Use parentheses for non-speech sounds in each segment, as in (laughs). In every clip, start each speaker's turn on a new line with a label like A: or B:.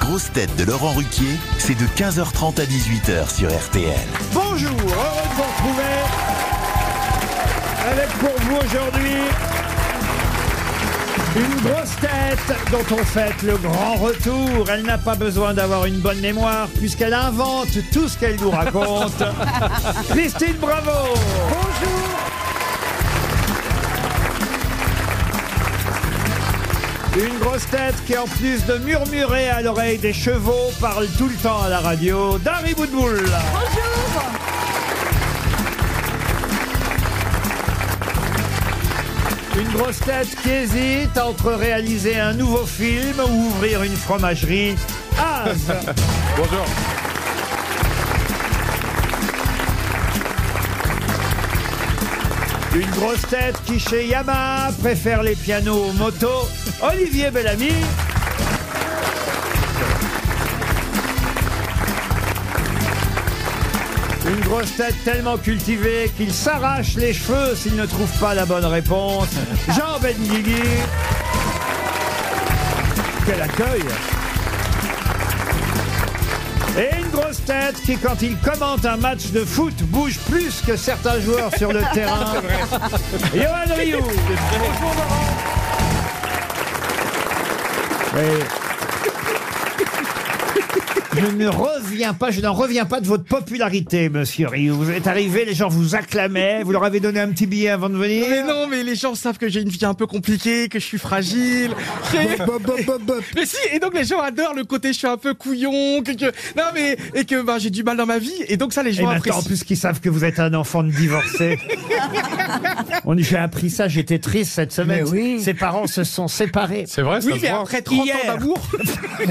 A: grosses têtes de Laurent Ruquier, c'est de 15h30 à 18h sur RTL.
B: Bonjour, heureux de vous retrouver avec pour vous aujourd'hui une grosse tête dont on fête le grand retour. Elle n'a pas besoin d'avoir une bonne mémoire puisqu'elle invente tout ce qu'elle nous raconte. Christine Bravo Bonjour Une grosse tête qui, en plus de murmurer à l'oreille des chevaux, parle tout le temps à la radio. Dari Boudboul. Une grosse tête qui hésite entre réaliser un nouveau film ou ouvrir une fromagerie. Az
C: Bonjour.
B: Une grosse tête qui, chez Yamaha, préfère les pianos aux motos. Olivier Bellamy. Une grosse tête tellement cultivée qu'il s'arrache les cheveux s'il ne trouve pas la bonne réponse. Jean Benguigui. Quel accueil Et une grosse tête qui, quand il commente un match de foot, bouge plus que certains joueurs sur le terrain. Johan Rioux. Oui. Je ne reviens pas, je n'en reviens pas de votre popularité, monsieur Rioux. Vous êtes arrivé, les gens vous acclamaient, vous leur avez donné un petit billet avant de venir.
C: Mais non, mais les gens savent que j'ai une vie un peu compliquée, que je suis fragile. Et- (laughs) Mais si, et donc les gens adorent le côté je suis un peu couillon, que, que- non mais et que bah, j'ai du mal dans ma vie, et donc ça les
B: Et
C: gens
B: maintenant, en
C: apprécient.
B: plus qu'ils savent que vous êtes un enfant de divorcé. On j'ai appris ça, j'étais triste cette semaine. Ses parents se sont séparés.
D: C'est vrai, ça
C: Oui,
D: se
C: mais
D: voit.
C: après 30
B: Hier.
C: ans d'amour,
D: (laughs)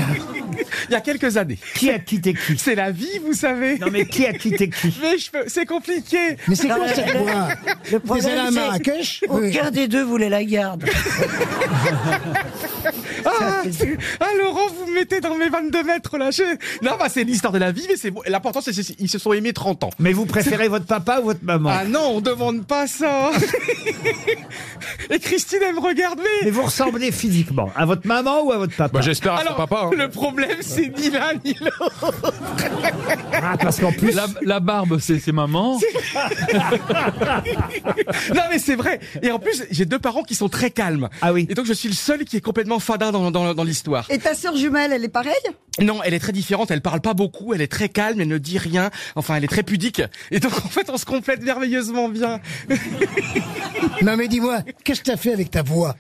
C: il y a quelques années,
B: Qui a quitté qui
C: c'est la vie, vous savez.
B: Non mais qui a quitté qui
C: (laughs) Mais je peux- c'est compliqué.
E: Mais c'est quoi cette
C: (laughs)
E: voix
F: Le
E: Vous allez à
F: problème, c'est
E: Marrakech
F: aucun des deux voulait
B: (laughs)
F: la garde.
C: Ah, c'est- ah, Laurent, vous me mettez dans mes 22 mètres là. Je- Non, bah c'est l'histoire de la vie, mais c'est l'important, c'est c'est- ils se sont aimés 30 ans.
B: Mais vous préférez votre papa ou votre maman
C: Ah non, on demande pas ça. et Christine, elle me regarde, mais.
B: Mais vous ressemblez physiquement à votre maman ou à votre papa
D: Bah, J'espère à son papa. hein.
C: le problème, c'est ni l'un ni l'autre.
B: Ah, Parce qu'en plus,
G: La, la barbe, c'est
C: (laughs)
G: c'est maman.
C: Non, mais c'est vrai. Et en plus, j'ai deux parents qui sont très calmes.
B: Ah oui.
C: Et donc, je suis le seul qui est complètement fadin dans, dans, dans l'histoire.
F: Et ta sœur jumelle, elle est pareille
C: Non, elle est très différente. Elle parle pas beaucoup. Elle est très calme. Elle ne dit rien. Enfin, elle est très pudique. Et donc, en fait, on se complète merveilleusement
B: (laughs)
C: bien.
E: Non mais dis-moi, qu'est-ce que t'as fait avec ta voix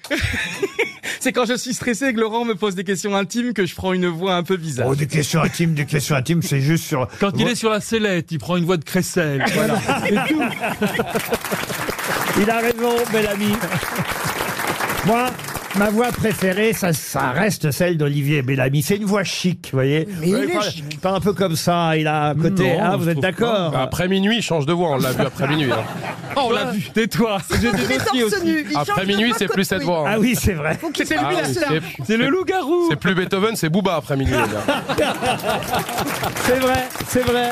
C: C'est quand je suis stressé et que Laurent me pose des questions intimes que je prends une voix un peu bizarre.
B: Oh, des questions intimes, des questions intimes, c'est juste sur.
G: Quand il est sur la sellette, il prend une voix de
C: (laughs)
G: crécelle. Voilà. Et tout.
B: (laughs) Il a raison, bel ami. Moi, ma voix préférée, ça, ça reste celle d'Olivier Bellamy. C'est une voix chic, vous voyez.
E: Mais il
B: Ouais,
E: est
B: pas, pas un peu comme ça, il a un côté.
G: Non,
B: ah, vous
G: je
B: êtes
G: trouve
B: d'accord
D: Bah, Après minuit, il change de voix. On l'a vu après minuit. hein.
G: Oh, on l'a vu, tais-toi. J'ai des
F: Il est
G: dossiers
F: torse
G: aussi.
F: nu. il change
D: Après
F: de
D: minuit,
F: mode
D: c'est plus cette
F: cotouille.
D: voix. hein.
B: Ah oui, c'est vrai.
F: Faut qu'il-
C: C'était
D: Ah
C: lui la
D: oui,
C: star.
D: c'est-
G: C'est le loup-garou.
D: c'est plus Beethoven, c'est Booba après minuit. les gars.
B: (laughs) C'est vrai, c'est vrai.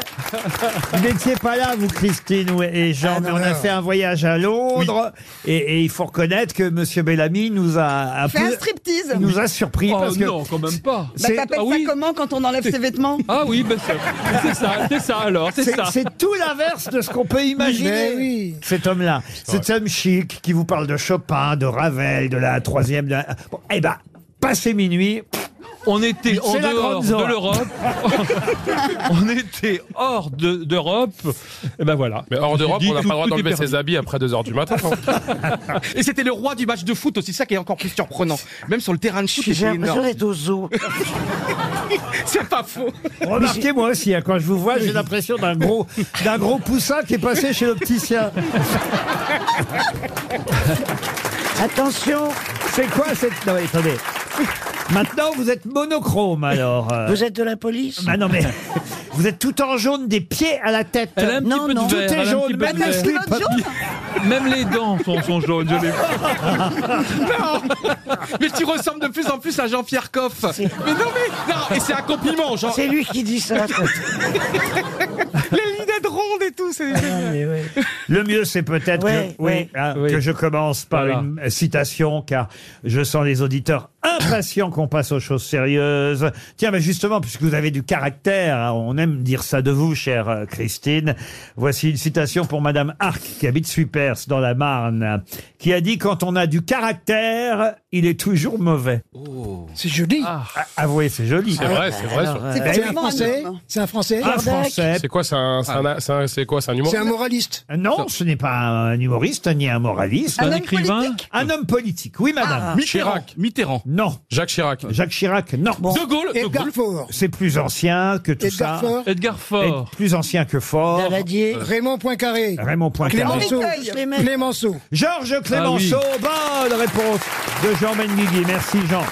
B: Vous n'étiez pas là, vous, Christine ou- et Jean,
E: Ah,
B: mais
E: non,
B: on a
E: non.
B: fait un voyage à Londres. Et, et il faut reconnaître que Monsieur Bellamy nous a. a
F: Fais un
B: plus-
F: striptease.
B: il nous a surpris
G: Oh
B: parce que.
G: non, quand même pas.
F: Bah,
B: c'est-
F: t'appelles
G: ah oui.
F: ça comment quand on enlève ses vêtements
G: Ah oui, bah, c'est- c'est ça, c'est ça alors, c'est
B: C'est
G: ça.
B: c'est tout l'inverse de ce qu'on peut imaginer.
E: Mais oui.
B: Cet homme-là, cet homme chic qui vous parle de Chopin, de Ravel, de la troisième. de la- Bon, eh ben, passé minuit,
G: On était en
B: C'est la
G: dehors
B: grande Zora.
G: de l'Europe. on était hors de- d'Europe. Et ben voilà.
D: Mais hors d'Europe,
G: Dit
D: on n'a pas
G: tout-
D: le droit
G: tout est
D: d'enlever
G: permis.
D: ses habits après 2h du matin. hein.
C: (laughs) Et c'était le roi du match de foot aussi, ça qui est encore plus surprenant. Même sur le terrain de foot,
F: J'ai
C: c'est
F: l'impression
C: énorme.
F: d'être
B: (laughs)
F: au zoo.
C: (laughs) C'est pas faux.
B: Remarquez moi aussi, hein, quand je vous vois, j'ai l'impression d'un gros, d'un gros poussin qui est passé chez l'opticien.
F: Attention,
B: C'est quoi cette... Non, mais attendez. Maintenant, vous êtes monochrome, alors. euh.
F: vous êtes de la police
B: Bah non, mais (laughs) vous êtes tout en jaune des pieds à la tête.
G: Elle a un petit
F: Non,
G: peu
F: non.
G: de
B: Tout
G: vert, elle a
B: est
G: un
B: jaune,
G: petit peu
B: même
G: de
B: le
G: vert.
B: slip.
F: L'autre jaune
G: Même les dents sont, sont jaunes. je l'ai vu.
C: (laughs) Mais tu ressembles de plus en plus à Jean-Pierre Coff. Mais non, mais non, et c'est un compliment, genre
F: C'est lui qui
C: (laughs)
F: dit ça.
C: les lunettes rondes et tout.
F: Ah,
C: C'est
B: Le mieux, c'est peut-être
F: Ouais,
B: que, oui,
F: ouais.
B: hein,
G: Oui.
B: que je commence par
G: Voilà.
B: une citation, car je sens les auditeurs (coughs) impatient qu'on passe aux choses sérieuses. Tiens, mais justement, puisque vous avez du caractère, hein, on aime dire ça de vous, chère euh, Christine. Voici une citation pour Madame Arc, qui habite Suipers, dans la Marne, qui a dit « Quand on a du caractère, il est toujours mauvais
E: C'est joli.
B: Ah, Avouez, c'est joli.
D: Oh. C'est vrai, c'est
F: Ah,
D: vrai. ça.
E: C'est un
F: euh, vraiment
E: français.
F: un homme.
E: C'est un français.
B: Un Ah,
E: (laughs)
B: Français. Ah. Euh,
D: C'est quoi, c'est un, c'est un- c'est un- c'est quoi, c'est un humour
E: C'est un moraliste.
B: Non, ce n'est pas un humoriste ni un moraliste.
G: Un
F: homme
G: écrivain
F: politique
B: Un homme politique, oui
E: Ah.
B: madame.
G: Chirac. Mitterrand.
B: Non.
D: Jacques Chirac.
B: Jacques Chirac, non.
G: De Gaulle. De
E: Edgar
G: Gaulle.
E: Faure.
B: C'est plus ancien que tout
E: Edgar
B: ça.
E: Faure.
G: Edgar Faure. Euh.
B: Et plus ancien que fort.
F: Daladier.
E: Raymond Poincaré.
B: Raymond Poincaré.
E: Clémenceau.
F: Henri Teuil.
E: Clémenceau.
B: Georges
G: Ah
B: Clémenceau. Bonne réponse de Jean Benguigui. Merci Jean.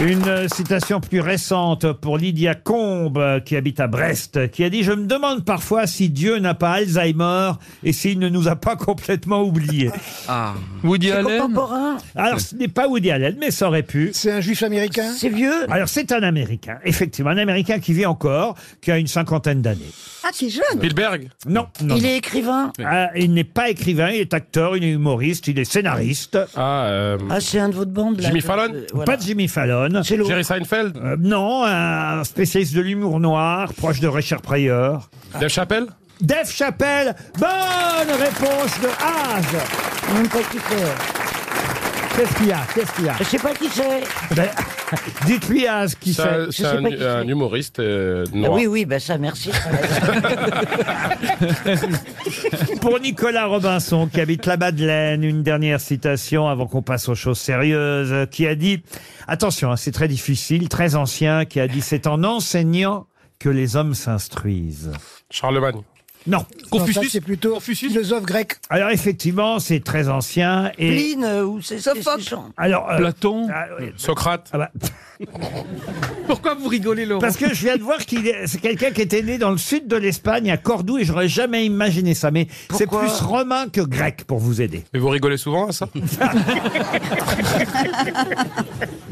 B: Une euh, citation plus récente pour Lydia Combe, euh, qui habite à Brest, qui a dit « Je me demande parfois si Dieu n'a pas Alzheimer et s'il ne nous a pas complètement oubliés.
C: Ah.
G: Woody Allen.
F: Contemporain. »
B: Alors, ce n'est pas Woody Allen, mais ça aurait pu.
E: C'est un juif américain.
F: C'est vieux.
B: Alors, c'est un Américain, effectivement, un Américain qui vit encore, qui a une cinquantaine d'années.
F: Ah, c'est jeune.
D: Spielberg.
B: Non, non.
F: Il
B: non.
F: est écrivain.
B: Ah, il n'est pas écrivain, il est acteur, il est humoriste, il est scénariste.
D: Ah, euh,
F: Ah, c'est un de votre bande. Là,
D: Jimmy
F: de-
D: Fallon
F: de- Euh, voilà.
B: Pas de Jimmy Fallon.
F: C'est l'autre.
D: Jerry Seinfeld.
B: Euh, non, un spécialiste de l'humour noir, proche de Richard Pryor.
D: Dave Chappelle.
B: Dave Chappelle, bonne réponse de Haas.
F: Même pas qui c'est.
B: Qu'est-ce qu'il y a Qu'est-ce qu'il y a
F: Je sais pas qui c'est.
B: Ben, (laughs) Dites-lui Haas qui
D: C'est
B: c'est.
D: un,
F: je
D: c'est
F: sais
D: un-
F: pas qui c'est.
D: un humoriste euh,
F: Ah
D: noir.
F: oui, oui, bah ça, merci.
B: Pour Nicolas Robinson, qui habite la Madeleine, une dernière citation avant qu'on passe aux choses sérieuses, euh, qui a dit, attention, hein, c'est très difficile, très ancien, qui a dit, c'est en enseignant que les hommes s'instruisent.
D: Charlemagne.
B: Non.
E: Non, ça, c'est plutôt philosophe grec.
B: Alors effectivement, c'est très ancien et
F: Pline euh, ou c'est c'est-
H: Sophocle.
F: c'est son-
B: alors euh,
G: Platon.
B: ah, oui.
D: Socrate.
B: Ah bah,
C: (laughs) Pourquoi vous rigolez, Laurent
B: parce que je viens de voir qu'il est, c'est quelqu'un qui était né dans le sud de l'Espagne à Cordoue et j'aurais jamais imaginé ça mais c'est
F: Pourquoi
B: plus romain que grec pour vous aider.
D: Mais vous rigolez souvent à ça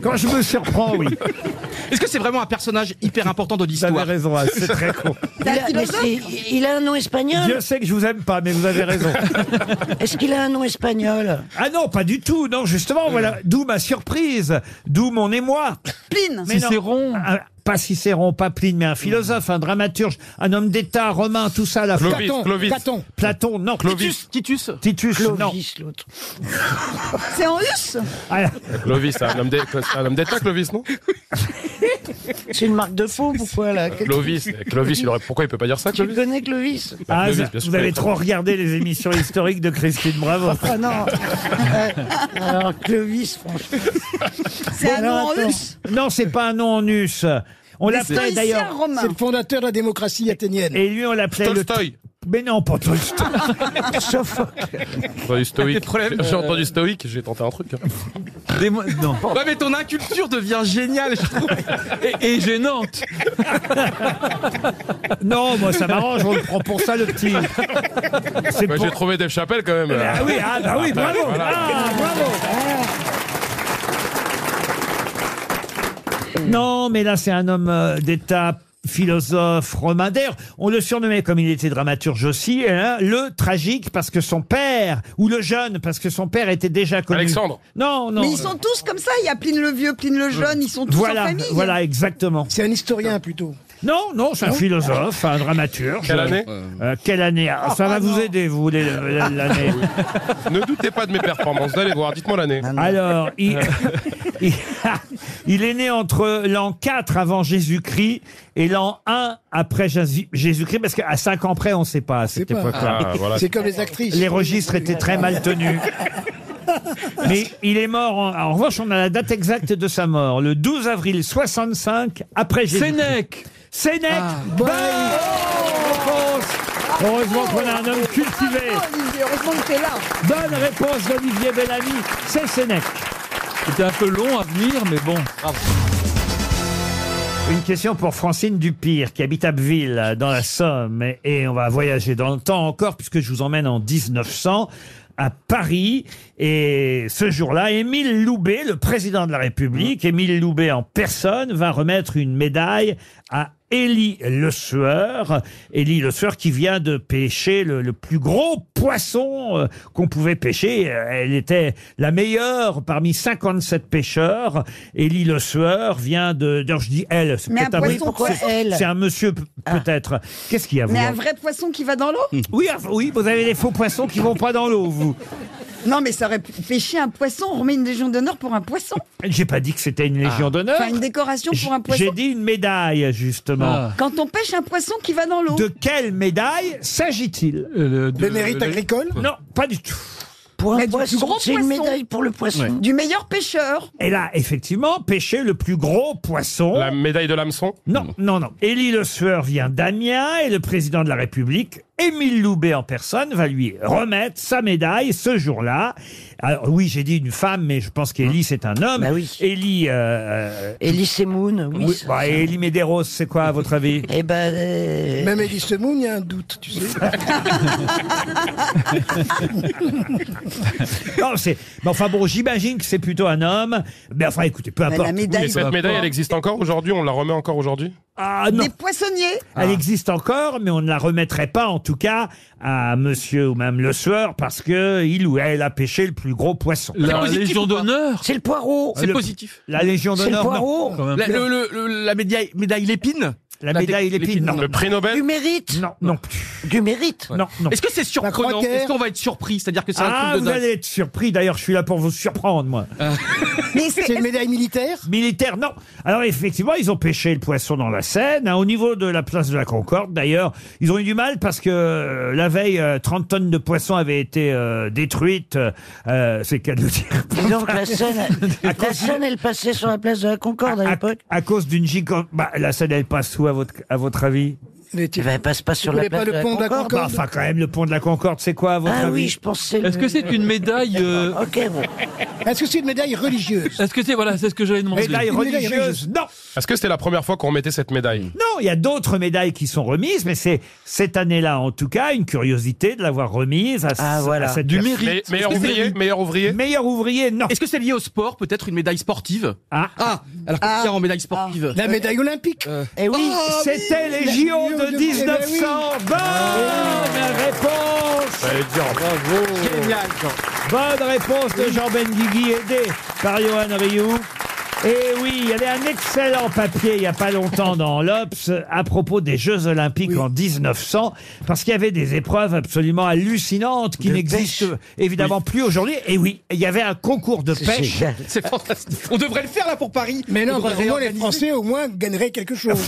B: Quand je me surprends, oui.
C: Est-ce que c'est vraiment un personnage hyper important de
B: Vous avez
C: l'histoire
B: raison, hein, c'est très
C: (laughs)
B: con.
F: Il a, mais c'est- il a un nom espagnol.
B: Dieu sait que je vous aime pas mais vous avez raison.
F: (laughs) Est-ce qu'il a un nom espagnol Euh.
B: Ah non, pas du tout. Non, justement, voilà. D'où ma surprise. D'où mon émoi.
H: Pline.
B: Mais non.
G: Cicéron.
B: Un- Pas Cicéron, pas Pline, mais un philosophe, un dramaturge, un homme d'État romain, tout ça, à la fois.
D: Clovis,
E: Platon.
D: Clovis.
E: Platon.
B: Platon, non.
D: Clovis.
C: Titus
B: Titus, non.
F: Clovis, l'autre.
H: C'est en
F: (laughs)
H: russe
B: Ah,
D: Clovis, c'est un homme d'é- c'est un homme d'État, Clovis, non
F: C'est une marque de faux, pourquoi là Qu'est-ce que
D: Clovis. eh, Clovis, il aurait... pourquoi il peut pas dire ça,
F: Tu
D: Clovis
F: le connais, Clovis
D: Bah,
B: ah,
D: Clovis, bien sûr,
B: vous avez
D: il est
B: trop regardé les émissions historiques de Christine Bravo.
F: Ah non
B: (laughs)
F: Euh, Alors, Clovis, franchement.
H: C'est un nom en
F: alors, attends.
H: russe
B: Non, c'est pas un nom en us. On l'appelait
H: Stoïcien
B: d'ailleurs.
H: romain.
E: C'est le fondateur de la démocratie athénienne.
B: Et lui, on l'appelait le.
D: Tolstoy.
B: Mais non, pas Tolstoy.
D: J'ai entendu stoïque.
C: problèmes,
D: J'ai entendu stoïque, j'ai tenté un truc. hein.
G: Des mo- non.
C: Ouais, mais ton inculture devient géniale, je trouve.
G: Et, et gênante.
B: non, moi, (laughs) ça m'arrange. On le prend pour ça, le petit. C'est
D: Ouais,
B: pour-
D: J'ai trouvé Dave Chappelle quand même. euh.
B: Ah oui, ah bah oui, bravo.
D: Voilà.
B: Ah, bravo. Ah. Non, mais là, c'est un homme euh, d'État philosophe romain. D'ailleurs, on le surnommait, comme il était dramaturge aussi, hein, le tragique parce que son père, ou le jeune parce que son père était déjà connu.
D: Alexandre.
B: Non, non.
H: Mais ils sont tous comme ça. Il y a Pline le vieux, Pline le jeune. Ils sont tous en
B: Voilà,
H: famille.
B: voilà, exactement.
E: C'est un historien plutôt.
B: Non, non, c'est un philosophe, un dramaturge.
D: Quelle année
B: Euh, Quelle année Ah, Ça
H: Oh,
B: va vous aider, vous, les-
D: Ah
B: l'année.
D: Ne doutez pas de mes performances. Allez voir, dites-moi l'année.
B: Alors, il, (laughs) il- il est né entre l'an 4 avant Jésus-Christ et l'an 1 après Jésus- Jésus-Christ, parce qu'à 5 ans près, on ne sait pas à cette
E: C'est pas-
B: époque-là.
D: Ah, voilà.
E: C'est comme les actrices.
B: Les registres étaient très mal tenus.
E: (laughs)
B: Mais il est mort, en, en revanche, on a la date exacte de sa mort, le 12 avril 65 après Jésus-Christ.
G: Sénèque.
B: Sénèque
E: Ah,
B: Bonne réponse Heureusement qu'on a un homme cultivé
H: Bravo, Oh, Olivier, heureusement que t'es là.
B: Bonne réponse d'Olivier Bellamy, c'est Sénèque
G: C'était un peu long à venir, mais bon.
B: Une question pour Francine Dupire, qui habite Abbeville, dans la Somme. Et- Et on va voyager dans le temps encore, puisque je vous emmène en 1900 à Paris. Et ce jour-là, Émile Loubet, le président de la République, Émile Loubet en personne, va remettre une médaille à Élie Le Sueur. Élie Le Sueur qui vient de pêcher le, le plus gros poisson euh, qu'on pouvait pêcher. Euh, Elle était la meilleure parmi 57 pêcheurs. Élie Le Sueur vient de... D'ailleurs, je dis elle. c'est
H: Mais un
B: peut-être vrai-
H: poisson, pourquoi
B: c'est-
H: elle Ah.
B: C'est un monsieur, p- peut-être. Qu'est-ce qu'il y a vous hein.
H: Mais un vrai poisson qui va dans
B: (laughs)
H: l'eau
B: oui, ah, oui, vous avez des faux poissons qui vont pas dans l'eau, vous.
H: Non, mais ça aurait pu pêcher un poisson. On remet une légion d'honneur pour un poisson.
B: J'ai pas dit que c'était une légion d'honneur.
H: Ah. Enfin, une décoration pour un
B: J'ai
H: poisson.
B: dit une médaille, justement.
H: Quand on pêche un poisson qui va dans l'eau.
B: De quelle médaille s'agit-il
D: Euh,
G: Le,
E: Le mérite agricole
B: Non, pas du tout.
F: Pour
H: Mais
F: un
H: du plus
F: poisson,
H: gros
F: c'est une
H: poisson.
F: médaille pour le poisson.
H: Du meilleur pêcheur.
B: Et là, effectivement, pêcher le plus gros poisson.
D: La médaille de l'hameçon
B: Non, non, non. Élie Le Sueur vient d'Amiens et le président de la République, Émile Loubet en personne, va lui remettre sa médaille ce jour-là. Alors oui, j'ai dit une femme, mais je pense qu'Élie, c'est un homme.
F: Bah oui.
B: Élie... euh,
F: Elise et Moon, oui.
B: oui,
F: ça-
B: bah, Élie Médéros, c'est quoi, à votre avis
F: Eh ben, euh, (laughs)
E: Même Elie Semoun, il y a un doute,
C: (laughs)
E: tu sais.
B: (laughs) Non, c'est. Mais enfin bon, j'imagine que c'est plutôt un homme. Mais enfin, écoutez, peu
H: Mais
B: importe.
H: la médaille
D: Et cette médaille, elle existe encore aujourd'hui On la remet encore aujourd'hui
B: Ah non, Ah.
H: des poissonniers.
B: elle existe encore, mais on ne la remettrait pas, en tout cas, à Monsieur ou même le sueur, parce que il ou elle a pêché le plus gros poisson.
G: la
C: positif
G: Légion
C: ou pas
G: d'honneur
F: c'est le poireau.
C: C'est
B: Le-
C: positif.
B: La Légion
F: C'est le
B: d'honneur, non.
F: poireau.
G: quand même.
C: La, le- le- le- la médaille, médaille l'épine
B: La médaille
C: dé-
B: l'épine, non.
D: Le prix
F: Du
D: Nobel
F: mérite.
B: Non, non plus.
F: Du mérite.
B: Non, non.
C: Est-ce que c'est surprenant
E: croisière.
C: Est-ce qu'on va être surpris C'est-à-dire que c'est un
B: Ah,
C: truc
B: vous
C: de dingue. Ah.
B: allez être surpris. D'ailleurs, je suis là pour vous surprendre, moi.
F: (laughs)
H: Mais c'est
E: C'est une médaille militaire
B: Militaire, non. Alors effectivement, ils ont pêché le poisson dans la Seine, hein, au niveau de la place de la Concorde. D'ailleurs, ils ont eu du mal parce que euh, la veille, euh, 30 tonnes de poissons avaient été euh, détruites. euh, c'est le cas de le dire.
F: Dis donc,
B: (laughs)
F: la scène, la scène, elle passait sur la place de la Concorde à
B: À,
F: l'époque.
B: à cause d'une gigante. Bah, la Seine, elle passe où à votre à votre avis
E: Il
F: Eh
E: était-
F: ben, elle passe pas sur
E: Vous
F: la
E: voulez
F: place
E: pas
F: de
E: le
F: la
E: pont de la
F: Concorde.
B: Bah, Enfin, quand même, le pont de la Concorde, c'est quoi à votre
F: Ah
B: avis
F: oui, je pensais.
G: Est-ce que c'est une médaille euh,
F: Ok, bon.
E: Est-ce que c'est une médaille religieuse
G: Est-ce que c'est voilà, c'est ce que j'allais demander.
B: Médaille
E: Une médaille
B: religieuse Non,
D: Est-ce que c'était la première fois qu'on remettait cette médaille
B: non, il y a d'autres médailles qui sont remises, mais c'est cette année-là, en tout cas, une curiosité de l'avoir remise à,
F: Ah, voilà.
B: à cette
G: Du
B: personne.
G: mérite.
D: Mais- Meilleur
C: Est-ce que c'est
D: ouvrier
C: lui
D: Meilleur ouvrier
B: Meilleur ouvrier, non.
C: Est-ce que c'est lié au sport Peut-être une médaille sportive
B: Ah,
C: Ah, alors qu'on
H: Ah.
C: tient en médaille sportive. Euh.
E: La médaille olympique
F: Eh oui.
C: Ah,
B: C'était les JO de
E: de- eh ben
B: 1900. Bonne réponse.
D: J'allais te dire, en fait,
C: Génial, Jean.
B: Bonne réponse de Jean Benguigui, aidé par Johan Rioux. Et oui, il y avait un excellent papier il n'y a pas longtemps dans l'Obs à propos des Jeux Olympiques en 1900, parce qu'il y avait des épreuves absolument hallucinantes qui
F: De
B: n'existent
F: pêche.
B: évidemment plus aujourd'hui. Et oui, il y avait un concours de
F: C'est
B: pêche.
F: génial.
C: C'est fantastique. On devrait le faire là pour Paris.
E: Mais
C: On
E: non,
C: devrait
E: parce que moi, les
C: réorganiser.
E: Français, au moins, gagneraient quelque chose.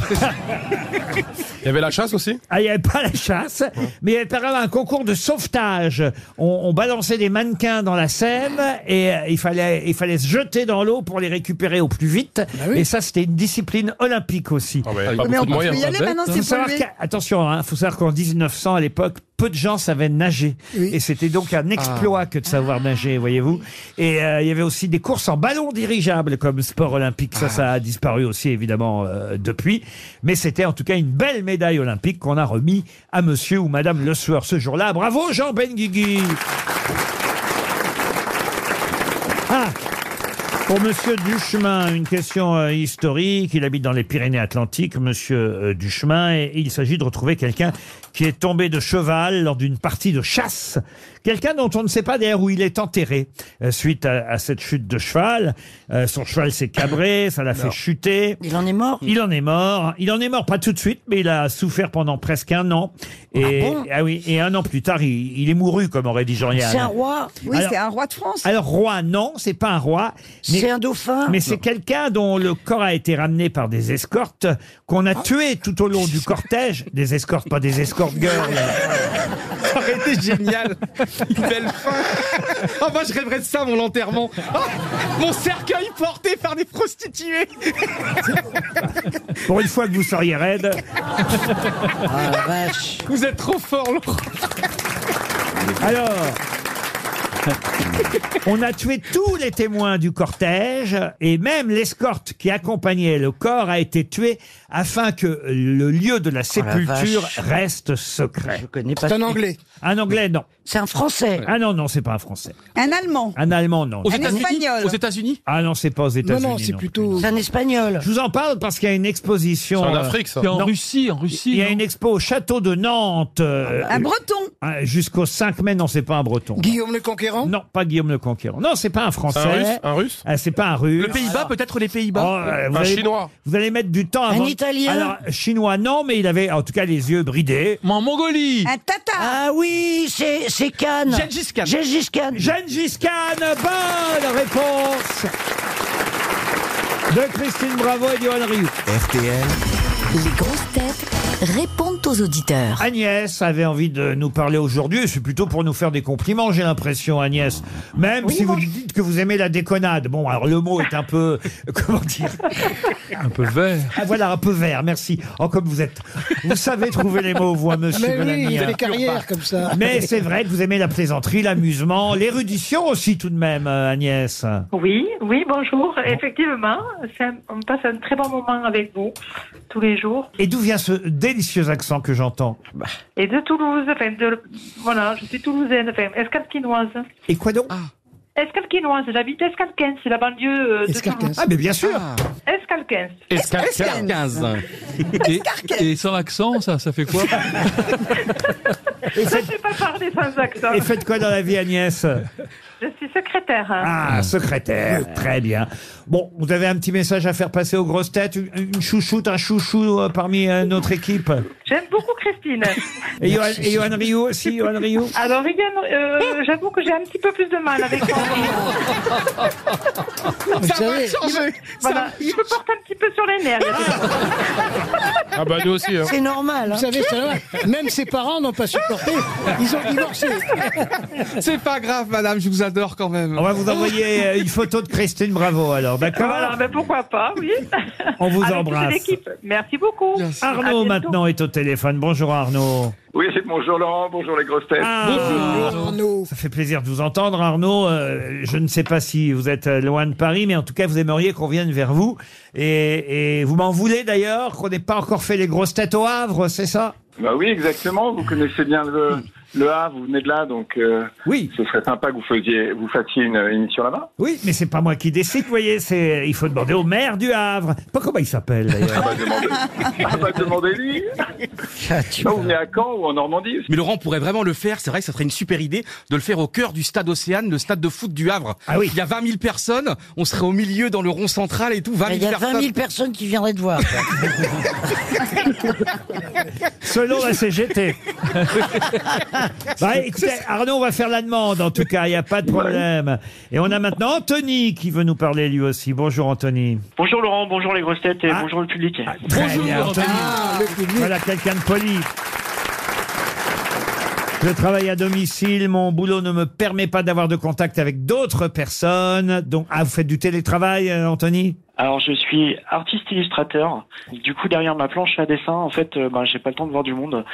D: il y avait la chasse aussi
B: Ah, il n'y avait pas la chasse, mais il y avait par exemple un concours de sauvetage. On, on balançait des mannequins dans la Seine et euh, il fallait, il fallait se jeter dans l'eau pour les récupérer au plus vite.
E: oui.
B: Et ça, c'était une discipline olympique aussi.
D: Ah, mais pas
H: Bah Mais
D: beaucoup
H: on
D: de
H: peut
D: moyens.
H: y aller maintenant,
B: Faut
H: c'est
B: savoir
H: pollué.
B: qu'à- attention, hein, faut savoir qu'en 1900, à l'époque, peu de gens savaient nager.
E: Oui.
B: Et c'était donc un exploit que de savoir nager, voyez-vous. Et euh, il y avait aussi des courses en ballon dirigeable comme sport olympique. Ça, ça a disparu aussi, évidemment, euh, depuis. Mais c'était en tout cas une belle médaille olympique qu'on a remis à monsieur ou madame Le Sueur ce jour-là. Bravo, Jean Benguigui Ah pour Monsieur Duchemin, une question euh, historique. Il habite dans les Pyrénées-Atlantiques, Monsieur euh, Duchemin, et il s'agit de retrouver quelqu'un qui est tombé de cheval lors d'une partie de chasse. Quelqu'un dont on ne sait pas d'ailleurs où il est enterré euh, suite à, à cette chute de cheval. Euh, son cheval s'est cabré, ça l'a fait chuter.
F: Il en est mort.
B: Il en est mort. Il en est mort pas tout de suite, mais il a souffert pendant presque un an. Et,
F: Ah bon
B: oui, et un an plus tard, il, il est mouru, comme aurait dit Jean-Yann.
F: C'est un roi.
H: Oui,
B: Alors-
H: c'est un roi de France.
B: Alors roi, non, c'est pas un roi. mais-
F: C'est un dauphin.
B: mais c'est quelqu'un dont le corps a été ramené par des escortes qu'on
F: Ah.
B: a tué tout au long
F: (laughs)
B: du cortège. Des escortes, pas des escortes girls.
C: Ça aurait été génial. Une belle fin. Ah bah je rêverais de ça, mon enterrement. Ah, mon cercueil porté par des prostituées.
B: Pour une fois que vous seriez raide.
F: Ah, la vache.
C: Vous êtes trop fort, Laurent.
B: Alors. On a tué tous les témoins du cortège et même l'escorte qui accompagnait le corps a été tuée afin que le lieu de la
F: Oh la
B: sépulture
F: vache.
B: reste secret.
F: Je connais pas.
E: C'est un
F: ce-
E: anglais.
B: Un anglais, non.
F: C'est un Français.
B: Ah non, non, c'est pas un Français.
H: Un Allemand.
B: Un Allemand, non.
C: Aux
H: Un
C: États-Unis
H: Espagnol.
C: Aux États-Unis
B: Ah non, c'est pas aux
E: Non,
B: États-Unis.
E: non, c'est
B: non.
E: plutôt.
F: C'est un Espagnol.
B: Je vous en parle parce qu'il y a une
D: C'est
B: exposition.
D: en
B: euh,
D: Afrique, ça.
G: C'est en
B: Non.
G: Russie, en Russie.
B: Il y a
G: non
B: une expo au château de Nantes euh,
H: Un Breton.
B: euh, jusqu'au 5 mai. Non, c'est pas un Breton.
E: Guillaume le Conquérant
B: Non, pas Guillaume le Conquérant. Non, c'est pas un
D: C'est un russe
B: Français.
D: Un russe
B: Ah, c'est pas un russe.
C: Le Pays-Bas, peut-être les
B: Oh,
C: Pays-Bas
B: euh, vous
D: Un
B: allez- (laughs)
D: chinois
B: Vous allez mettre du temps
F: Un
B: avant.
F: Italien
B: Alors, chinois, non, mais il avait en tout cas les yeux bridés.
G: Mais en Mongolie
H: Un Tatar.
F: Ah oui, c'est c'est Cannes.
C: Gengis Khan.
F: Gengis Khan.
B: Gengis Khan, bonne réponse de Christine Bravo et Johan Rioux.
A: RTL,
I: Les grosses têtes répondent aux auditeurs.
B: Agnès avait envie de nous parler aujourd'hui. C'est plutôt pour nous faire des compliments, j'ai l'impression, Agnès. Même si vous dites que vous aimez la déconnade. Bon, alors le mot est un peu, (laughs) comment dire,
G: Un peu vert.
B: ah, voilà, un peu vert. Merci. Oh, comme vous êtes, vous savez trouver les mots, vous, hein, Monsieur
E: Mais oui,
B: Bellamy,
E: il fait
B: hein.
E: des carrières comme ça.
B: Mais c'est vrai que vous aimez la plaisanterie, l'amusement, l'érudition aussi tout de même, euh, Agnès.
J: Oui, oui, bonjour. Effectivement, c'est un- on passe un très bon moment avec vous tous les jours.
B: Et d'où vient ce délicieux accent que j'entends
J: Et de Toulouse, enfin, de, voilà, je suis toulousaine, enfin, escalquinoise.
B: Et quoi donc
J: Escalquinoise, j'habite Escalquin, c'est la banlieue euh, de
E: Escarquins.
J: Toulouse.
B: Ah, mais bien sûr
J: Escalquin.
D: Escarquin.
C: 15.
G: Et, et sans l'accent, ça, ça fait quoi
B: et,
J: Je ne
B: faites,
J: sais pas parler sans accent.
B: et faites quoi dans la vie, Agnès
J: Je suis secrétaire. hein.
B: Ah, secrétaire, très bien. Bon, vous avez un petit message à faire passer aux grosses têtes Une, une chouchoute, un chouchou euh, parmi euh, notre équipe
J: J'aime beaucoup Christine.
B: Et Johan, et Johan Rioux aussi, Johan Rioux
J: Alors, Yann, euh, j'avoue que j'ai un petit peu plus de mal avec vous.
E: Vous
C: Ça va
E: savez,
C: changer
J: Voilà, je me porte un petit peu sur les nerfs.
D: Ah bah nous aussi. hein.
F: C'est normal. hein.
E: vous savez, ça va. Même ses parents n'ont pas supporté. Ils ont divorcé.
C: (laughs) C'est pas grave, madame, je vous adore quand même.
B: On va vous envoyer euh, une photo de Christine Bravo, alors,
J: Voilà,
B: d'accord
J: mais pourquoi pas, oui.
B: On vous
J: Avec toute
B: embrasse.
J: l'équipe. Merci beaucoup.
C: Bien sûr.
J: À
B: Arnaud
J: bientôt.
B: maintenant est au téléphone. Bonjour Arnaud.
K: Oui, (laughs) bonjour Laurent, bonjour les grosses têtes.
B: Ah,
E: Arnaud.
B: Ça fait plaisir de vous entendre, Arnaud. Euh, je ne sais pas si vous êtes euh, loin de Paris, mais en tout cas, vous aimeriez qu'on vienne vers vous. Et, et vous m'en voulez d'ailleurs qu'on n'ait pas encore fait les grosses têtes au Havre, c'est ça
K: Bah oui, exactement, vous connaissez bien le, le Havre, vous venez de là, donc euh,
B: Oui.
K: ce serait sympa que vous faisiez, vous fassiez une euh, émission là-bas.
B: Oui, mais c'est pas moi qui décide, vous voyez. C'est il faut demander au maire du Havre. Pas comment il s'appelle d'ailleurs.
K: Pas demander, pas demander lui. Non, vous venez à Caen ou en Normandie
C: Mais Laurent pourrait vraiment le faire, c'est vrai que ça serait une super idée de le faire au cœur du stade Océane, le stade de foot du Havre.
B: Ah oui.
C: Il y a 20 000 personnes, on serait au milieu dans le rond central et tout, 20 000
F: Il y a 20
C: personnes.
F: 000 personnes qui viendraient te voir.
B: Selon la CGT. Bah, écoutez, Arnaud, on va faire la demande en tout cas. Il n'y a pas de problème. Et on a maintenant Anthony qui veut nous parler lui aussi. Bonjour Anthony.
J: Bonjour Laurent, bonjour les grosses têtes et
B: Ah.
J: bonjour le public.
B: Très
G: Bonjour,
B: bien, Ah, Anthony. Voilà quelqu'un de poli. Je travaille à domicile, mon boulot ne me permet pas d'avoir de contact avec d'autres personnes. Donc, ah, vous faites du télétravail,
J: (laughs)
B: euh, Anthony
J: Alors je suis artiste illustrateur. Du coup derrière ma planche à dessin, en fait, euh, ben, j'ai pas le temps de voir du monde.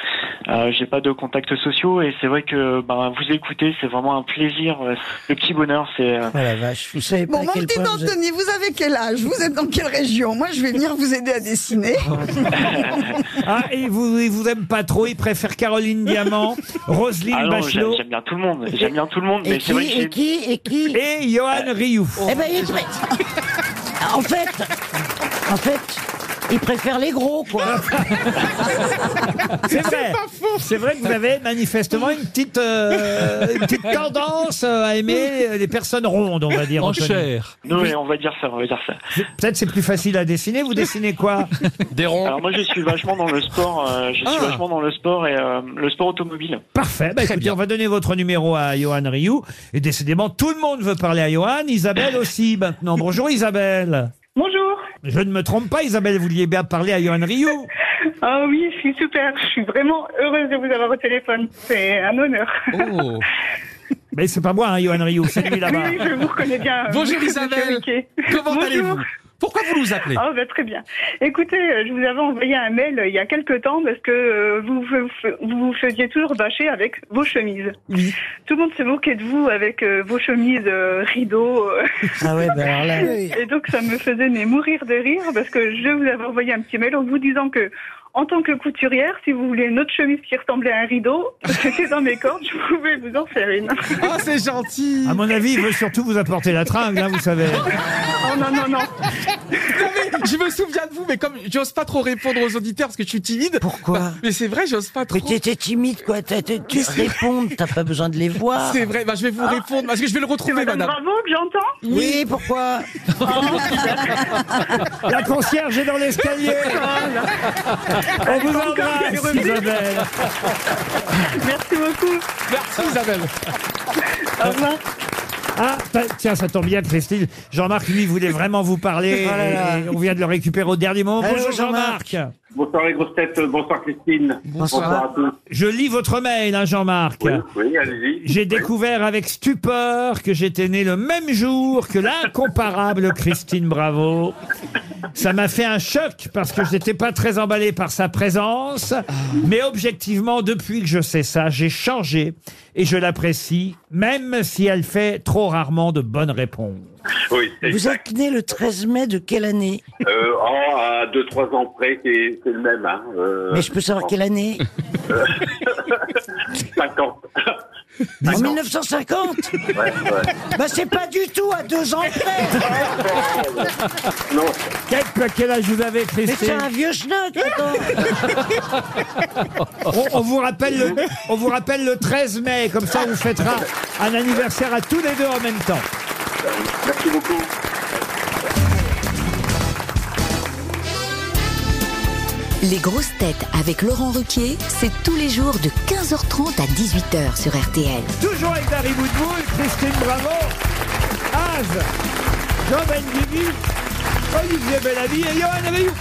J: Euh, j'ai pas de contacts sociaux et c'est vrai que ben, vous écoutez, c'est vraiment un plaisir, euh, le petit bonheur. C'est euh,
F: Oh la vache, vous savez pas
H: Bon,
F: à
H: mon
F: quel
H: petit
F: point vous êtes-
H: Anthony, vous avez quel âge Vous êtes dans quelle région Moi, je vais venir vous aider à
B: (laughs)
H: dessiner. (laughs)
B: Ah, et vous, il vous aime pas trop, il préfère Caroline Diamant, Roselyne
J: ah non, j'aime
B: Bachelot
J: j'aime bien tout le monde, j'aime bien tout le monde,
F: Et
J: mais c'est
F: qui,
J: vrai que
F: et
J: j'ai-
F: qui, et qui
B: et Johan Rioux.
F: Eh ben, il pré- en fait, en fait, il préfère les gros, quoi.
J: Ah,
B: C'est vrai. C'est vrai que vous avez manifestement une petite, euh, une petite tendance euh, à aimer euh, les personnes rondes, on va dire.
G: En
B: Anthony.
G: chair.
J: Non, mais on va dire ça, on va dire ça.
B: Peut-être c'est plus facile à dessiner. Vous dessinez quoi
D: Des ronds.
J: Alors moi je suis vachement dans le sport, euh, je suis
C: Ah.
J: vachement dans le sport et euh, le sport
B: (laughs)
J: automobile.
B: (laughs) Parfait. Bah, écoutez,
C: bien.
B: on va donner votre numéro à Johan Rioux. Et décidément, tout le monde veut parler à Johan. Isabelle aussi, maintenant. Bonjour, Isabelle.
J: Bonjour.
B: Je ne me trompe pas, Isabelle, vous vouliez bien parler à Johan Rioux.
J: Ah oui, c'est super. Je suis vraiment heureuse de vous avoir au téléphone. C'est un honneur.
C: Oh.
B: (laughs) Mais c'est pas moi, hein, Johan Rioux, c'est lui là-bas.
J: Oui, je vous reconnais bien. euh,
C: Bonjour
J: monsieur
C: Isabelle.
J: Riquet.
C: Comment
J: Bonjour.
C: allez-vous Pourquoi vous nous appelez
J: Ah, bah, très bien. Écoutez, euh, je vous avais envoyé un mail euh, il y a quelques temps parce que euh, vous vous- vous vous faisiez toujours bâcher avec vos chemises. Tout le monde se moquait de vous avec euh, vos chemises euh, rideaux. euh,
F: Ah ouais,
E: bah,
F: ben alors là.
J: Et donc ça me faisait mais mourir de rire parce que je vous avais envoyé un petit mail en vous disant que
L: En tant que couturière, si vous voulez une autre chemise qui ressemblait à un rideau, c'était dans mes cordes, je pouvais vous en faire une.
C: Ah, c'est gentil
B: À mon avis, il veut surtout vous apporter la tringle, hein, vous savez.
L: Oh non, non, non.
C: Non, mais je me souviens de vous, mais comme j'ose pas trop répondre aux auditeurs parce que je suis timide. Pourquoi Mais c'est vrai, j'ose pas trop.
F: Mais t'étais timide, quoi. t'as- t'as- Tu réponds, t'as pas besoin de les voir.
C: C'est vrai, bah, je vais vous répondre parce que je vais le retrouver, madame.
L: Bravo que j'entends.
F: Oui, pourquoi
B: La concierge est dans l'escalier
C: Ah,
B: On vous embrasse, Isabelle
L: Merci beaucoup.
C: Merci, Isabelle.
L: Au revoir.
B: Ah, bah, tiens, ça tombe bien, Christine. Jean-Marc, lui, voulait vraiment vous parler.
K: Oh là là.
B: Et on vient de le récupérer au dernier moment.
K: Allô,
B: Bonjour, Jean-Marc.
K: Bonsoir les grosses têtes, bonsoir Christine. à tous.
B: Je lis votre mail, hein, Jean-Marc.
K: Oui, oui, allez-y.
B: J'ai
K: Oui.
B: découvert avec stupeur que j'étais né le même jour que l'incomparable Christine Bravo. Ça m'a fait un choc parce que je n'étais pas très emballé par sa présence. Mais objectivement, depuis que je sais ça, j'ai changé et je l'apprécie, même si elle fait trop rarement de bonnes réponses.
K: Oui, c'est
F: Vous êtes né le 13 mai de
K: (laughs)
F: quelle année
K: euh, oh, à 2-3 ans près, c'est c'est le même. Hein. Euh,
F: Mais je peux savoir
K: (laughs)
F: quelle année
K: 50.
F: En 1950
K: Ouais, ouais.
F: (laughs) Bah c'est pas du tout à deux ans près
K: Non,
B: Quel, quel âge vous avez,
F: Mais
B: Christine
F: c'est un vieux schnock, attends
B: On, on vous rappelle le, on vous rappelle le 13 mai, comme ça on vous fêtera un anniversaire à tous les deux en même temps.
K: merci beaucoup.
I: Les grosses têtes avec Laurent Ruquier, c'est tous les jours de 15h30 à 18h sur RTL.
B: Toujours avec Dari Boudboul, Christine Bravo, Az, Jean Benguigui, Olivier Bellamy et Johan Abeilou.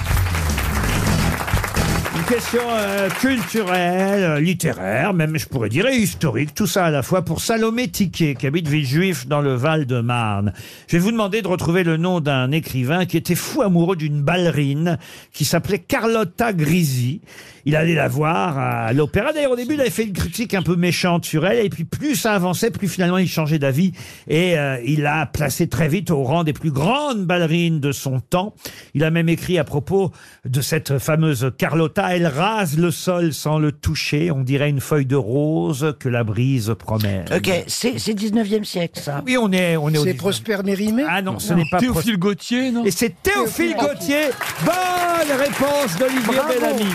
B: Une question euh, culturelle, euh, littéraire, même je pourrais dire, et historique, tout ça à la fois pour Salomé Tiquet, qui habite Villejuif dans le Val-de-Marne. Je vais vous demander de retrouver le nom d'un écrivain qui était fou amoureux d'une ballerine qui s'appelait Carlotta Grisi. Il allait la voir à l'opéra. D'ailleurs, au début, il avait fait une critique un peu méchante sur elle, et puis plus ça avançait, plus finalement il changeait d'avis, et euh, il l'a placée très vite au rang des plus grandes ballerines de son temps. Il a même écrit à propos de cette fameuse Carlotta, elle rase le sol sans le toucher, on dirait une feuille de rose que la brise promène.
F: Ok, c'est c'est 19e siècle, ça.
B: Oui, on est, on est au
E: C'est
B: 19e.
E: Prosper Mérimée
B: Ah non, ce n'est pas
G: Théophile
B: Gauthier, non Et c'est Théophile
E: Théophile
B: Gauthier. Bonne réponse d'Olivier
E: Bravo.
B: Bellamy.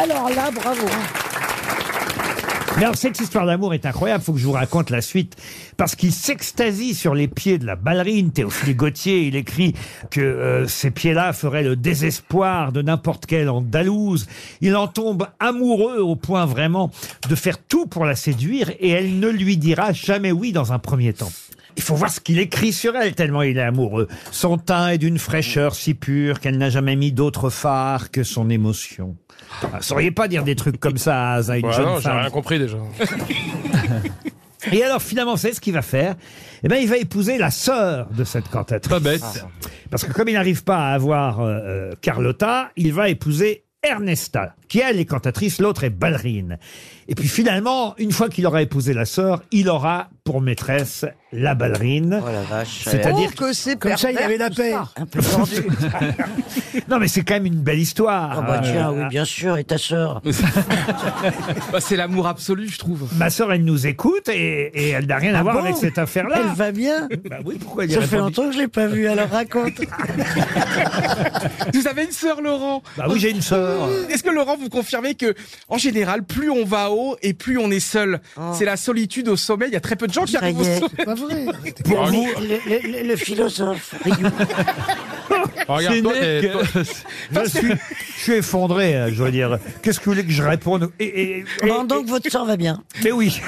E: Alors là, bravo.
F: hein.
B: (laughs) Mais alors, cette histoire d'amour est incroyable. Faut que je vous raconte la suite. Parce qu'il s'extasie sur les pieds de la ballerine. Théophile Gauthier, il écrit que euh, ces pieds-là feraient le désespoir de n'importe quelle Andalouse. Il en tombe amoureux au point vraiment de faire tout pour la séduire et elle ne lui dira jamais oui dans un premier temps. Il faut voir ce qu'il écrit sur elle, tellement il est amoureux. Son teint est d'une fraîcheur si pure qu'elle n'a jamais mis d'autre phare que son émotion. Ah, sauriez pas dire des trucs comme ça à à une
D: Ouais,
B: jeune
D: Bah non, j'ai
B: femme.
D: rien compris déjà.
B: Et alors finalement, c'est ce qu'il va faire. Eh ben, il va épouser la sœur de cette cantatrice. Pas
F: Ah.
G: bête.
B: Parce que comme il n'arrive pas à avoir euh, euh, Carlotta, il va épouser Ernesta, qui elle est cantatrice, l'autre est ballerine. Et puis finalement, une fois qu'il aura épousé la sœur, il aura pour maîtresse la ballerine.
F: Oh,
B: C'est-à-dire
E: Oh, que c'est Comme ça, il y avait la paix.
B: non mais c'est quand même une belle histoire.
F: Ah bah
B: Euh,
F: tiens, oui, bien sûr, et ta sœur
C: (laughs) Bah, c'est l'amour absolu, je trouve.
B: Ma sœur, elle nous écoute et, et elle n'a rien à
F: Ah
B: voir
F: bon
B: avec cette affaire-là.
F: Elle va bien
B: Bah oui, pourquoi elle y
F: Ça fait
B: répond-
F: longtemps que je l'ai pas vue, alors raconte
C: (laughs) Vous avez une sœur, Laurent
B: Bah oui, j'ai une sœur.
C: Est-ce que Laurent, vous confirmez que, en général, plus on va haut et plus on est seul C'est la solitude au sommet. Il y a très peu de gens qui
F: Oh. Ça
C: arrivent
F: y est.
C: au sommet.
E: Pas vrai.
B: Ah, (laughs) Pour vous,
F: Le, le- le- le philosophe,
B: Oh,
D: Regarde, toi,
G: né
D: t'es- toi-
B: (laughs) je suis, je suis effondré, euh, je veux dire. Qu'est-ce que vous voulez que je réponde et, et- et-
F: Bon, donc votre sœur va bien.
B: Mais oui.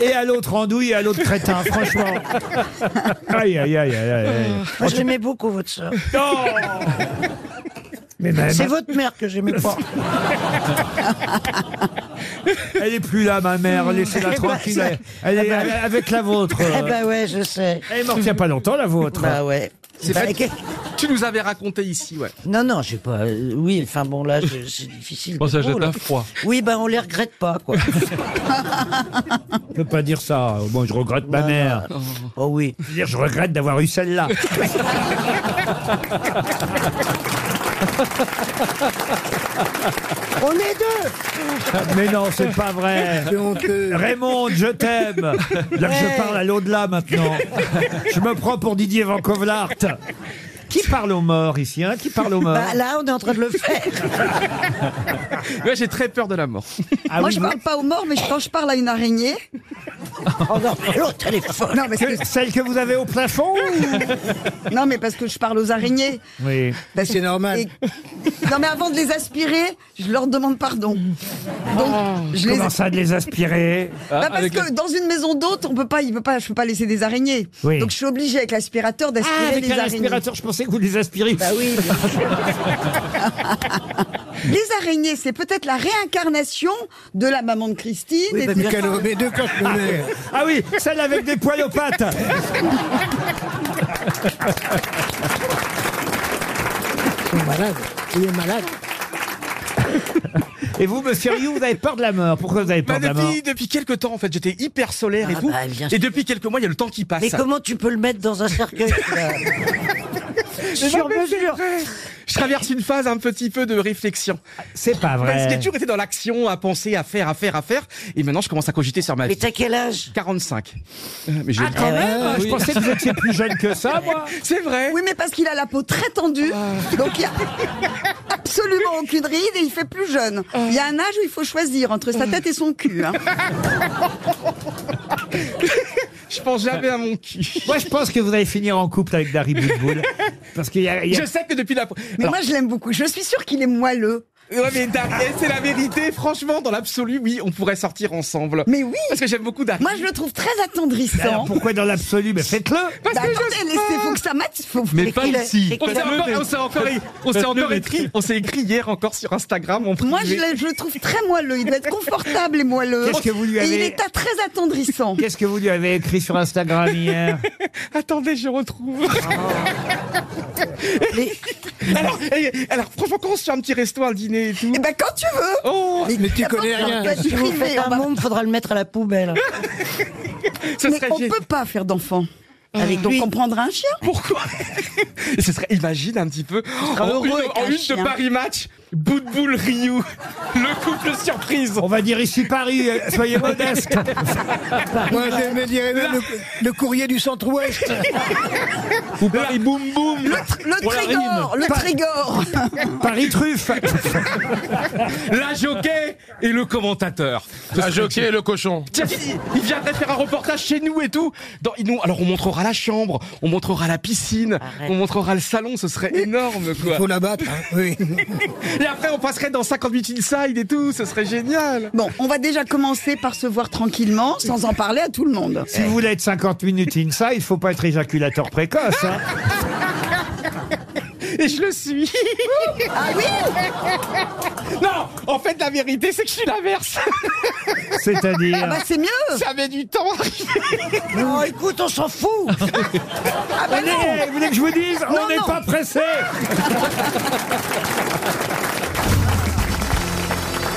B: Et à l'autre andouille et à l'autre crétin, franchement. Aïe, aïe, aïe, aïe, Oh, aïe, aïe.
F: Oh, Moi, je l'aimais beaucoup, votre sœur.
B: (laughs)
F: Eh ben,
B: Non Eh ben, Mais même,
F: C'est votre mère que
B: (laughs)
F: j'aimais pas.
B: elle est plus là, ma mère. Laissez-la
F: Eh ben,
B: tranquille.
F: ça-
B: Elle est avec la vôtre.
F: Eh ben ouais, je sais.
B: Elle est morte il n'y a pas longtemps, la vôtre.
F: Bah ouais.
C: C'est
F: Bah,
C: fait.
F: que-
C: Tu nous avais raconté ici, ouais.
F: Non, non, j'ai pas. euh, oui, enfin bon, là, je- c'est difficile.
G: Bon,
F: de
G: ça
F: trop,
G: jette
F: là.
G: un froid.
F: Oui, ben on les regrette pas,
B: (laughs)
F: quoi.
B: Je peux pas dire ça. Bon, je regrette ma
F: Non,
B: mère.
F: non. Oh oui.
B: Je veux dire, je regrette d'avoir eu celle-là.
F: On est deux
B: (laughs) Mais non, c'est pas vrai.
F: C'est honteux.
B: Raymond, je t'aime. Là,
F: Ouais.
B: je parle à l'au-delà maintenant. Je me prends pour Didier Van Covelart. Qui parle aux morts ici hein Qui parle aux morts
F: Bah, là, on est en train de le faire.
C: Ouais, j'ai très peur de la mort.
F: Ah
B: Ah
H: Moi, je parle pas aux morts, mais quand je parle à une araignée.
F: Oh non,
C: Bah,
F: mais l'autre, elle est folle.
H: Non, mais
B: Que- Celle que vous avez au plafond
H: ou- (laughs) Non, mais parce que je parle aux araignées.
B: Oui.
H: Parce que-
E: C'est normal.
H: et- Non, mais avant de les aspirer, je leur demande pardon. Donc, je les.
B: Ah. Comment ça de les aspirer
H: Bah, parce que dans une maison d'hôte, on peut pas, il peut pas, je peux pas laisser des araignées.
B: Oui.
H: Donc je suis obligée avec l'aspirateur d'aspirer
B: Ah, avec
H: les
B: un
H: araignées.
B: aspirateur, je pensais que vous les aspiriez.
H: Bah oui.
B: (laughs)
H: Les araignées, c'est peut-être la réincarnation de la maman de Christine.
E: Oui,
H: et
E: bah,
H: de-
E: Michael, on met deux coches,
B: Ah,
E: mais-
B: ah oui, celle avec des poils aux pattes.
E: Ils sont malades. Il est malade.
B: Et vous, monsieur Rioux, vous avez peur de la mort. Pourquoi vous avez peur
C: Bah,
B: de la mort
C: depuis, depuis quelques temps, en fait, j'étais hyper solaire et
F: Ah,
C: tout.
F: bah, bien sûr.
C: et depuis quelques mois, il y a le temps qui passe.
F: Mais comment tu peux le mettre dans
C: (laughs)
F: un cercueil celui-là Sur
C: mais
F: mesure.
C: Je traverse une phase un petit peu de réflexion.
B: C'est pas
C: Parce que
B: vrai.
C: j'ai toujours été dans l'action, à penser, à faire, à faire, à faire. Et maintenant, je commence à cogiter sur ma
F: Mais
C: vie.
F: t'as quel âge Ah
C: 45. Euh, Mais j'ai-
B: Ah, Quand même,
H: Ah,
G: oui.
B: je pensais que vous étiez
F: (laughs)
B: plus jeune que ça, moi.
C: C'est vrai.
H: Oui, mais parce qu'il a la peau très tendue, donc il y a absolument aucune ride et il fait plus jeune. Il y a un âge où il faut choisir entre sa tête et son cul. hein.
C: Je pense jamais à mon cul.
B: Moi, je pense que vous allez finir en couple avec Dari Boudboul. Parce qu'il y a. il y a-
C: Je sais que depuis la.
H: Mais
C: Alors,
H: moi, je l'aime beaucoup. Je suis sûre qu'il est moelleux. Ah.
C: ouais, mais Dari, c'est la vérité. Franchement, dans l'absolu, oui, on pourrait sortir ensemble.
H: Mais oui.
C: Parce que j'aime beaucoup Dari.
H: Moi, je le trouve très
B: Alors,
H: attendrissant.
B: pourquoi dans l'absolu Mais faites-le
C: Parce
H: Bah,
C: que
H: attendez,
C: je-
H: laissez, faut que ça mate. Faut,
G: Mais
H: faut
G: pas
H: qu'il ait-
G: ici.
C: On s'est
G: Faites-le,
C: encore,
G: mais-
C: on s'est encore, on s'est
G: Faites-le,
C: encore
G: mais-
C: écrit, on s'est écrit hier encore sur Instagram. en
H: Moi, je,
C: privé.
H: l'ai- je le trouve très moelleux. Il doit être confortable et moelleux.
B: Qu'est-ce que vous lui
H: Et il
B: avez-
H: est à- très attendrissant.
B: Qu'est-ce que vous lui avez écrit sur Instagram
H: (laughs)
B: hier
C: Attendez, je retrouve.
H: Ah.
F: Mais-
C: (laughs) alors, et- alors, franchement, quand on se fait un petit resto, un dîner et tout.
H: Eh ben, quand tu veux.
C: Oh,
E: Mais tu connais
H: d'abord,
E: rien.
H: on va être
F: Si vous
H: Bah, privé,
F: faites
H: on
F: un
H: va-
F: môme, faudra le mettre à
H: (laughs)
F: la poubelle.
C: ce
H: Mais
C: serait
H: on
C: gé-
H: peut pas faire d'enfant.
B: Ah,
F: Avec
H: Donc
F: lui.
H: on prendra un chien.
B: (laughs)
C: Pourquoi Et Ce serait, imagine un petit peu, en,
F: heureux
C: une,
F: avec
C: en
F: un
C: une de
F: chien.
C: Paris Match, bout de boule Ryu, (laughs) le couple surprise.
B: On va dire ici Paris, euh,
C: (laughs)
B: soyez modeste.
E: (laughs) Moi, je me dirais même le, le courrier du centre-ouest.
G: Ou Paris Boum Boum
H: Le, tr- le
G: Pour la
H: Trégor, le Trégor.
B: Paris truffe.
C: La jockey et le commentateur.
D: La jockey et le cochon.
C: Tiens, il, il viendrait faire un reportage chez nous et tout. Dans, ils nous- alors on montrera la chambre, on montrera la piscine,
F: Arrête.
C: on montrera le salon, ce serait énorme quoi.
E: Faut l'abattre. hein. Oui.
C: (laughs) Et après, on passerait dans 58 Inside et tout, ce serait génial.
H: Bon, on va déjà commencer par se voir tranquillement, sans en parler à tout le monde.
B: Si vous voulez être 50 minutes inside, il faut pas être éjaculateur précoce. hein.
C: Ah Et je le suis.
H: Ah oui
C: (laughs) Non, en fait, la vérité, c'est que je suis l'inverse.
H: Ah
B: C'est-à-dire.
H: bah c'est mieux
C: Ça met du temps. à arriver.
F: Non, écoute, on s'en fout.
B: (laughs)
H: Ah bah non
B: Eh, vous voulez que je vous dise
H: Non,
B: On n'est
H: non.
B: pas pressé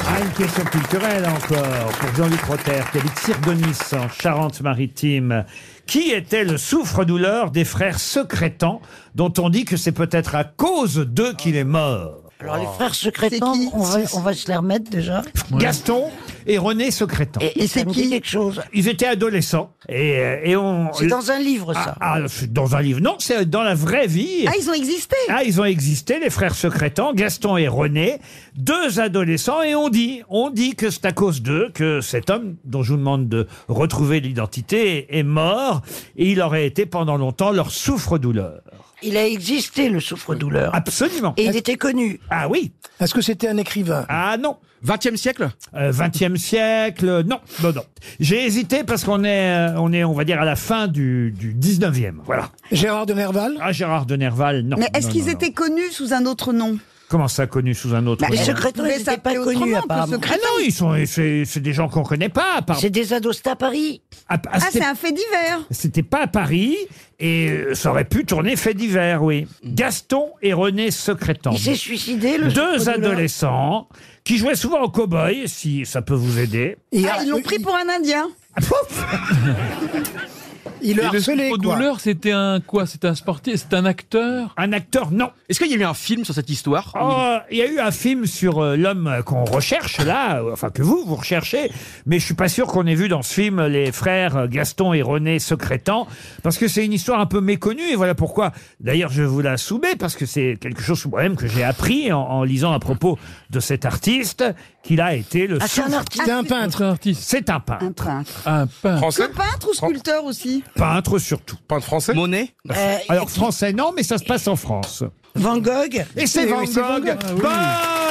B: Ah, une question culturelle encore pour Jean-Luc Rotter, qui habite Sirdonis, en Charente-Maritime. Qui était le souffre-douleur des frères secrétants, dont on dit que c'est peut-être à cause d'eux qu'il est mort
F: Alors les frères secrétants,
H: C'est qui
F: on va, on va se les remettre déjà.
B: Gaston et René Secrétan.
F: Et, et ça
H: C'est
F: me
H: qui
F: dit quelque chose.
B: Ils étaient adolescents et, euh, et on.
F: C'est dans un livre ça.
B: Ah, ah, c'est dans un livre. Non, c'est dans la vraie vie.
H: Ah ils ont existé
B: Ah, ils ont existé, les frères secrétants, Gaston et René, deux adolescents, et on dit, on dit que c'est à cause d'eux que cet homme, dont je vous demande de retrouver l'identité, est mort, et il aurait été pendant longtemps leur souffre-douleur.
F: Il a existé le souffre-douleur.
B: Absolument.
F: Et il était connu.
B: Ah oui.
E: Est-ce que c'était un écrivain
B: Ah non.
C: 20e siècle
B: Euh, 20e siècle, non, non, non. J'ai hésité parce qu'on est, euh, on est, on va dire, à la fin du, du 19e. Voilà.
E: Gérard de Nerval
B: Ah, Gérard de Nerval, non.
H: Mais est-ce
B: Non,
H: qu'ils
B: non,
H: étaient connus sous un autre nom
B: non. Comment ça, connu sous un autre
H: Bah,
B: nom
F: Les
H: on
F: secrétants
H: pouvait
F: ils n'étaient pas
H: s'appeler autrement
F: connus
H: que
F: apparemment.
H: secrétaire.
B: Ah non, ils sont, c'est c'est des gens qu'on connaît pas. à part-
F: C'est des ados à Paris.
B: à- à-
H: Ah
B: c'était-
H: c'est un fait divers
B: C'était pas à Paris et euh, ça aurait pu tourner fait divers, oui. Gaston et René Secrétan.
F: Il s'est suicidé le
B: Deux
F: souffre-douleur.
B: adolescents qui jouaient souvent au cow-boy, si ça peut vous aider.
E: Et
H: Ah,
E: à-
H: ils l'ont pris pour un indien
B: Ah, pouf
E: (laughs) Il le
G: Et
E: harcelait,
G: Le
E: quoi.
G: douleur, c'était un quoi C'était un sportif C'était un acteur
B: Un acteur, non.
G: Est-ce qu'il y a eu un film sur cette histoire
B: Oh, il y a eu un film sur euh, l'homme qu'on recherche là, euh, enfin que vous, vous recherchez, mais je suis pas sûr qu'on ait vu dans ce film les frères euh, Gaston et René secrétant, parce que c'est une histoire un peu méconnue, et voilà pourquoi, d'ailleurs je vous la soumets, parce que c'est quelque chose moi-même que j'ai appris en, en lisant à propos de cet artiste, qu'il a été le...
H: Ah, c'est un
B: souffre-
H: artiste. C'est un peintre.
G: Un artiste.
B: C'est un peintre. Un
H: peintre.
G: Un peintre.
H: Que peintre ou sculpteur aussi
B: Peintre surtout.
G: Peintre français
C: Monet
H: Euh,
B: Alors français non, mais ça se passe en France.
F: Van Gogh
B: Et c'est Van Gogh.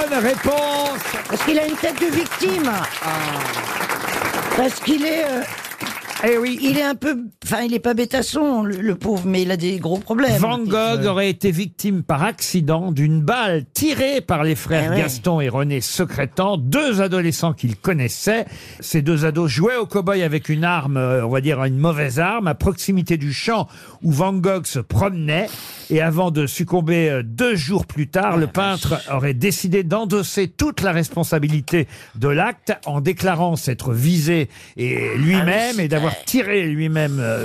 B: Bonne réponse Ah.
F: Parce qu'il a une tête de victime. Parce qu'il est... euh, Eh oui, il est un peu... Enfin, il est pas bêtasson, le, le pauvre, mais il a des gros problèmes.
B: Van Gogh aurait été victime par accident d'une balle tirée par les frères
F: Eh ouais.
B: Gaston et René Secrétan, deux adolescents qu'il connaissait. Ces deux ados jouaient au cow-boy avec une arme, euh, on va dire une mauvaise arme, à proximité du champ où Van Gogh se promenait. Et avant de succomber euh, deux jours plus
F: Ah
B: tard, le peintre aurait décidé d'endosser toute la responsabilité de l'acte en déclarant s'être visé et lui-même et d'avoir tiré lui-même. euh,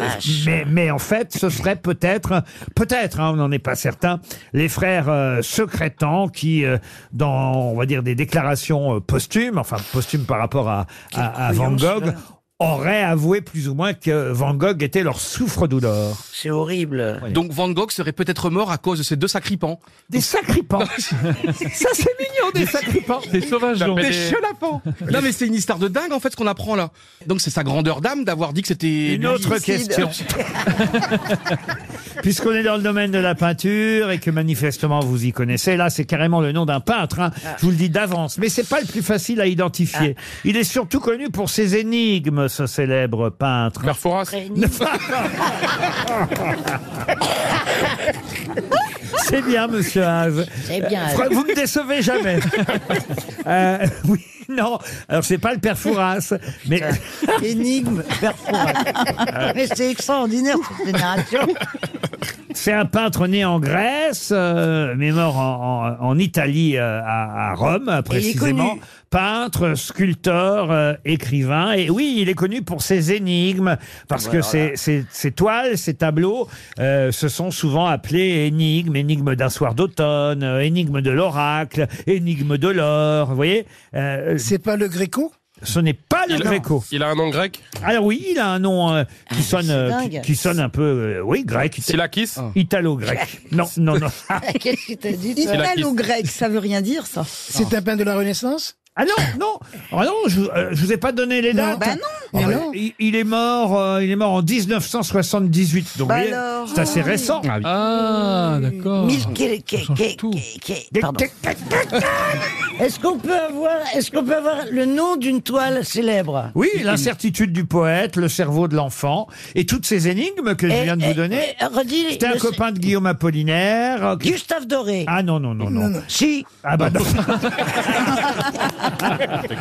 B: mais, mais en fait, ce serait peut-être, peut-être, hein, on n'en est pas certain, les frères euh, secrétants qui, euh, dans, on va dire, des déclarations euh, posthumes, enfin posthumes par rapport à, à- à Van
F: couillon,
B: Gogh,
F: celui-là.
B: auraient avoué plus ou (laughs) moins que Van Gogh était leur souffre-douleur.
F: C'est horrible.
C: Donc Van Gogh serait peut-être mort à cause de ces deux sacripants. (laughs)
B: Des sacripants
C: Ça
B: c'est mignon, des sacripants
G: Des sauvageons.
C: Des
G: Des-
C: chenapans Non mais c'est une histoire de dingue en fait ce qu'on apprend là. Donc c'est sa grandeur d'âme d'avoir dit que c'était...
B: Une
C: lui.
B: autre question. Puisqu'on est dans le domaine de la peinture et que manifestement vous y connaissez, là c'est carrément le nom d'un peintre, hein.
F: Ah.
B: je vous le dis d'avance, mais c'est pas le plus facile à identifier. Il est surtout connu pour ses énigmes, ce célèbre peintre.
G: Perforas
B: (laughs) C'est bien, monsieur Haas.
F: C'est bien.
B: Fra- Vous me décevez
F: (laughs)
B: jamais. Euh, oui, non. Alors, c'est pas le père Fouras, mais.
F: (laughs)
B: (laughs)
F: Énigme, Mais c'est extraordinaire, cette génération.
B: C'est un peintre né en Grèce, euh, mais mort en, en- en Italie, euh, à, à Rome, précisément.
F: connu.
B: Peintre, sculpteur, euh, écrivain. Et oui, il est connu pour ses énigmes, parce
G: Voilà.
B: que ses, ses- ses toiles, ses tableaux, euh, se sont souvent appelés énigmes, énigmes d'un soir d'automne, euh, énigmes de l'oracle, énigmes de l'or. Vous voyez C'est pas le Gréco ce n'est pas le
D: Il-
B: Gréco.
D: Il a un nom grec
B: Alors oui, il a un nom euh, qui sonne, euh,
F: Ah, dingue.
B: qui, qui sonne un peu, euh, oui, grec.
D: Sylakis
B: Italo-grec. Non, non, non.
H: Ah,
F: Qu'est-ce que t'as dit toi
H: Italo-grec, ça veut rien dire ça.
E: C'est un peintre de la Renaissance
B: Ah non, non, (laughs) ah non, je, euh, je vous ai pas donné les dates.
H: Bah non.
B: Ah ouais. Il, il est mort, euh, il est mort en 1978. Donc
F: Bah
B: vous voyez,
F: alors.
B: c'est assez
F: Ah oui.
B: récent.
G: Ah, d'accord.
F: Mille qui- qui- qui- qui- qui- pardon. Est-ce qu'on peut avoir, est-ce qu'on peut avoir le nom d'une toile célèbre
B: Oui, l'incertitude du poète, le cerveau de l'enfant et toutes ces énigmes que je
F: Eh,
B: viens de
F: eh,
B: vous donner.
F: eh, redis les-
B: C'était un
F: le-
B: copain de Guillaume Apollinaire. euh, qui-
F: Gustave Doré.
B: Ah non, non, non, non.
F: Si.
B: Ah bah non.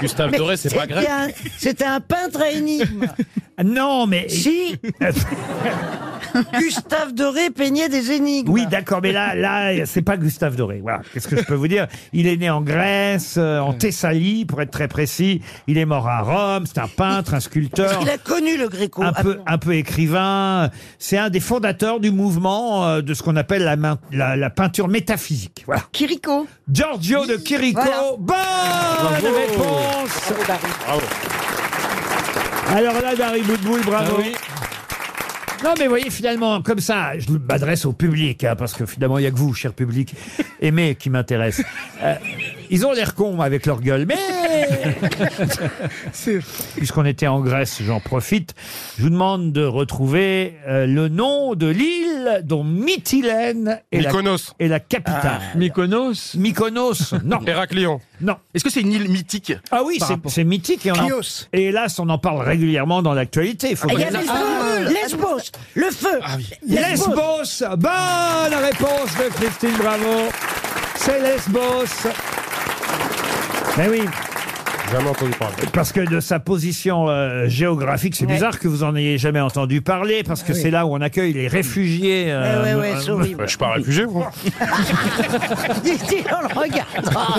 D: Gustave
F: Mais
D: Doré, c'est pas grec.
F: c'était un- C'était un peintre à énigmes.
B: (laughs) Non, mais. (laughs)
F: si. Gustave Doré peignait des énigmes.
B: Oui, d'accord, mais là, là, c'est pas Gustave Doré. Voilà. Qu'est-ce que je peux vous dire Il est né en Grèce, euh,
F: Hmm.
B: en Thessalie, pour être très précis. Il est mort à Rome. C'est un peintre, un sculpteur.
F: Il a connu le Gréco.
B: un
F: Ah,
B: peu, un peu écrivain. C'est un des fondateurs du mouvement euh, de ce qu'on appelle la, main- la, la peinture métaphysique. Voilà.
H: Kiriko.
B: Giorgio de Chirico.
H: Voilà.
B: Bonne réponse. Alors là, Dari Boudboul, bravo.
G: Ah oui.
B: Non, mais voyez, finalement, comme ça, je m'adresse au public, hein, parce que finalement, il n'y a que vous, cher public, aimé, qui m'intéresse. Euh, ils ont l'air cons avec leur gueule,
F: Eh,
B: mais puisqu'on était en Grèce, j'en profite. Je vous demande de retrouver euh, le nom de l'île dont Mytilène est, la,
D: Mykonos.
B: est la capitale.
C: Ah.
G: Mykonos
B: Mykonos, non,
D: Héraclion.
B: non.
C: Est-ce que c'est une île mythique
B: Ah oui,
C: Par
B: c'est-
C: rapport.
B: c'est mythique. Et, on en-
E: Chios.
B: et hélas, on en parle régulièrement dans l'actualité. il faut
F: Ah, Il y
B: bien-
F: a les feux, Lesbos, le feu.
B: Ah.
F: (laughs)
B: Lesbos Bonne réponse de Christine Bravo C'est Lesbos Mais oui Jamais entendu parler. Parce que de sa position euh, géographique, c'est bizarre que vous en ayez jamais entendu parler, parce que
F: Ah oui.
B: c'est là où on accueille les réfugiés. euh,
F: ouais, ouais, c'est horrible. Bah, je suis
B: pas réfugié, moi.
F: Dit-il en oh, le regardant.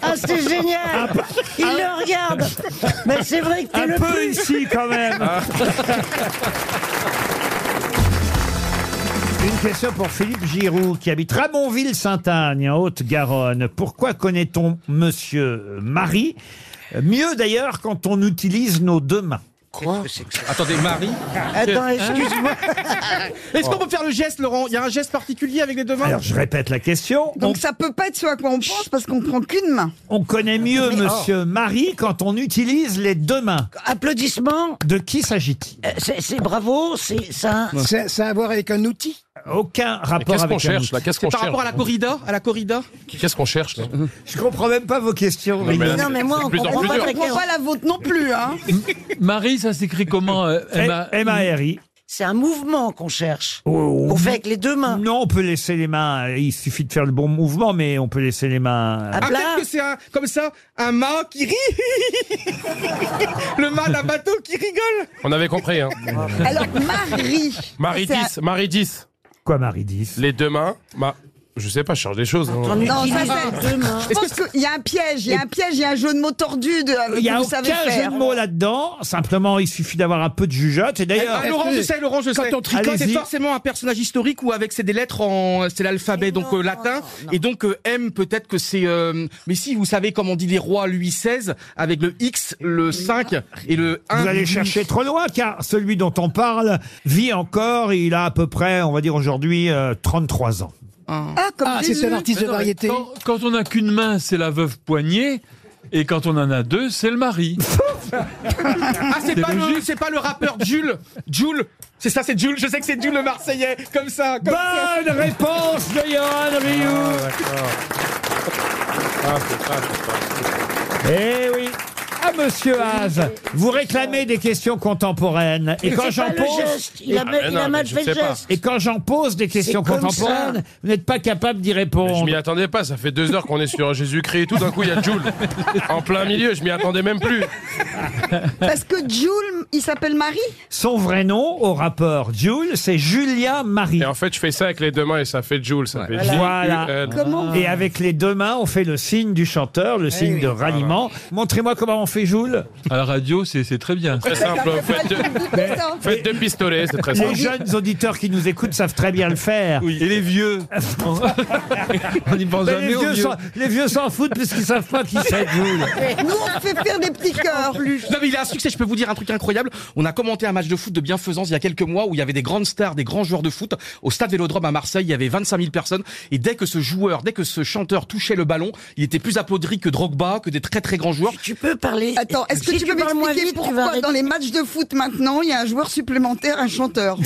F: Ah, c'est génial.
B: bah.
F: Il le regarde.
B: Ah
F: Mais c'est vrai que t'es
B: Un
F: le
B: peu
F: plus...
B: ici, quand même.
G: Ah.
B: Une question pour Philippe Giroux, qui habite Ramonville-Saint-Agne, en Haute-Garonne. Pourquoi connaît-on Monsieur euh, Marie Mieux d'ailleurs quand on utilise nos deux mains. Quoi
G: Attendez, Marie
F: Eh ben,
C: Attends, excuse-moi. Hein (laughs) Est-ce qu'on peut faire le geste, Laurent Il y a un geste particulier avec les deux mains
B: Alors je répète la question.
H: Donc ça peut pas être ce à quoi on pense parce qu'on prend qu'une main.
B: On connaît mieux
F: oh.
H: Mais-
B: Monsieur Marie quand on utilise les deux mains.
F: Applaudissements Euh,
B: De qui s'agit-il
F: C'est c'est bravo, c'est ça.
E: Ça, ça a à voir avec un outil
B: Aucun
G: qu'est-ce
B: rapport
G: qu'on
B: avec un
G: cherche,
B: outil.
G: là Qu'est-ce qu'on
C: Par rapport à la corrida, à la corrida.
G: Qu'est-ce qu'on cherche là
B: Je comprends même pas vos
G: Non,
B: questions.
G: mais
B: Rino.
G: là, Non, mais moi, c'est on plus en comprend plus pas dur.
H: On prend pas la vôtre non plus, hein.
G: Marie, ça s'écrit comment euh, Emma
B: M-A-R-I.
F: C'est un mouvement qu'on cherche.
B: On
F: fait avec les deux mains.
B: Non, on peut laisser les mains. euh, Il suffit de faire le bon mouvement, mais on peut laisser les mains. euh,
C: Ah, peut-être que c'est un, comme ça, un mât qui rit. (laughs) le mât d'un bateau qui rigole.
D: On avait compris. Hein.
H: (laughs) Alors, Marie.
D: Marie 10, Marie 10.
B: Quoi, Marie 10
D: Les deux mains. Ma... Je sais pas, je cherche des choses. hein.
H: Non, ça c'est. Je pense qu'il y a un piège, il y a un piège, il y a un jeu de mots tordu de. euh,
B: Il n'y a
H: que vous
B: aucun
H: savez
B: jeu
H: faire.
B: de mots là-dedans. Simplement, il suffit d'avoir un peu de jugeote. Et d'ailleurs,
C: Ah, Laurent, je sais, Laurent, je sais.
B: Quand on tricote,
C: c'est forcément un personnage historique ou avec c'est des lettres en c'est l'alphabet donc euh, latin et donc euh, M peut-être que c'est euh, mais si vous savez comme on dit les rois Louis XVI avec le X, le 5 et le 1.
B: Vous allez chercher trop loin, car celui dont on parle vit encore. et il a à peu près, on va dire aujourd'hui, euh, 33 ans.
H: Ah, comme Jésus.
G: Mais non, mais Quand, quand on n'a qu'une main, c'est la veuve poignée. Et quand on en a deux, c'est le (laughs) mari.
C: (laughs) Ah, c'est
G: C'est
C: pas le
G: logique.
C: c'est pas le rappeur Jules, Jules. C'est ça, c'est Jules. Je sais que c'est Jules le Marseillais, comme ça. Comme
B: Bonne réponse de Johan
D: Ah, c'est ça, c'est ça.
B: Eh oui ah, monsieur Haas, vous réclamez des questions contemporaines. Et
F: Mais
B: quand
F: c'est
B: j'en
F: pas le
B: pose.
F: geste. Il a- Ah, mais il a non, mais mal je fait le sais pas. geste.
B: Et quand j'en pose des questions
F: C'est comme
B: contemporaines,
F: ça.
B: vous n'êtes pas capable d'y répondre.
D: Je m'y attendais pas, ça fait deux heures qu'on est sur Jésus-Christ et tout, d'un coup il y a Jules. En plein milieu, je m'y attendais même plus.
H: Parce que Jules, il s'appelle Marie.
B: Son vrai nom au rapport Jules, c'est Julia Marie.
D: Et en fait, je fais ça avec les deux mains et ça fait Jules. Ça fait
B: Voilà.
D: J-U-L.
B: Et avec les deux mains, on fait le signe du chanteur,
F: Eh
B: le signe de ralliement.
D: Ah,
B: Montrez-moi comment on fait Jules.
G: À la radio, c'est c'est très bien.
D: Très simple, faites deux, faites deux pistolets, c'est très
B: Les
D: simple.
B: jeunes auditeurs qui nous écoutent savent très bien le faire.
G: Et les
B: (laughs)
G: vieux On n'y pense
B: Mais
G: jamais
B: les,
G: aux
B: vieux
G: vieux.
B: s'en, les vieux s'en foutent puisqu'ils savent pas qui c'est Jules.
H: Nous, on fait faire des petits cœurs.
C: Non mais il a un succès, je peux vous dire un truc incroyable. On a commenté un match de foot de bienfaisance il y a quelques mois où il y avait des grandes stars, des grands joueurs de foot. Au stade Vélodrome à Marseille, il y avait 25 000 personnes. Et dès que ce joueur, dès que ce chanteur touchait le ballon, il était plus applaudi que Drogba, que des très très grands joueurs.
F: Tu peux parler.
H: Attends, est-ce que
F: Si
H: tu peux
F: parles moins
H: m'expliquer
F: vite, tu vas
H: pourquoi
F: arrêter.
H: dans les matchs de foot maintenant, il y a un joueur supplémentaire, un
B: (laughs)
H: chanteur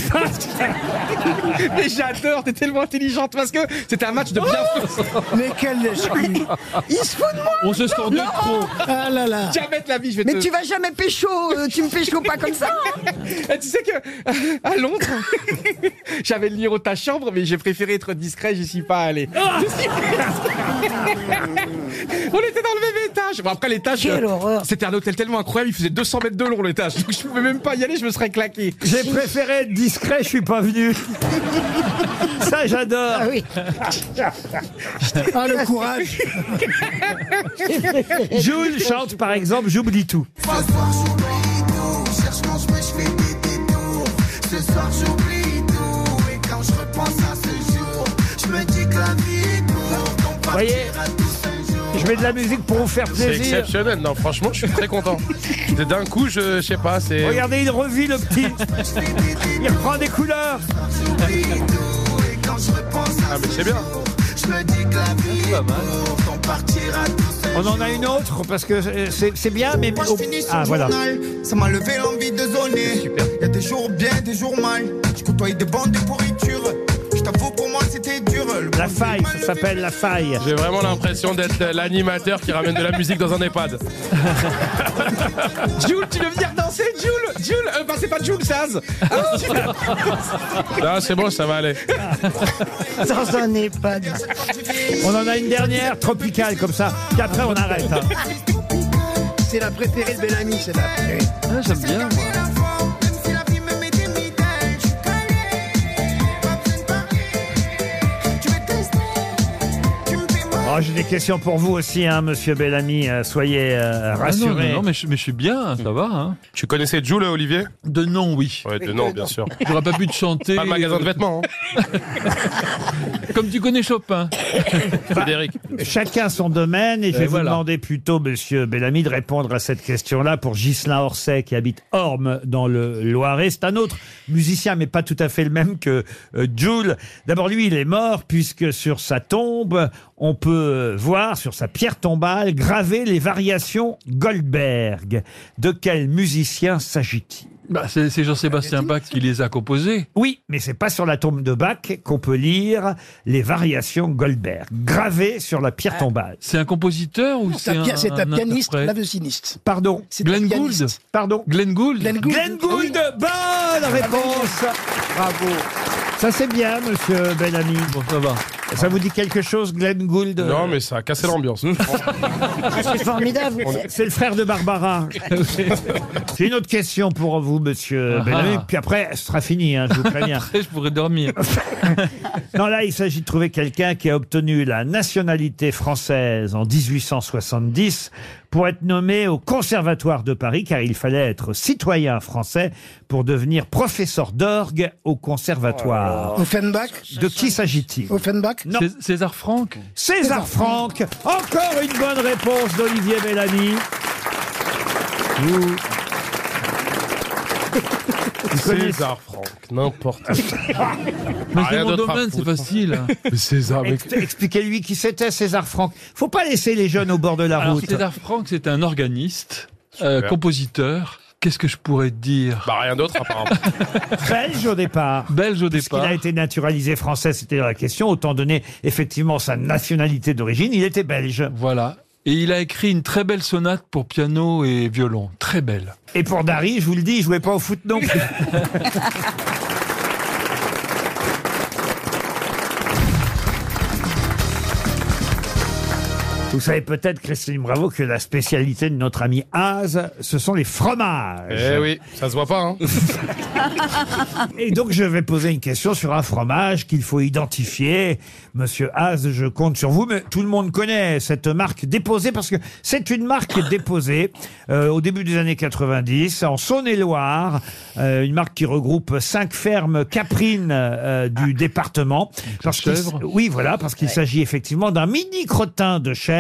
C: (laughs) Mais j'adore, t'es tellement intelligente parce que c'était un match de
H: Oh
C: bienfaisance.
E: Mais
C: (laughs)
E: quel lèche-cul
H: Il se fout de moi
G: On se sort de
H: Non.
G: trop.
E: Ah là là
C: Jamais de la vie, je vais
H: Mais
C: te...
H: tu vas jamais pécho, euh, tu me pécho pas comme ça hein.
C: (laughs) Eh, tu sais que à Londres, (laughs) j'avais le numéro de ta chambre, mais j'ai préféré être discret, j'y suis pas allé.
G: Ah
C: Je suis resté. (laughs) on était dans le même étage. Bon, après l'étage,
F: Quelle
C: euh,
F: horreur.
C: c'était un hôtel tellement incroyable, il faisait 200 mètres de long l'étage. Donc je pouvais même pas y aller, je me serais claqué.
B: J'ai préféré être discret, je suis pas venu. Ça, j'adore.
F: oui.
E: Ah le courage
B: Jules chante par exemple J'oublie tout.
M: Ce soir j'oublie tout, cherche quand je me je fais des détours. Ce soir j'oublie tout, et quand (laughs) je repense à ce jour, je me dis que la vie est courte, on partira tous un jour.
B: Je mets de la musique pour vous faire
D: C'est
B: plaisir.
D: exceptionnel, non, franchement, je suis très content. Et D'un coup, je, je sais pas, c'est.
B: Regardez, il revit le petit. Il reprend des couleurs.
M: J'oublie tout, et quand je repense à
D: Ah, mais c'est bien.
M: ce jour, je me dis que la vie est courte, on partira tous un
B: On en a une autre parce que euh, c'est c'est bien, mais
M: Moi je finis sur
B: ah
M: le
B: voilà.
M: journal, ça m'a levé l'envie de zoner. Y a des jours bien, des jours mal. Je côtoyais des bandes de pourriture. Je t'avoue, pour moi c'était dur. Le
B: La
M: monde
B: faille,
M: me
B: ça s'appelle La Faille.
D: J'ai vraiment l'impression d'être l'animateur qui ramène de la musique dans un EHPAD.
C: Jules, tu veux venir danser, Jules Jules euh, Bah, c'est pas Jules, c'est (laughs) Az Ah,
D: Là, c'est bon, ça va aller.
B: Dans un EHPAD. On en a une dernière tropicale comme ça, puis après on arrête. hein.
E: C'est la préférée de Bellamy, c'est la Ah,
G: J'aime bien,
B: Oh, J'ai des questions pour vous aussi, hein, monsieur Bellamy. euh, Soyez euh, rassurés.
G: Ah non, non, non, mais, je, mais je suis bien, hein, ça va.
D: Tu connaissais Jules, Olivier
G: De nom, oui.
D: Ouais, de nom, bien sûr.
G: J'aurais pas pu te chanter.
D: Pas de magasin de vêtements. hein.
G: (laughs) Comme tu connais Chopin.
D: Frédéric.
B: Euh, Chacun son domaine et je
G: Euh,
B: vais vous
G: voilà.
B: demander plutôt, monsieur Bellamy, de répondre à cette question-là pour Ghislain Orsay qui habite Orme dans le Loiret. C'est un autre musicien, mais pas tout à fait le même que euh, Jules. D'abord, lui, il est mort puisque sur sa tombe, on peut euh, voir sur sa pierre tombale graver les variations Goldberg. De quel musicien s'agit-il
G: Bah, c'est c'est Jean-Sébastien Bach qui les a composés.
B: oui, mais c'est pas sur la tombe de Bach qu'on peut lire les variations Goldberg, gravées sur la pierre tombale.
G: C'est un compositeur ou c'est
E: Ah. C'est un,
G: un,
E: pia- c'est un pianiste
G: interprète
E: claveciniste.
B: Pardon.
G: Glenn Gould.
B: Pardon.
G: Glenn Gould.
E: Glenn Gould.
B: Glenn Gould,
C: Ah,
B: bonne réponse. Bravo. Ça c'est bien, monsieur Bellamy.
G: Bon, ça va.
B: Ça vous dit quelque chose, Glenn Gould
D: Non, mais ça a cassé l'ambiance.
E: (laughs)
F: Ah, C'est formidable.
B: C'est le frère de
G: (laughs)
B: Barbara. J'ai une autre question pour vous, monsieur
G: Ah.
B: Bellamy. Puis après, ce sera fini, hein, je vous préviens.
G: Après, je pourrais
B: (laughs)
G: dormir.
B: Non, là, il s'agit de trouver quelqu'un qui a obtenu la nationalité française en 1870 pour être nommé au Conservatoire de Paris, car il fallait être citoyen français pour devenir professeur d'orgue au Conservatoire.
E: Offenbach
B: De qui s'agit-il
E: Offenbach
B: Non.
G: Cé- César Franck.
B: César Franck. Encore une bonne réponse d'Olivier Bellamy. Vous- Vous connaissez-
D: César Franck, (laughs) n'importe
B: (laughs)
G: Mais
D: Ah,
G: c'est
D: rien
G: mon
D: d'autre à
G: domaine, c'est
D: foutre.
G: facile.
D: Mais César, mais...
B: Ex- Expliquez-lui qui c'était César Franck. Faut pas laisser les jeunes au bord de la
G: Alors,
B: route.
G: César Franck, c'est un organiste, euh,
D: Super.
G: compositeur. Qu'est-ce que je pourrais te dire
D: Bah, rien d'autre, apparemment.
B: Belge au départ.
G: Belge au
B: Puisqu'il a
G: départ.
B: été naturalisé français, c'était la question. Autant donner effectivement sa nationalité d'origine, (laughs) il était belge.
G: Voilà. Et il a écrit une très belle sonate pour piano et violon. Très belle.
B: Et pour Dari, je vous le dis, il jouait pas au foot non plus. (laughs) Vous savez peut-être, Christine Bravo, que la spécialité de notre ami Az, ce sont les fromages.
D: Eh oui, ça se voit pas, hein.
B: Et donc, je vais poser une question sur un fromage qu'il faut identifier. Monsieur Haas, je compte sur vous, mais tout le monde connaît cette marque déposée parce que c'est une marque déposée euh, au début des années 90 en Saône-et-Loire, euh, une marque qui regroupe cinq fermes caprines euh, du département. Parce qu'il-
G: chèvre.
B: oui, voilà, parce qu'il s'agit effectivement d'un mini crottin de chèvre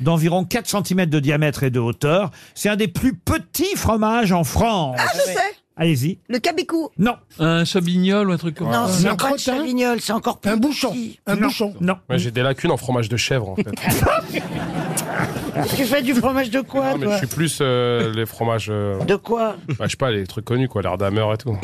B: d'environ 4 cm de diamètre et de hauteur. C'est un des plus petits fromages en France.
H: Ah, je sais
B: Allez-y.
H: Le cabécou.
B: Non.
G: Un chabignol ou un truc comme ça.
F: Non, c'est
E: Ah, Un
F: pas de
E: crottin
F: chavignol, c'est encore plus.
E: Un bouchon. Un
B: Non.
E: bouchon.
B: Non.
D: Ouais, J'ai des lacunes en fromage de chèvre,
B: (laughs)
D: en fait.
F: Tu fais du fromage de quoi,
D: Non, mais je
F: toi
D: suis plus euh, les fromages... euh,
F: De quoi
D: bah, je sais pas, les trucs connus, quoi, l'Ardhammer et tout.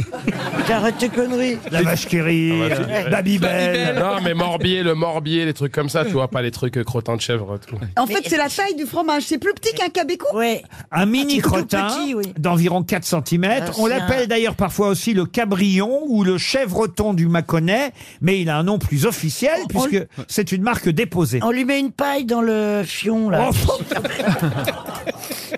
F: J'arrête tes conneries.
B: (laughs) La vache qui rit,
D: La vache qui rit.
B: Babybel.
D: (laughs) Non, mais Morbier, le Morbier, les trucs comme ça, tu vois, pas les trucs euh, crottins de chèvre et tout.
H: En fait, c'est la taille du fromage. C'est plus petit qu'un cabécou.
F: Ouais.
B: Un mini
F: Ah, c'est tout
B: crottin
F: petit, oui.
B: d'environ 4 cm.
F: Ah,
B: On
F: c'est
B: l'appelle
F: un-
B: d'ailleurs parfois aussi le cabrion ou le chèvreton du Mâconnais, mais il a un nom plus officiel
F: On-
B: puisque c'est une marque déposée.
F: On lui met une paille dans le fion, là. (laughs)
B: Oh,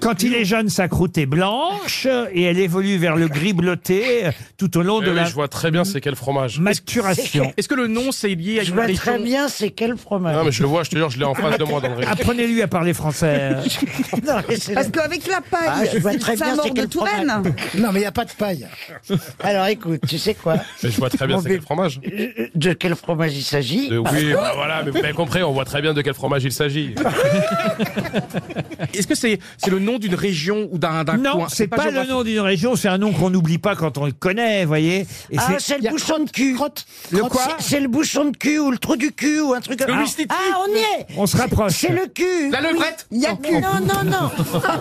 B: Quand il est jeune, sa croûte est blanche et elle évolue vers le gris bleuté euh, tout au long
D: Eh
B: de
D: oui,
B: la
D: je vois très bien c'est quel fromage.
B: maturation.
C: Est-ce que le nom, c'est lié à
F: Je
C: une
F: vois
C: région
F: très bien c'est quel
D: Non,
F: fromage.
D: mais je le vois, je te jure, je l'ai en face de moi dans le rayon.
B: Apprenez-lui à parler français.
D: (laughs)
B: euh.
F: Non, Ah, mais c'est la-
H: Parce qu'avec la
F: Ah,
H: paille,
F: je vois très
H: c'est
F: bien
H: un
F: c'est
H: mort de
F: quel
H: Touraine.
E: Non, mais il n'y a pas de paille.
F: Alors écoute, tu sais quoi
D: Mais je vois (laughs) très bien
F: Mon
D: c'est quel
F: bébé.
D: fromage.
F: Euh, De quel fromage il s'agit
D: De- oui, bah voilà, mais vous avez compris, on voit très bien de quel fromage il s'agit.
C: Est-ce que c'est c'est le nom d'une région ou d'un d'un coin.
B: Non, c'est pas, le
C: géographique.
B: nom d'une région, c'est un nom qu'on n'oublie pas quand on le connaît, vous voyez. Et
F: Ah, c'est le bouchon de cul.
B: Le
F: Crotte,
B: quoi
F: c'est- C'est le bouchon de cul ou le trou du cul ou un truc comme
B: Le
F: Ah,
B: mistiti.
F: Ah, on y
D: (laughs)
F: est
B: On se rapproche.
F: C'est le cul.
B: La
F: Oui,
B: levrette
F: Il y a cul. Non, non, non.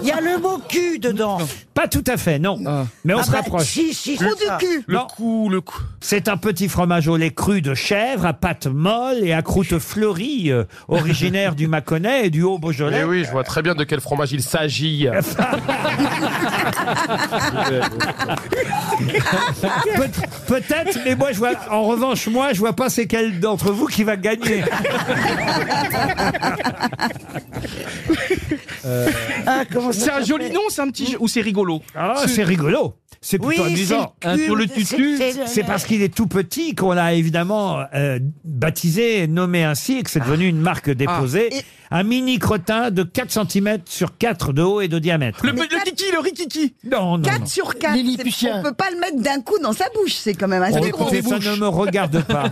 F: Il y a le mot cul dedans.
B: Pas tout à fait, non. Mais on
F: Ah
B: se
F: bah,
B: rapproche.
F: si, si, Trou c'est du ça. cul.
B: Le cou, le cou. C'est un petit fromage au lait cru de chèvre à pâte molle et à croûte fleurie, euh, originaire du Mâconnais et du Haut-Beaujolais.
D: Eh oui, je vois très bien de quel fromage il
B: (laughs)
D: s'agit.
B: Peut- Peut-être, mais moi, je vois, en revanche, moi, je vois pas c'est quel d'entre vous qui va gagner.
F: Ah, comment ça
C: C'est un joli
F: s'appelle
C: nom, c'est un petit jeu, ou c'est rigolo
B: Ah, c'est rigolo. C'est plutôt
C: Oui,
B: amusant.
C: c'est le cul, Hein, pour le tutu. c'est- c'est le-
B: C'est parce qu'il est tout petit qu'on l'a évidemment euh, baptisé, nommé ainsi, et que c'est devenu une marque
C: Ah.
B: déposée. Un mini crottin de 4 cm sur 4 de haut et de diamètre.
C: Le, le kiki, le rikiki
B: Non, non,
H: 4
B: non.
H: sur 4. On peut pas le mettre d'un coup dans sa bouche, c'est quand même
C: Ah,
B: Oh,
H: assez gros.
B: écoutez, ça ne me regarde
C: (laughs)
B: pas.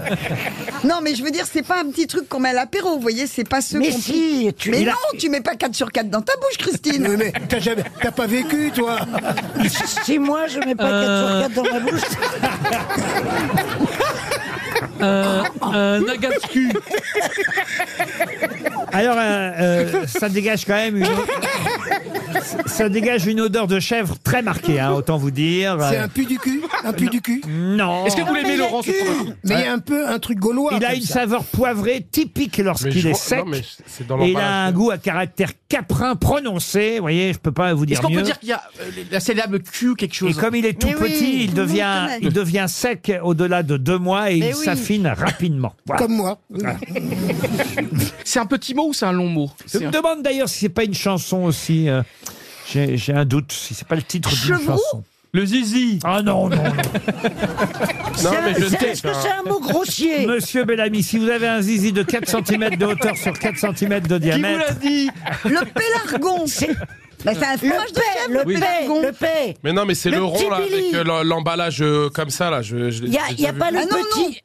H: Non, mais je veux dire, c'est pas un petit truc qu'on met à l'apéro, vous voyez, c'est pas ce
F: Mais
H: qu'on-
F: si, tu-
H: Mais
F: il
H: non,
F: a-
H: tu mets pas 4 sur 4 dans ta bouche, Christine.
E: Mais t'as jamais- t'as pas vécu, toi
F: (laughs) Si moi, je mets pas
B: Euh,
F: 4 sur 4 dans ma bouche.
E: (laughs)
C: Euh,
G: Un, un agascu.
B: Alors, euh, euh, ça dégage quand même une... Ça dégage une odeur de chèvre très marquée, hein, autant vous dire.
E: C'est un pu du cul Un pu du cul
B: Non.
E: Est-ce que vous Non, l'aimez, Ah, mais il y a Laurent, ce que- fromage
B: Mais
E: Mais il y a un peu un truc gaulois.
B: Il a
E: comme
B: une
E: ça.
B: saveur poivrée typique
E: Mais
B: lorsqu'il
E: je
B: est
E: vois-
B: sec.
E: non, mais c'est
D: dans
B: et il a
D: l'emballage.
B: un goût à caractère caprin prononcé. Vous voyez, je peux pas vous
C: Est-ce
B: dire
C: qu'on
B: mieux.
C: peut dire qu'il y a euh, la syllabe Q, quelque
B: et
C: chose
B: comme il est tout
C: Mais oui,
B: petit, il
C: tout le monde
B: devient,
C: connaît.
B: il devient sec au-delà de deux mois et
C: Mais
B: il
C: oui.
B: s'affine rapidement. Voilà.
E: Comme moi.
C: C'est un petit mot ou c'est un long mot
B: Je me demande d'ailleurs si c'est pas une chanson aussi. euh, J'ai j'ai un doute si c'est pas le titre d'une
F: Chevroux
B: chanson. Le zizi. Ah non,
D: (laughs)
B: non, non.
F: C'est un- c'est- Est-ce que c'est un mot
B: (laughs)
F: grossier
B: Monsieur Bellamy, si vous avez un zizi de 4 cm de hauteur sur 4 cm de diamètre.
G: dit
H: Le pélargon. Bah, C'est un fromage de chèvre, le, pélargon.
F: Le paix.
D: Mais non, mais c'est
H: Le
D: le, rond
H: petit
D: là, avec
H: Billy.
D: euh, l'em- l'emballage euh, comme ça là. Je, je-
H: Il n'y
D: j'ai
H: a,
D: déjà vu.
H: pas
B: Ah
H: le petit.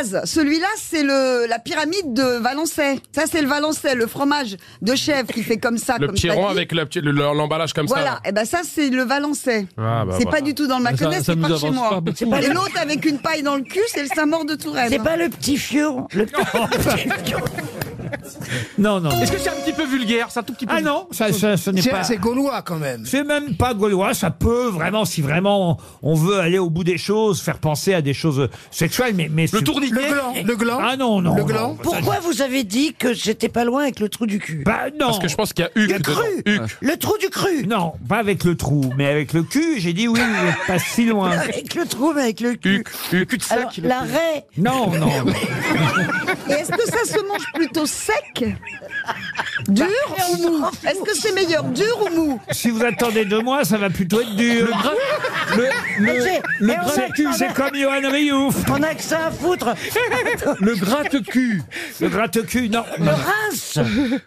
H: Az, celui-là, c'est le la pyramide de Valençay. Ça, c'est le Valençay, le fromage de chèvre qui fait comme ça.
D: Le
H: comme
D: petit
H: ça
D: rond
H: dit.
D: avec la petite- le- l'emballage comme ça.
H: Voilà,
D: là.
H: et ben ça, c'est le Valençay.
D: Ah, bah,
H: c'est
D: voilà.
H: pas du tout dans le
D: Ça-
H: Maconnais,
D: ça
H: c'est
D: nous
H: par chez
D: avance
H: moi.
D: pas beaucoup.
H: et l'autre avec une paille dans le cul, c'est le Saint-Maur de Touraine.
F: C'est pas le petit fion. Le petit
B: Non, non. non.
C: Est-ce que c'est un petit peu vulgaire C'est un tout petit peu
B: Ah non, ça, ça- ce n'est
E: C'est-
B: pas.
E: C'est gaulois quand même.
B: C'est même pas gaulois, ça peut vraiment, si vraiment on veut aller au bout des choses, faire penser à des choses sexuelles, mais... mais le
C: tourniquet
E: Le gland, le gland.
B: Ah non, non.
E: Le
B: non.
E: gland.
F: Pourquoi vous avez dit que j'étais pas loin avec le trou du cul
B: Bah non
D: Parce que je pense qu'il y a Hugues
F: Le
D: dedans.
F: cru Ah.
D: Hugues.
F: Le trou du cru
B: Non, pas avec le trou, mais avec le cul, j'ai dit oui, vous êtes pas si loin.
F: (laughs) Avec le trou, mais avec le cul.
D: (laughs) Hugues.
F: Alors, l'arrêt.
B: Non, non.
F: (laughs)
H: Et est-ce que ça se mange plutôt sec Dur ou mou Est-ce que c'est meilleur dur ou mou
B: Si vous attendez deux mois, ça va plutôt être dur. Le,
F: Mais j'ai-
B: le
F: mais on
B: c'est-
F: attendait-
B: c'est comme Johan Riouf.
F: On a que ça
D: (laughs)
F: à foutre.
G: Le gratte-cul.
B: Le gratte-cul, non.
F: Le rince.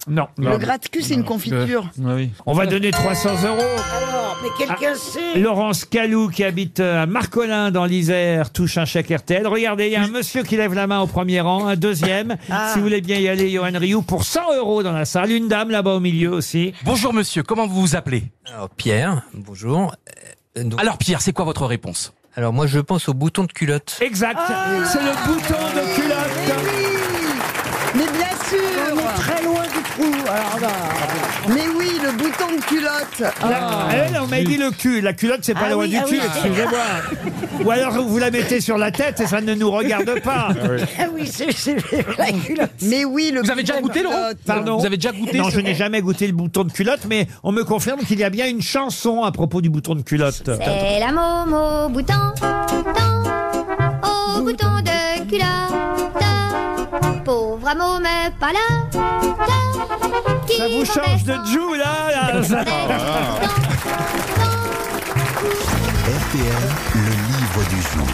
B: Non, non.
H: Le gratte-cul, c'est une confiture.
D: Euh,
B: On va donner 300 euros.
F: Alors, Oh, mais quelqu'un sait.
B: Laurence Calou, qui habite euh, à Marcolin dans l'Isère, touche un chèque RTL. Regardez, il y a un monsieur qui lève la main au premier rang,
H: (laughs)
B: un deuxième.
F: Ah.
B: Si vous voulez bien y aller, Johan Rioux, pour 100 euros dans la salle. Une dame là-bas au milieu aussi.
N: Bonjour monsieur, comment vous vous appelez
O: Alors Pierre, bonjour. Euh, donc-
N: Alors Pierre, c'est quoi votre réponse
O: alors moi je pense au bouton de culotte.
B: Exact.
H: Ah.
B: C'est le bouton de culotte.
H: Mais bien sûr
F: On est très loin du trou. Alors là.
H: Mais oui, le bouton de culotte
B: La- Eh, Elle, on m'a dit le cul. La culotte, c'est pas
H: Ah
B: loin
H: oui,
B: du
H: ah
B: cul,
H: oui. (laughs)
B: excusez-moi. Ou alors vous la mettez sur la tête et ça ne nous regarde pas.
F: Ah oui, c'est c'est la culotte.
H: Mais oui, le
C: Vous avez déjà
H: bouton
C: goûté,
H: de
C: Laurent
H: culotte.
B: Pardon.
C: Vous avez déjà goûté
B: Non,
C: ce-
B: je n'ai jamais goûté le bouton de culotte, mais on me confirme qu'il y a bien une chanson à propos du bouton de culotte.
P: C'est la momo au bouton, tan, au bouton de culotte. Pauvre môme pas là, tan, qui
B: Ça vous change de Jou, là, là, ça-
P: renaît.
A: RTL, le livre du jour.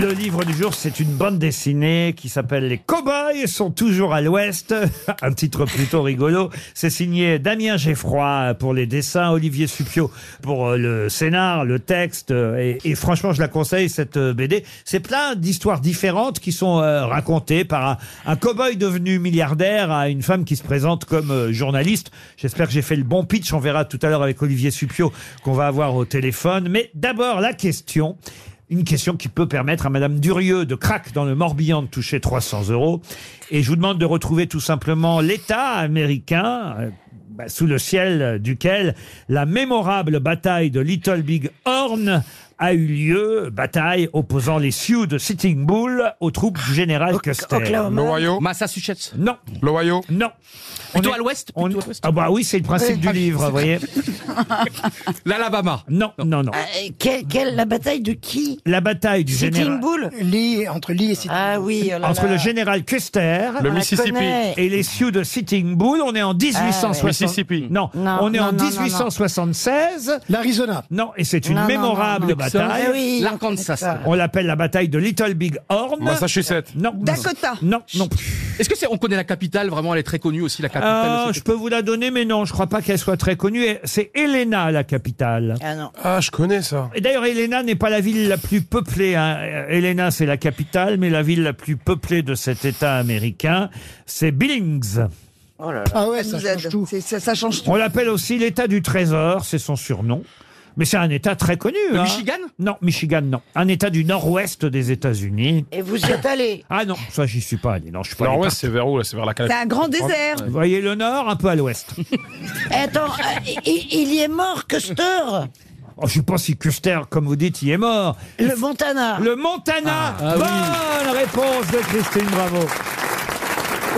B: Le livre du jour, c'est une bande dessinée qui s'appelle Les cow-boys sont toujours à l'ouest. (laughs) Un titre plutôt rigolo. C'est signé Damien Geffroy pour les dessins, Olivier Supio pour euh, le scénar, le texte. euh, Et, et franchement, je la conseille, cette euh, BD. C'est plein d'histoires différentes qui sont euh, racontées par un, un cow-boy devenu milliardaire à une femme qui se présente comme euh, journaliste. J'espère que j'ai fait le bon pitch. On verra tout à l'heure avec Olivier Supio qu'on va avoir au téléphone. Mais d'abord, la question. Une question qui peut permettre à Madame Durieux de craque dans le Morbihan de toucher 300 euros. Et je vous demande de retrouver tout simplement l'État américain. euh, bah, sous le ciel euh, duquel la mémorable bataille de Little Big Horn a eu lieu, bataille opposant les Sioux de Sitting Bull aux troupes du général Custer.
D: Oklahoma. L'Ohio
B: Massachusetts. Non. L'Ohio Non. Plutôt à l'ouest Ah bah oui, c'est le principe
F: Oui.
B: du
F: Ah oui,
B: livre,
F: c'est
B: vous voyez.
C: L'Alabama.
B: Non, non, non.
F: quelle, la bataille de qui
B: La bataille du
F: Sitting
B: général...
F: Bull
E: Lee, entre Lee et Sitting
F: Ah oui, oh là
B: Entre
F: là.
B: le général Custer
F: Le On la Mississippi. connaît.
B: et les Sioux de Sitting Bull, on est en 1860.
F: Ah ouais. Mississippi.
B: Non,
F: Non,
B: on est
F: non,
B: en
F: non, non, non.
B: 1876.
E: L'Arizona.
B: Non, et c'est une
F: Non, non,
B: mémorable
F: non, non.
B: bataille.
F: Eh oui. L'Arkansas.
B: On l'appelle la bataille de Little Big Horn.
D: Massachusetts.
B: Non.
F: Dakota.
B: Non, non.
C: Est-ce que c'est on connaît la capitale vraiment elle est très connue aussi la capitale
B: Ah,
C: de
B: je peux vous la donner, mais non, je crois pas qu'elle soit très connue. Et C'est Helena, la capitale.
F: Ah non.
D: Ah, je connais ça.
B: Et d'ailleurs, Helena n'est pas la ville la plus peuplée. hein. Euh, Helena, c'est la capitale, mais la ville la plus peuplée de cet État américain, c'est Billings.
F: Oh
E: Ah ouais,
H: ça
E: ça
H: nous
E: change
H: aide. C'est- Ça, ça change tout.
B: On l'appelle aussi l'État du Trésor, c'est son surnom. Mais c'est un État très connu.
C: Le
B: hein.
C: Michigan
B: Non, Michigan, non. Un État du nord-ouest des États-Unis.
F: Et vous y êtes allé
B: Ah non, ça, j'y suis pas allé. Non, je suis pas allé
D: Nord-Ouest, c'est vers où là C'est vers la
H: C'est
D: Californie.
H: un grand désert.
B: partout. Vous voyez le nord, un peu à l'ouest.
F: Attends, euh, il, il y est mort, Custer
B: Oh, je pense si Custer, comme vous dites, il est mort.
F: Le Montana
B: Le Montana
F: Ah, ah oui.
B: Bonne réponse de Christine Bravo.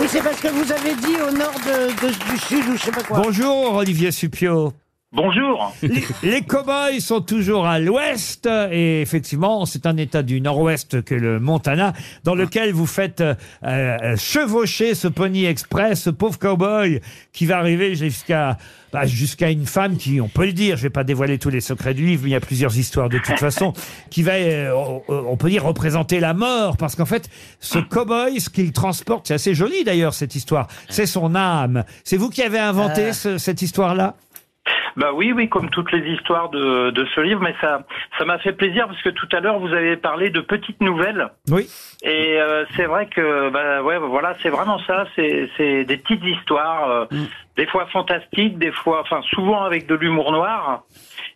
F: Oui, c'est parce que vous avez dit au nord de- de- du sud ou je sais pas quoi.
B: Bonjour Olivier Supio.
K: Bonjour.
B: Les, les cow-boys sont toujours à l'ouest et effectivement, c'est un état du nord-ouest que le Montana dans lequel vous faites euh, euh, chevaucher ce pony express, ce pauvre cow-boy qui va arriver jusqu'à bah, jusqu'à une femme qui, on peut le dire, je vais pas dévoiler tous les secrets du livre, mais il y a plusieurs histoires de toute façon, qui va, euh, on- on peut dire, représenter la mort, parce qu'en fait, ce cow-boy, ce qu'il transporte, c'est assez joli d'ailleurs cette histoire, c'est son âme. C'est vous qui avez inventé
K: Ah.
B: ce- cette histoire-là
K: Bah oui, oui, comme toutes les histoires de, de ce livre, mais ça, ça m'a fait plaisir parce que tout à l'heure vous avez parlé de petites nouvelles.
B: Oui.
K: Et euh, c'est vrai que, bah ouais, voilà, c'est vraiment ça. C'est, c'est des petites histoires, euh, des fois fantastiques, des fois, enfin, souvent avec de l'humour noir.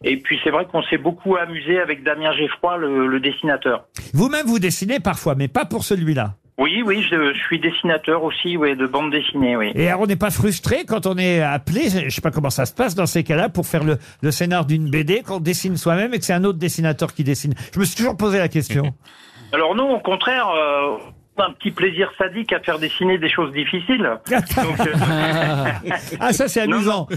K: Et puis c'est vrai qu'on s'est beaucoup amusé avec Damien Geffroy, le, le dessinateur.
B: Vous-même, vous dessinez parfois, mais pas pour celui-là.
K: Oui, oui, je, je suis dessinateur aussi, ouais, de bande dessinée, oui.
B: Et alors, on n'est pas frustré quand on est appelé, je sais pas comment ça se passe dans ces cas-là, pour faire le, le scénar d'une BD qu'on dessine soi-même et que c'est un autre dessinateur qui dessine. Je me suis toujours posé la question.
K: Alors non, au contraire, euh, on a un petit plaisir sadique à faire dessiner des choses difficiles. Donc, euh,
B: Ah, ça, c'est amusant.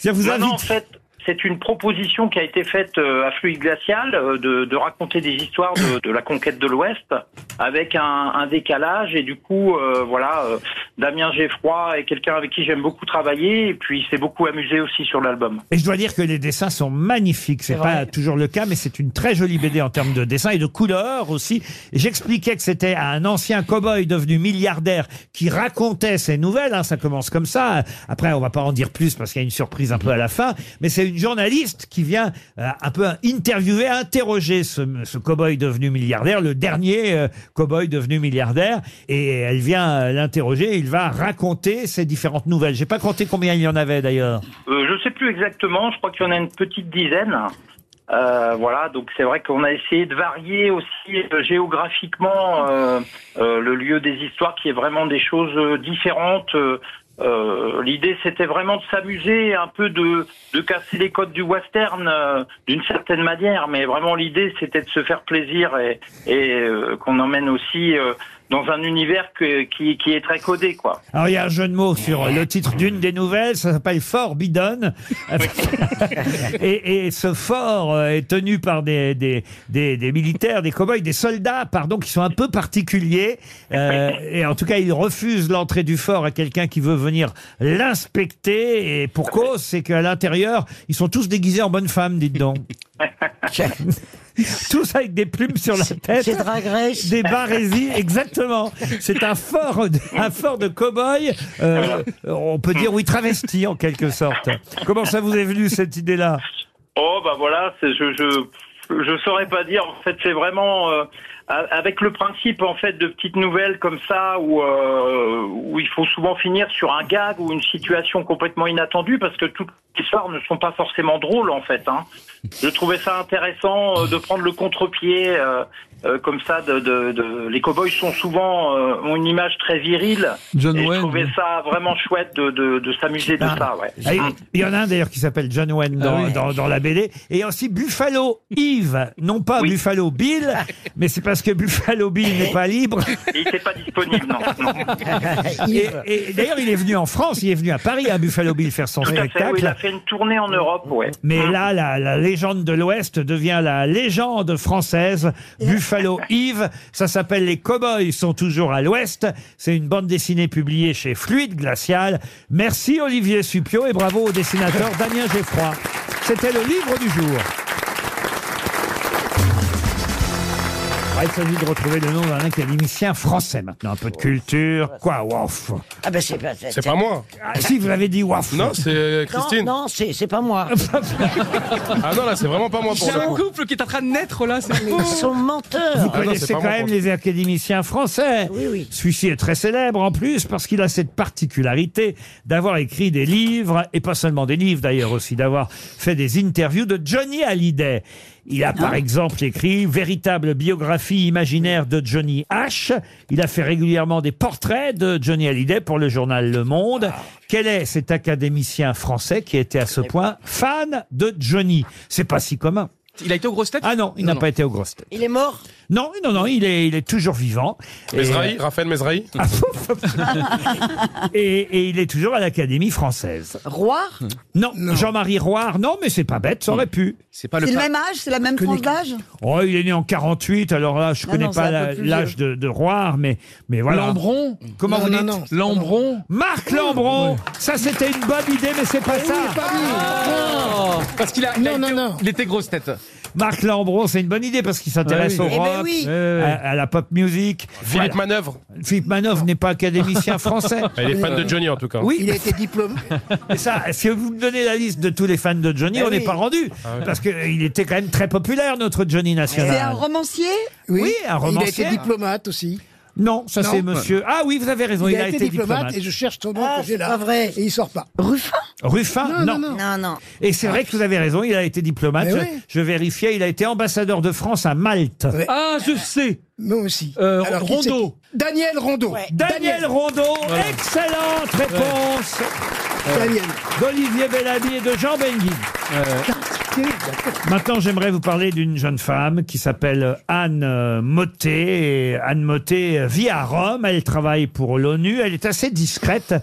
B: Ça vous
K: non,
B: invite.
K: non, en fait, c'est une proposition qui a été faite euh, à Fluide Glacial euh, de, de raconter des histoires de, de la conquête de l'Ouest avec un, un décalage et du coup, euh, voilà, euh, Damien Geffroy est quelqu'un avec qui j'aime beaucoup travailler et puis il s'est beaucoup amusé aussi sur l'album.
B: Et je dois dire que les dessins sont magnifiques. C'est pas toujours le cas, mais c'est une très jolie BD en termes de dessin et de couleurs aussi. Et J'expliquais que c'était un ancien cow-boy devenu milliardaire qui racontait ses nouvelles. hein. Ça commence comme ça. Après, on va pas en dire plus parce qu'il y a une surprise un peu à la fin. Mais c'est une journaliste qui vient euh, un peu interviewer, interroger ce, ce cow-boy devenu milliardaire, le dernier euh, cow-boy devenu milliardaire. Et elle vient euh, l'interroger. et Il va raconter ses différentes nouvelles. J'ai pas compté combien il y en avait d'ailleurs.
K: Euh, je sais plus exactement, je crois qu'il y en a une petite dizaine. Euh, voilà, donc c'est vrai qu'on a essayé de varier aussi euh, géographiquement euh, euh, le lieu des histoires, qui est vraiment des choses euh, différentes. Euh, euh, L'idée, c'était vraiment de s'amuser, un peu de, de casser les codes du western euh, d'une certaine manière, mais vraiment l'idée, c'était de se faire plaisir et, et, euh, qu'on emmène aussi euh, dans un univers que- qui, qui est très codé, quoi.
B: Alors, il y a un jeu de mots sur le titre d'une des nouvelles, ça s'appelle Fort Bidon. (laughs) et, et ce fort euh, est tenu par des, des, des, des militaires, des cow-boys, des soldats, pardon, qui sont un peu particuliers. Euh, et en tout cas, ils refusent l'entrée du fort à quelqu'un qui veut venir l'inspecter. Et pour cause, c'est qu'à l'intérieur, ils sont tous déguisés en bonnes femmes, dites donc. (laughs) Tous avec des plumes sur la tête.
F: c'est Drag Race.
B: Des barésies, exactement. C'est un fort, de- un fort de cow-boy. euh, on peut dire, oui, travesti en quelque sorte. Comment ça vous est venu cette idée-là
K: Oh bah voilà, c'est- je je je saurais pas dire. En fait, c'est vraiment euh, a- avec le principe en fait de petites nouvelles comme ça où euh, où il faut souvent finir sur un gag ou une situation complètement inattendue parce que toutes les histoires ne sont pas forcément drôles en fait. Hein. Je trouvais ça intéressant euh, de prendre le contre-pied euh, euh, comme ça. De, de, de- les cowboys sont souvent euh, ont une image très virile.
G: John
K: et
G: Wayne.
K: je trouvais ça vraiment chouette de de, de s'amuser de ça. Ouais.
B: Ah, il- Il y en a un d'ailleurs qui s'appelle John Wayne dans,
K: Ah oui.
B: dans- dans la BD. Et aussi Buffalo Yves, non pas Buffalo Bill, mais c'est parce que Buffalo Bill n'est pas
K: (laughs)
B: libre.
K: Et il n'était pas disponible, non.
B: (laughs) Et, et d'ailleurs, il est venu en France, il est venu à Paris à Buffalo Bill faire son
K: Tout à fait,
B: spectacle.
K: oui, il a fait une tournée en Europe, ouais.
B: Mais
F: Ah.
B: là, la, la légende de l'Ouest devient la légende
F: (laughs)
B: française. Buffalo Yves, ça s'appelle Les Cowboys sont toujours à l'Ouest. C'est une bande dessinée publiée chez Fluide Glacial. Merci Olivier Supio et bravo au
F: (laughs)
B: dessinateur Damien Geffroy. C'était le livre du jour. Ah, Il s'agit de retrouver le nom d'un académicien français maintenant. Un peu de culture. Quoi, waf
F: Oh. Ah ben c'est pas
D: C'est pas moi.
B: Ah, si, vous avez dit waf.
D: Non, c'est Christine.
F: Non, non, c'est c'est
D: (laughs)
F: pas moi.
D: Ah non, là, c'est vraiment pas moi pour
C: C'est
D: le
C: un
D: coup.
C: couple qui est en train de naître là, c'est beau.
F: Ils sont
C: Ah
F: menteurs.
B: Vous connaissez quand même les académiciens français. Celui-ci est très célèbre en plus parce qu'il a cette particularité d'avoir écrit des livres, et pas seulement des livres d'ailleurs aussi, d'avoir fait des interviews de Johnny Hallyday. Il a par exemple écrit Véritable biographie imaginaire de Johnny H. Il a fait régulièrement des portraits de Johnny Hallyday pour le journal Le Monde. Quel est cet académicien français qui était à ce point fan de Johnny C'est pas si commun.
C: Il a été aux grosses têtes
B: Ah non, il n'a pas été aux grosses têtes.
F: Il est mort
B: Non, non, non, il est, il est toujours vivant.
D: Mesrahi,
B: Et- Ah,
D: Raphaël
B: (laughs)
D: Mesrahi.
H: (laughs)
B: Et, et il est toujours à l'Académie française.
H: Roir
B: Non, Jean-Marie Roire, non, mais c'est pas bête, ça aurait pu. C'est pas
H: C'est le même âge, c'est la même tranche d'âge
B: Oh, il est né en 48, alors là, je
H: Non,
B: connais
H: non, c'est
B: pas
H: un peu
B: la-
H: plus
B: l'âge de, de Roire, mais, mais voilà.
G: Lambron
B: Comment
G: Non,
B: vous
G: non,
B: dites
G: non.
B: Lambron Marc Lambron Ça, c'était une bonne idée, mais c'est pas
E: Ah
B: ça
C: Parce qu'il a, il a été- il était grosse tête.
B: Marc Lambron, c'est une bonne idée parce qu'il s'intéresse
C: Ah oui.
B: au
C: Eh ben
B: rock, euh,
C: oui.
B: à, à la pop music.
D: Philippe
B: Voilà.
D: Manœuvre.
B: Philippe Manœuvre n'est pas académicien français.
D: Ah, (laughs) il est fan de Johnny, en tout cas.
B: Oui.
E: Il a été
B: (laughs)
E: diplômé.
B: Et ça, si vous me donnez la liste de tous les fans de Johnny,
E: Eh
B: on n'est
E: oui.
B: pas rendu.
D: Ah ouais.
B: Parce qu'il était quand même très populaire, notre Johnny
H: C'est un
B: national.
H: romancier
B: Oui, un romancier.
E: Il a été diplomate aussi.
B: Non, ça
E: Non.
B: c'est monsieur. Ah oui, vous avez raison,
E: il, a, été, diplomate, et je cherche son nom
F: Ah,
E: que j'ai
F: c'est
E: là.
F: pas vrai.
E: Et il sort pas.
F: Ruffin
B: Ruffin, non.
F: Non, non.
B: Et c'est vrai que vous avez raison, il a été diplomate.
E: Mais
B: Je,
E: oui.
B: je vérifiais, il a été ambassadeur de France à Malte.
G: Ah, je sais.
E: Moi aussi.
G: Euh,
E: Alors, qui c'est
G: Rondeau.
E: qui Daniel Rondeau.
B: Daniel Rondeau,
G: Voilà.
B: excellente réponse
E: Daniel.
B: d'Olivier Bellamy et de Jean Benguigui. Maintenant, j'aimerais vous parler d'une jeune femme qui s'appelle Anne euh, Mottet. Et Anne Mottet euh, vit à Rome, elle travaille pour l'ONU, elle est assez discrète.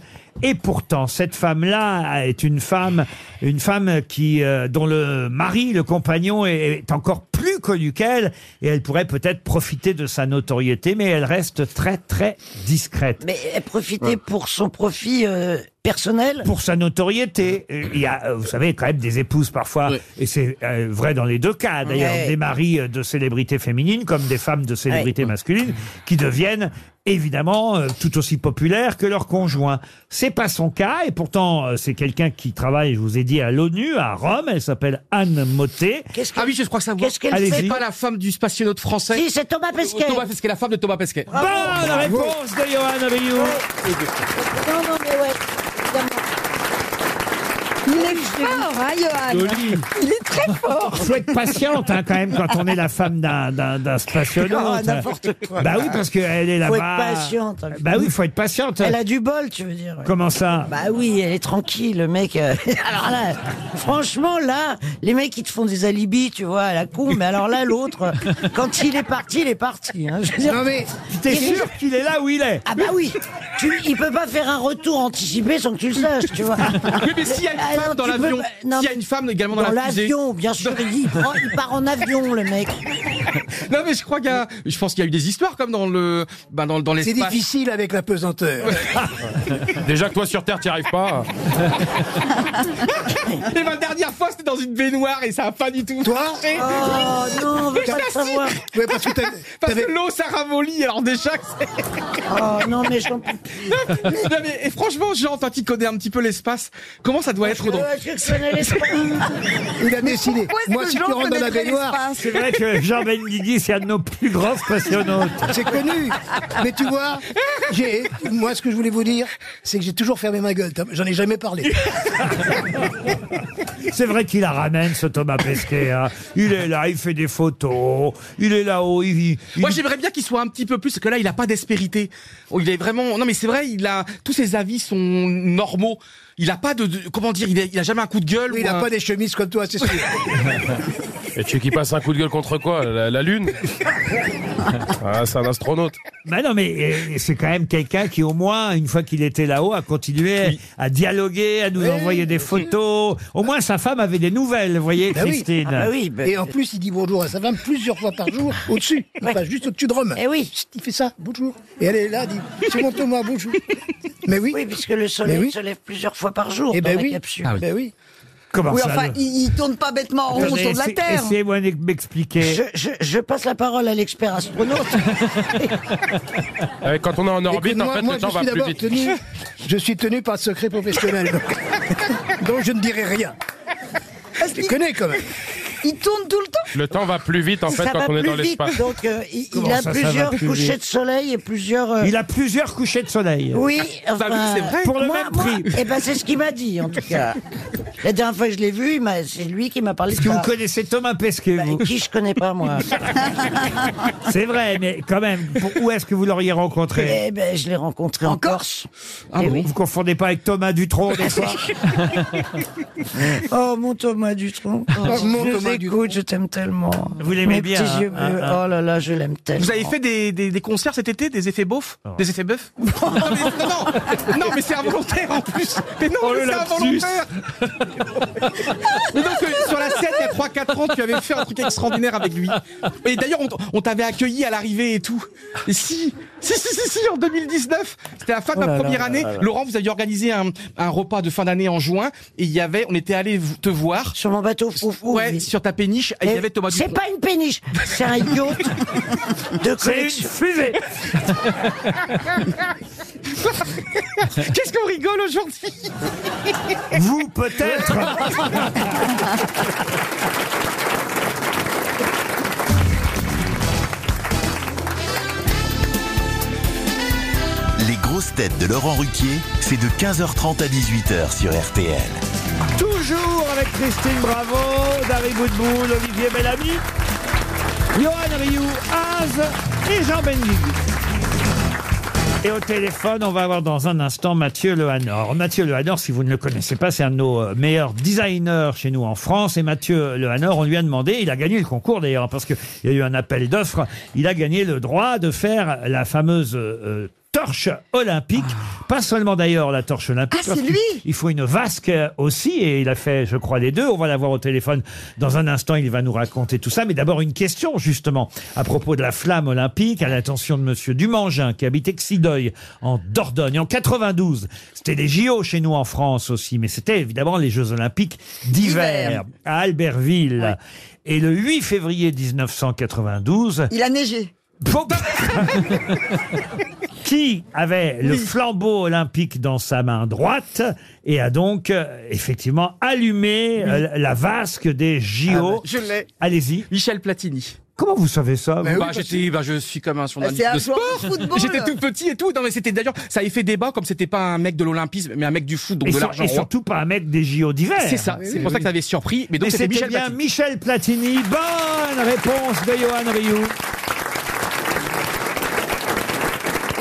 B: Et pourtant, cette femme-là est une femme, une femme qui, euh, dont le mari, le compagnon, est, est encore plus connu qu'elle, et elle pourrait peut-être profiter de sa notoriété, mais elle reste très très discrète
F: Mais elle profitait pour son profit euh, personnel.
B: pour sa notoriété. Euh, Il y a, euh, vous savez, quand même des épouses parfois, et c'est euh, vrai dans les deux cas d'ailleurs,
F: Ouais.
B: des maris euh, de célébrités féminines comme des femmes de célébrités masculines qui deviennent évidemment euh, tout aussi populaires que leurs conjoints. C'est pas son cas, et pourtant euh, c'est quelqu'un qui travaille, je vous ai dit, à l'ONU, à Rome. Elle s'appelle Anne Mottet.
F: Qu'est-ce
C: Ah
F: qu'elle
C: oui, je crois que ça vous.
F: qu'est-ce qu'elle
B: Allez-y.
F: fait
C: Pas la femme du spationaute français. Euh,
F: Si, c'est Thomas Pesquet.
C: Thomas Pesquet, la femme de Thomas Pesquet.
F: Bravo.
B: Bonne réponse de Johan Rioux.
F: Non, non, mais ouais.
H: Il est fort, hein, Johan
G: Joli.
H: Il est très fort
B: Oh, faut être patiente hein, quand même quand on est la femme d'un d'un d'un
F: (laughs)
B: spationaute.
F: Oh, n'importe quoi.
B: Bah oui parce qu'elle est
F: Faut
B: là-bas.
F: être patiente. hein,
B: Bah oui, faut être patiente.
F: Elle a du bol, tu veux dire. ouais.
B: Comment ça
F: Bah oui, elle est tranquille, le mec. euh, (laughs) Alors là, franchement, là, les mecs, ils te font des alibis, tu vois, à la con. Mais alors là, l'autre, euh, quand il est parti, il est parti. hein, je veux dire.
E: Non mais
B: T'es
F: Il-
B: sûr qu'il est là où il est
F: Ah bah oui, tu, il peut pas faire un retour anticipé sans que tu le saches, tu vois.
C: (laughs) Oui, mais s'il y a une
F: Alors,
C: femme dans
F: tu
C: la
F: peux
C: l'avion.
F: pas- non,
C: S'il y a une femme également dans,
F: Dans
C: la fusée.
F: l'avion, bien sûr, il, dit, il prend- il part en avion, le mec.
C: Non mais je crois qu'il y a, je pense qu'il y a eu des histoires comme dans le, ben dans, dans
E: C'est
C: l'espace.
E: difficile avec la pesanteur.
D: (laughs) Déjà que toi sur Terre, t'y arrives pas.
C: Et ma dernière fois c'était dans une baignoire et ça a pas du tout
E: Toi
C: marché.
F: Oh non, on veut
C: Mais
F: pas
C: je
F: le savoir.
C: t'assure.
E: Ouais, parce que t'as-
C: Parce que l'eau ça ramollit alors déjà. que c'est-
F: Oh non, mais j'en peux
C: Non, mais- et franchement Jean, toi qui connais un petit peu l'espace, comment ça doit être dans
F: Ouais, Euh, je connais l'espace.
E: (laughs) Il a décidé.
H: pourquoi est-ce
E: Moi,
H: que
E: si tu
H: Jean
E: rentres dans la
H: connaîtrait
E: baignoire,
H: l'espace
B: C'est vrai que Jean Benguigui, c'est un de nos plus grands passionnants.
E: c'est connu. Mais tu vois, j'ai, moi, ce que je voulais vous dire, c'est que j'ai toujours fermé ma gueule. T'as- J'en ai jamais parlé.
B: C'est vrai qu'il la ramène, ce Thomas Pesquet. hein. Il est là, il fait des photos. Il est là-haut, il, il-
C: Moi, j'aimerais bien qu'il soit un petit peu plus, parce que là, il a pas d'espérité. Oh, Il est vraiment, non, mais c'est vrai, il a, tous ses avis sont normaux. Il a pas de, de- comment dire, il a, il a jamais un coup de gueule.
E: Oui, il
C: ou
E: n'a
C: un-
E: pas des chemises comme toi, c'est sûr.
D: Et tu sais qui passe un coup de gueule contre quoi la, la Lune ah, C'est un astronaute.
B: Bah non, mais euh, c'est quand même quelqu'un qui, au moins, une fois qu'il était là-haut, a continué à dialoguer, à nous envoyer des photos. Au moins, sa femme avait des nouvelles, vous voyez,
E: Bah oui.
B: Christine.
F: Ah bah oui, bah-
E: Et en plus, il dit bonjour à sa femme plusieurs fois par jour, au-dessus. Il passe juste au-dessus de Rome.
F: Eh oui.
E: Chut, Il fait ça, bonjour. Et elle est là, elle dit, c'est mon Thomas, bonjour. Mais eh oui.
F: Oui, puisque le soleil
E: Mais oui.
F: se lève plusieurs fois par jour
E: Eh
F: dans
E: ben
F: la
E: oui.
F: capsule.
E: Ben oui.
B: Comment
H: Oui,
B: ça
H: enfin,
B: le-
H: il, il tourne pas bêtement en rond
B: Attendez,
H: autour de la
B: essa-
H: Terre.
B: Essayez-moi de m'expliquer.
F: Je, je- je passe la parole à l'expert
D: (laughs)
F: astronaute.
D: Et Eh, quand on est en orbite, en
E: Écoute-moi,
D: fait,
E: moi,
D: le temps
E: je
D: va
E: suis
D: plus
E: d'abord
D: vite.
E: tenu, je suis tenu par le secret professionnel. Donc je ne dirai rien.
H: Parce
E: Je les
H: qu'il-
E: connais quand même.
H: il tourne tout le temps.
D: Le temps va plus vite, en fait,
F: ça
D: quand
F: va
D: on est
F: plus
D: dans
F: vite,
D: l'espace.
F: donc euh, il, il
B: Comment
F: a
B: ça, ça va
F: plusieurs
B: plus
F: couchers
B: vite
F: de soleil et plusieurs. euh,
B: Il a Bah plusieurs couchers de soleil.
F: Oui,
C: T'as vu, c'est vrai
B: Pour le
F: moi-
B: même
F: moi-
B: prix.
F: Eh ben, c'est ce qu'il m'a dit, en tout
B: (laughs)
F: cas. La dernière fois que je l'ai vu, il m'a- c'est lui qui m'a parlé
B: Est-ce
F: de
B: que vous
F: ça. Bah,
B: connaissez Thomas Pesquet, vous
F: Qui
B: (laughs)
F: je connais pas, moi.
B: C'est vrai, mais quand même, pour- où est-ce que vous l'auriez rencontré
F: Eh ben, je l'ai rencontré en,
H: En Corse.
F: Corse.
B: Ah
F: Eh
B: bon,
F: oui.
B: Vous confondez pas avec Thomas Dutronc des
F: (laughs)
B: fois
F: Oh, mon Thomas Dutronc.
B: Oh,
E: mon
F: je
E: Thomas
F: t'écoute,
E: Dutronc.
F: (laughs) je t'aime tellement.
B: Vous l'aimez
F: Mes
B: bien,
F: petits
B: hein,
F: yeux
B: hein,
F: bleus.
B: hein.
F: Oh là là, je l'aime tellement.
C: Vous avez
F: (laughs)
C: fait des, des, des concerts cet été, des effets beaufs Des effets bœufs (laughs) non, mais- non, non, non, mais c'est involontaire en plus Mais non, mais c'est involontaire Mais donc, euh, sur la scène, il y a 3-4 ans, tu avais fait un truc extraordinaire avec lui. Et d'ailleurs, on, t- on t'avait accueilli à l'arrivée et tout. Et si, si, si, si, si, en 2019, c'était la fin de ma première année. Laurent, vous aviez organisé un, un repas de fin d'année en juin, et il y avait, on était allé vous- te voir.
F: Sur mon bateau foufou.
C: Ouais,
F: oui.
C: sur ta péniche, et il y
F: Et
C: avait Thomas
F: C'est
C: Dutronc.
F: pas une péniche, c'est un yacht de collection. (laughs)
B: fusée
C: Qu'est-ce qu'on rigole aujourd'hui
B: Vous,
F: (laughs)
B: peut-être
A: Les grosses têtes de Laurent Ruquier, c'est de 15h30 à 18h sur RTL.
B: Toujours avec Christine Bravo, Dari Boudboul, Olivier Bellamy, Johan Rioux, Az et Jean Benguigui. Et au téléphone, on va avoir dans un instant Mathieu Lehanor. Mathieu Lehanor, si vous ne le connaissez pas, c'est un de nos euh, meilleurs designers chez nous en France. Et Mathieu Lehanor, on lui a demandé, il a gagné le concours d'ailleurs, parce qu'il y a eu un appel d'offres, il a gagné le droit de faire la fameuse... euh, euh, Torche olympique, pas seulement d'ailleurs la torche olympique.
H: Ah,
B: parce
H: c'est
B: qu'il-
H: lui
B: il faut une vasque aussi, et il a fait, je crois, les deux. On va l'avoir au téléphone dans un instant. Il va nous raconter tout ça. Mais d'abord, une question, justement, à propos de la flamme olympique, à l'attention de Monsieur Dumangin, qui habite Exideuil, en Dordogne. En 92, c'était les JO chez nous en France aussi, mais c'était évidemment les Jeux Olympiques d'hiver,
H: D'hiver.
B: à Albertville. Et le 8 février 1992,
H: (laughs) Il a neigé.
B: Bon- qui avait le flambeau olympique dans sa main droite et a donc euh, effectivement allumé euh, la vasque des JO.
C: Ah bah, Je l'ai.
B: Allez-y.
C: Michel Platini.
B: Comment vous savez ça vous
C: bah, j'étais, bah, je suis comme un journaliste
H: C'est un
C: de
H: joueur
C: sport.
H: de football.
C: J'étais tout petit et tout. Non, mais c'était d'ailleurs, ça avait fait débat comme c'était pas un mec de l'Olympisme, mais un mec du foot, donc
B: et,
C: de
B: sur-
C: l'argent.
B: et
C: roi.
B: surtout pas un mec des JO d'hiver.
C: C'est ça. c'est pour ça que ça avait surpris. Mais donc
B: Et
C: c'était
B: c'était
C: Michel
B: bien
C: Platini.
B: Michel Platini. Bonne réponse de Johan Rioux.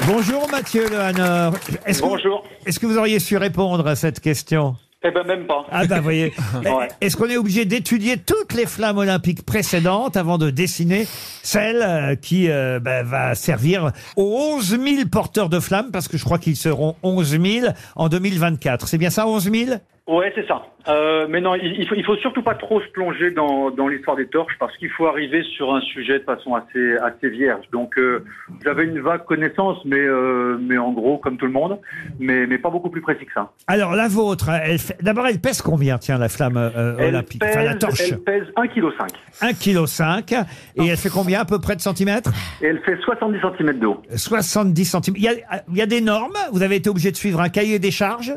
B: Bonjour Mathieu Lehanor. Est-ce que-
Q: Bonjour.
B: Est-ce que vous auriez su répondre à cette question
Q: Eh ben même pas.
B: Ah bah voyez.
Q: (laughs) Ouais.
B: Est-ce qu'on est obligé d'étudier toutes les flammes olympiques précédentes avant de dessiner celle euh, qui euh, bah, va servir aux 11 000 porteurs de flammes parce que je crois qu'ils seront 11 000 en 2024. C'est bien ça 11 000
Q: Ouais, c'est ça. Euh, mais non, il, il faut, il faut surtout pas trop se plonger dans, dans l'histoire des torches parce qu'il faut arriver sur un sujet de façon assez, assez vierge. Donc, euh, j'avais une vague connaissance, mais, euh, mais en gros, comme tout le monde, mais, mais pas beaucoup plus précis que ça.
B: Alors, la vôtre, hein, elle fait- d'abord, elle pèse combien, tiens, la flamme euh,
Q: Elle
B: olympique
Q: pèse,
B: Enfin, la torche
Q: elle pèse 1,5 kg.
B: 1,5 kg. Et elle fait combien, à peu près de centimètres
Q: Et elle fait 70 cm d'eau.
B: 70 centimes. Il y, a, il y a des normes Vous avez été obligé de suivre un cahier des charges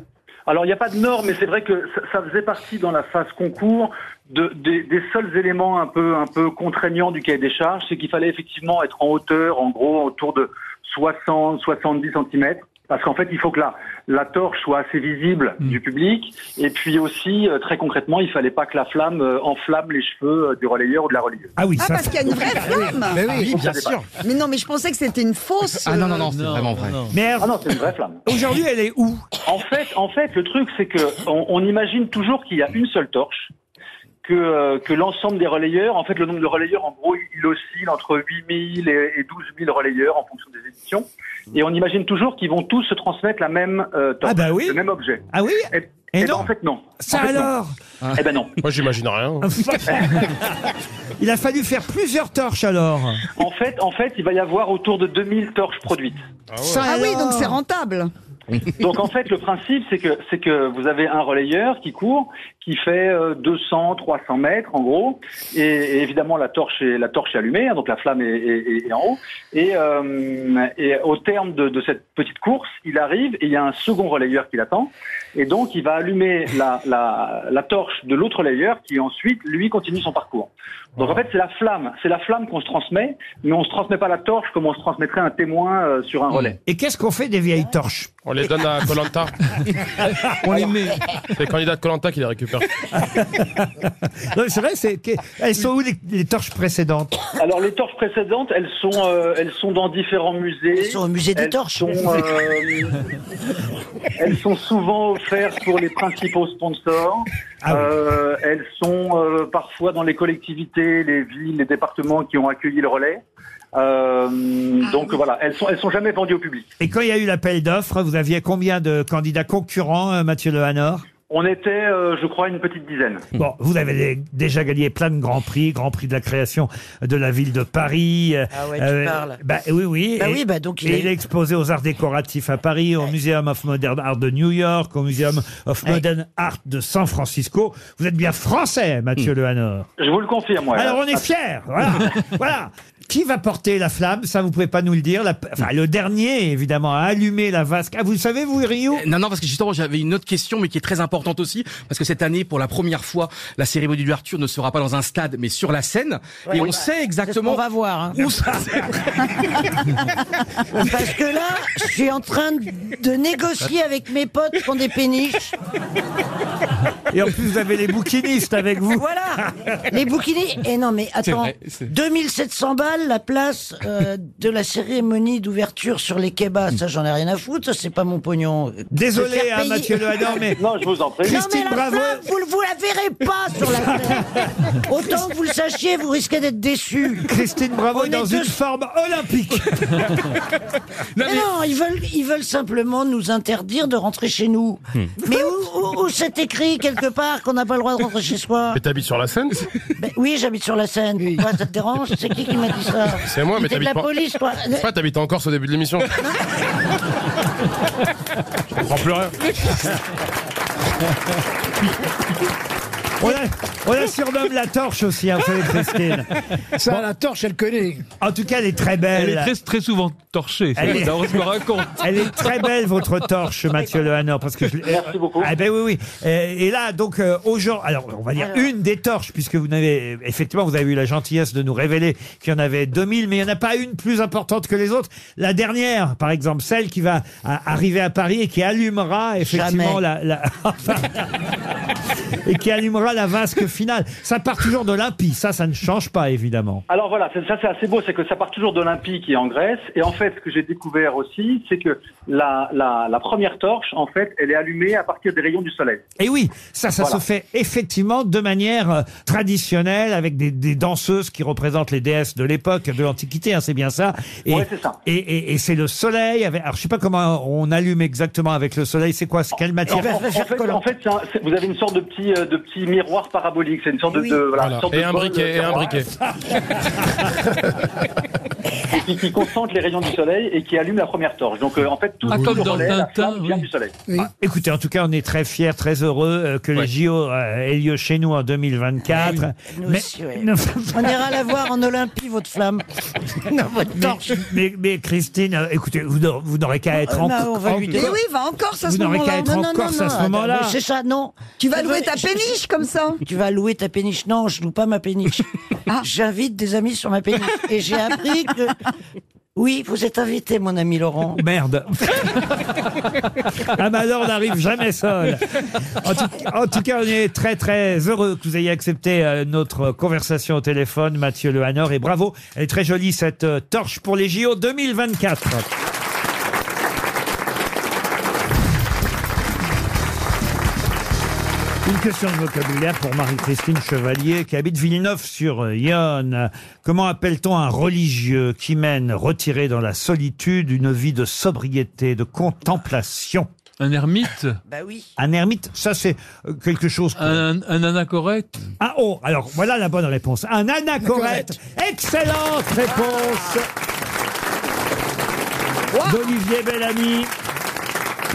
Q: Alors, il n'y a pas de normes, mais c'est vrai que ça, ça faisait partie dans la phase concours de, des, des seuls éléments un peu, un peu contraignants du cahier des charges, c'est qu'il fallait effectivement être en hauteur, en gros, autour de 60, 70 cm. Parce qu'en fait, il faut que la, la torche soit assez visible du public. Et puis aussi, euh, très concrètement, il fallait pas que la flamme euh, enflamme les cheveux euh, du relayeur ou de la relayeuse.
B: Ah oui,
H: Ah, parce qu'il y a une vraie flamme
Q: Mais oui, Ah oui, bien sûr.
H: Mais non, mais je pensais que c'était une fausse.
Q: Ah non, non,
H: euh,
Q: non, c'est vraiment
C: vrai.
B: Mais
Q: ah non, c'est une vraie flamme.
B: Aujourd'hui, elle est où
Q: En fait, en fait, le truc, c'est que on, on imagine toujours qu'il y a une seule torche, que, euh, que l'ensemble des relayeurs, en fait, le nombre de relayeurs, en gros, il oscille entre 8000 et, et 12 000 relayeurs en fonction des éditions. Et on imagine toujours qu'ils vont tous se transmettre la même euh, torche, le même objet.
B: Ah oui
Q: et, eh ben, en fait, non.
B: Ça
Q: En fait, non.
B: alors
Q: Eh ben non.
D: Moi, j'imagine rien.
B: Il a fallu faire plusieurs torches alors.
Q: En fait, en fait, il va y avoir autour de 2000 torches produites.
B: Ça
H: Ah oui,
B: alors
H: donc c'est rentable.
Q: (laughs) Donc en fait, le principe, c'est que c'est que vous avez un relayeur qui court, qui fait euh, 200, 300 mètres en gros, et, et évidemment la torche est la torche est allumée, hein, donc la flamme est, est- est en haut. Et, euh, et au terme de, de cette petite course, il arrive et il y a un second relayeur qui l'attend, et donc il va allumer la, la, la torche de l'autre relayeur qui ensuite lui continue son parcours. Donc en fait, c'est la flamme, c'est la flamme qu'on se transmet, mais on se transmet pas la torche comme on se transmettrait un témoin euh, sur un relais.
B: Mmh. Et qu'est-ce qu'on fait des vieilles torches
D: On les donne à Colanta.
B: On les met.
D: C'est le candidat de Colanta qui les récupère.
B: (laughs) Non, mais C'est vrai, c'est que- elles sont où les, les torches précédentes
Q: Alors les torches précédentes, elles sont euh, elles sont dans différents musées. Elles sont au
F: musée des
Q: elles
F: torches.
Q: sont, euh,
B: (laughs)
Q: elles sont souvent offertes pour les principaux sponsors.
B: Ah
Q: Euh, elles sont euh, parfois dans les collectivités, les villes, les départements qui ont accueilli le relais. Euh,
F: Ah
Q: donc voilà, elles sont elles sont jamais vendues au public.
B: Et quand il y a eu l'appel d'offres, vous aviez combien de candidats concurrents, euh, Mathieu Lehanor
Q: On était, euh, je crois, une petite dizaine.
B: Bon, vous avez dé- déjà gagné plein de grands prix, Grand Prix de la création de la ville de Paris. euh,
F: Ah ouais, tu parles.
B: Bah oui, oui.
F: Bah
B: et-
F: oui, bah donc il
B: et
F: est-
B: il est exposé aux Arts décoratifs à Paris, au Museum of Modern Art de New York, au Museum of Modern Art de San Francisco. Vous êtes bien français, Mathieu Lehanor.
Q: Je vous le confirme. ouais.
B: Alors on est fiers, voilà. voilà. Qui va porter la flamme Ça, vous pouvez pas nous le dire. La- enfin, le dernier, évidemment, a allumé la vasque. Ah, vous le savez, vous, Rio
C: Euh, Non, non, parce que justement, j'avais une autre question, mais qui est très importante aussi, parce que cette année, pour la première fois, la cérémonie du Arthur ne sera pas dans un stade, mais sur la scène,
F: Ouais.
C: et
F: Oui.
C: on sait exactement.
F: C'est ce qu'on va voir, hein.
C: Où ça
F: (laughs) Parce que là, je suis en train de négocier avec mes potes qui ont des péniches.
B: Et en plus, vous avez les bouquinistes avec vous.
F: Voilà Les bouquinistes. Et non, mais
B: C'est
F: attends,
B: vrai, c'est-
F: 2700 balles la place euh, de la cérémonie d'ouverture sur les kebabs. Ça, j'en ai rien à foutre, ça, c'est pas mon pognon. Me
B: Désolé,
F: faire
B: hein,
F: payer-
B: Mathieu Lehanor, mais.
Q: Non, je vous en prie.
F: Non, mais
B: Christine
F: la
B: Bravo.
F: flamme, vous, le- vous la verrez pas sur la scène. Autant que vous le sachiez, vous risquez d'être déçus.
B: Christine Bravo
F: On
B: est dans
F: deux-
B: une forme olympique.
F: (laughs) Mais Non, ils, veulent, ils veulent simplement nous interdire de rentrer chez nous. Mais où, où- où c'est écrit quelque part qu'on n'a pas le droit de rentrer chez soi
D: Mais t'habites sur la scène
F: Ben Oui, j'habite sur la Seine. Pourquoi ça te dérange C'est qui qui m'a dit ça
D: C'est moi, mais
F: T'es de
D: t'habites
F: la
D: pas.
F: police, toi.
D: C'est pas, t'habites encore au début de l'émission. Je comprends plus rien.
B: On la, on la surnomme la torche aussi, hein, vous savez, Christine.
E: Ça, la torche, elle connaît.
B: En tout cas, elle est très belle.
G: Elle est très, très souvent torchée.
B: Elle est-
G: C'est on se le raconte.
B: (laughs) Elle est très belle, votre
G: (laughs)
B: torche, Mathieu Lehanor, parce que je Merci beaucoup. Ah ben oui, oui. Et, et là, donc, euh, aux gens, alors, on va dire une des torches, puisque vous n'avez, effectivement, vous avez eu la gentillesse de nous révéler qu'il y en avait 2000, mais il n'y en a pas une plus importante que les autres. La dernière, par exemple, celle qui va à- arriver à Paris et qui allumera, effectivement,
F: Jamais.
B: la, la- enfin, (laughs) et qui allumera aura la vasque finale. Ça part toujours de l'impi, ça, ça ne change pas, évidemment.
Q: Alors voilà, c'est- ça c'est assez beau, c'est que ça part toujours d'Olympie qui est en Grèce. Et en fait, ce que j'ai découvert aussi, c'est que la, la, la première torche, en fait, elle est allumée à partir des rayons du soleil.
B: Et Eh oui, ça, ça
Q: Voilà.
B: se fait effectivement de manière euh, traditionnelle, avec des, des danseuses qui représentent les déesses de l'époque, de l'Antiquité, hein, c'est bien ça. Et, Et, et- et c'est le soleil. Avec, alors, je sais pas comment on allume exactement avec le soleil. C'est quoi C'est
F: Oh,
B: quelle matière Ah,
Q: Alors, en, en fait, en fait, c'est un- c'est- vous avez une sorte de petit, euh, de petit miroir parabolique. C'est une sorte de, de- voilà, une sorte de bol, euh, miroir (laughs) qui, qui concentre les rayons du soleil et qui allume la première torche. Donc euh, en fait, tout,
B: Ah,
Q: tout
B: comme
Q: le
B: dans
Q: relais, la
B: Tintin,
Q: flamme vient du soleil.
B: Ah, écoutez, en tout cas, on est très fiers, très heureux euh, que les JO euh, aient lieu chez nous en 2024.
F: Nous
B: Mais-
F: aussi, ouais. On ira la voir en Olympie, votre flamme. Non, votre
B: mais,
F: torche.
B: mais- mais Christine, euh, écoutez, vous, n'aurez- vous n'aurez qu'à être en,
F: Non, Ah, bah, on va
B: en-
F: lui dire.
B: en- Vous n'aurez qu'à être
F: Non,
B: en
F: non, non,
B: Corse à
F: non,
B: ce moment-là.
F: mais C'est ça, non.
H: Tu vas
F: Ça
H: louer
F: veut-
H: ta
F: je-
H: péniche, comme ça
F: (laughs) Tu vas louer ta péniche. Non, je loue pas ma (laughs) péniche. Ah. J'invite des amis sur ma péniche. Et j'ai appris que. (laughs) Oui, vous êtes invité, mon ami Laurent.
B: Merde. Ah bah alors, on n'arrive jamais seul. En tout, en tout cas, on est très très heureux que vous ayez accepté euh, notre conversation au téléphone, Mathieu Lehanor, et bravo. Elle est très jolie cette euh, torche pour les JO 2024. Une question de vocabulaire pour Marie-Christine Chevalier qui habite Villeneuve-sur-Yonne. Comment appelle-t-on un religieux qui mène, retiré dans la solitude, une vie de sobriété, de contemplation
G: Un ermite
F: (laughs) Bah oui.
B: Un ermite, ça c'est euh, quelque chose.
G: Un, anachorète
B: Ah oh, alors voilà la bonne réponse. Un anachorète. Excellente réponse d'Olivier Bellamy.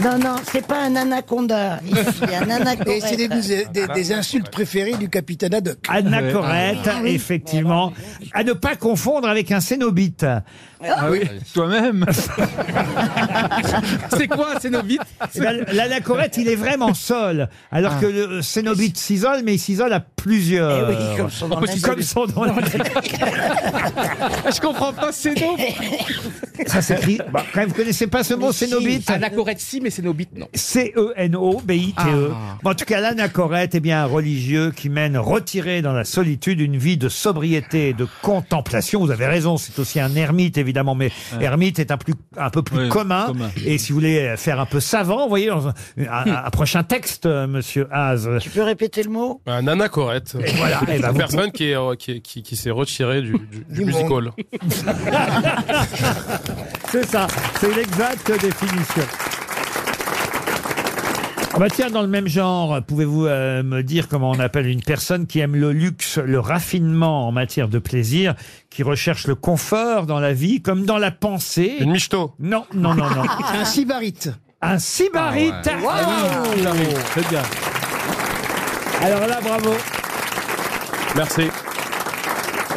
F: Non, non, c'est pas un anaconda. Ici, (laughs) un anacorète. Ah bah
E: Et c'est des, des- des- des insultes préférées du capitaine Haddock. Ah
B: Anachorète, effectivement. À ne pas confondre avec un cénobite.
G: Ah oui,
B: (laughs)
G: toi-même
C: C'est quoi, c'est Novit
B: Eh ben, L'anachorète, il est vraiment seul, alors
C: Ah.
B: que le cénobite s'isole, mais il s'isole à plusieurs.
C: Eh oui, comme son nom
B: Comme
C: l'indique.
B: son nom l'indique.
C: (laughs) Je comprends pas, c'est no.
B: Ça s'écrit. bah, quand même, vous connaissez pas ce mot, cénobite
C: Anachorète, si, mais cénobite, non.
B: C-E-N-O-B-I-T-E.
C: Ah.
B: Bon, En tout cas, l'anachorète est bien un religieux qui mène retiré dans la solitude une vie de sobriété et de contemplation. Vous avez raison, c'est aussi un ermite, évidemment, mais ermite est un, plus, un peu plus
G: Ouais,
B: commun.
G: commun.
B: Et si vous voulez faire un peu savant, vous voyez, dans un, un- un prochain texte, euh, monsieur Haas.
F: Tu peux répéter le mot
D: Un anachorète. (laughs)
B: Et voilà, et bah,
D: Bah, une
B: vous-
D: personne qui est, euh, qui, qui- qui s'est retirée du, du- du music hall.
B: C'est ça, c'est l'exacte définition. Ah bah tiens, dans le même genre, pouvez-vous euh, me dire comment on appelle une personne qui aime le luxe, le raffinement en matière de plaisir, qui recherche le confort dans la vie comme dans la pensée Une
D: michto
B: Non, non, non, non.
E: Un sybarite.
B: Un sybarite
E: Ah ouais.
B: Ah oui,
E: Wow.
B: Très bien. Alors là, bravo.
D: Merci.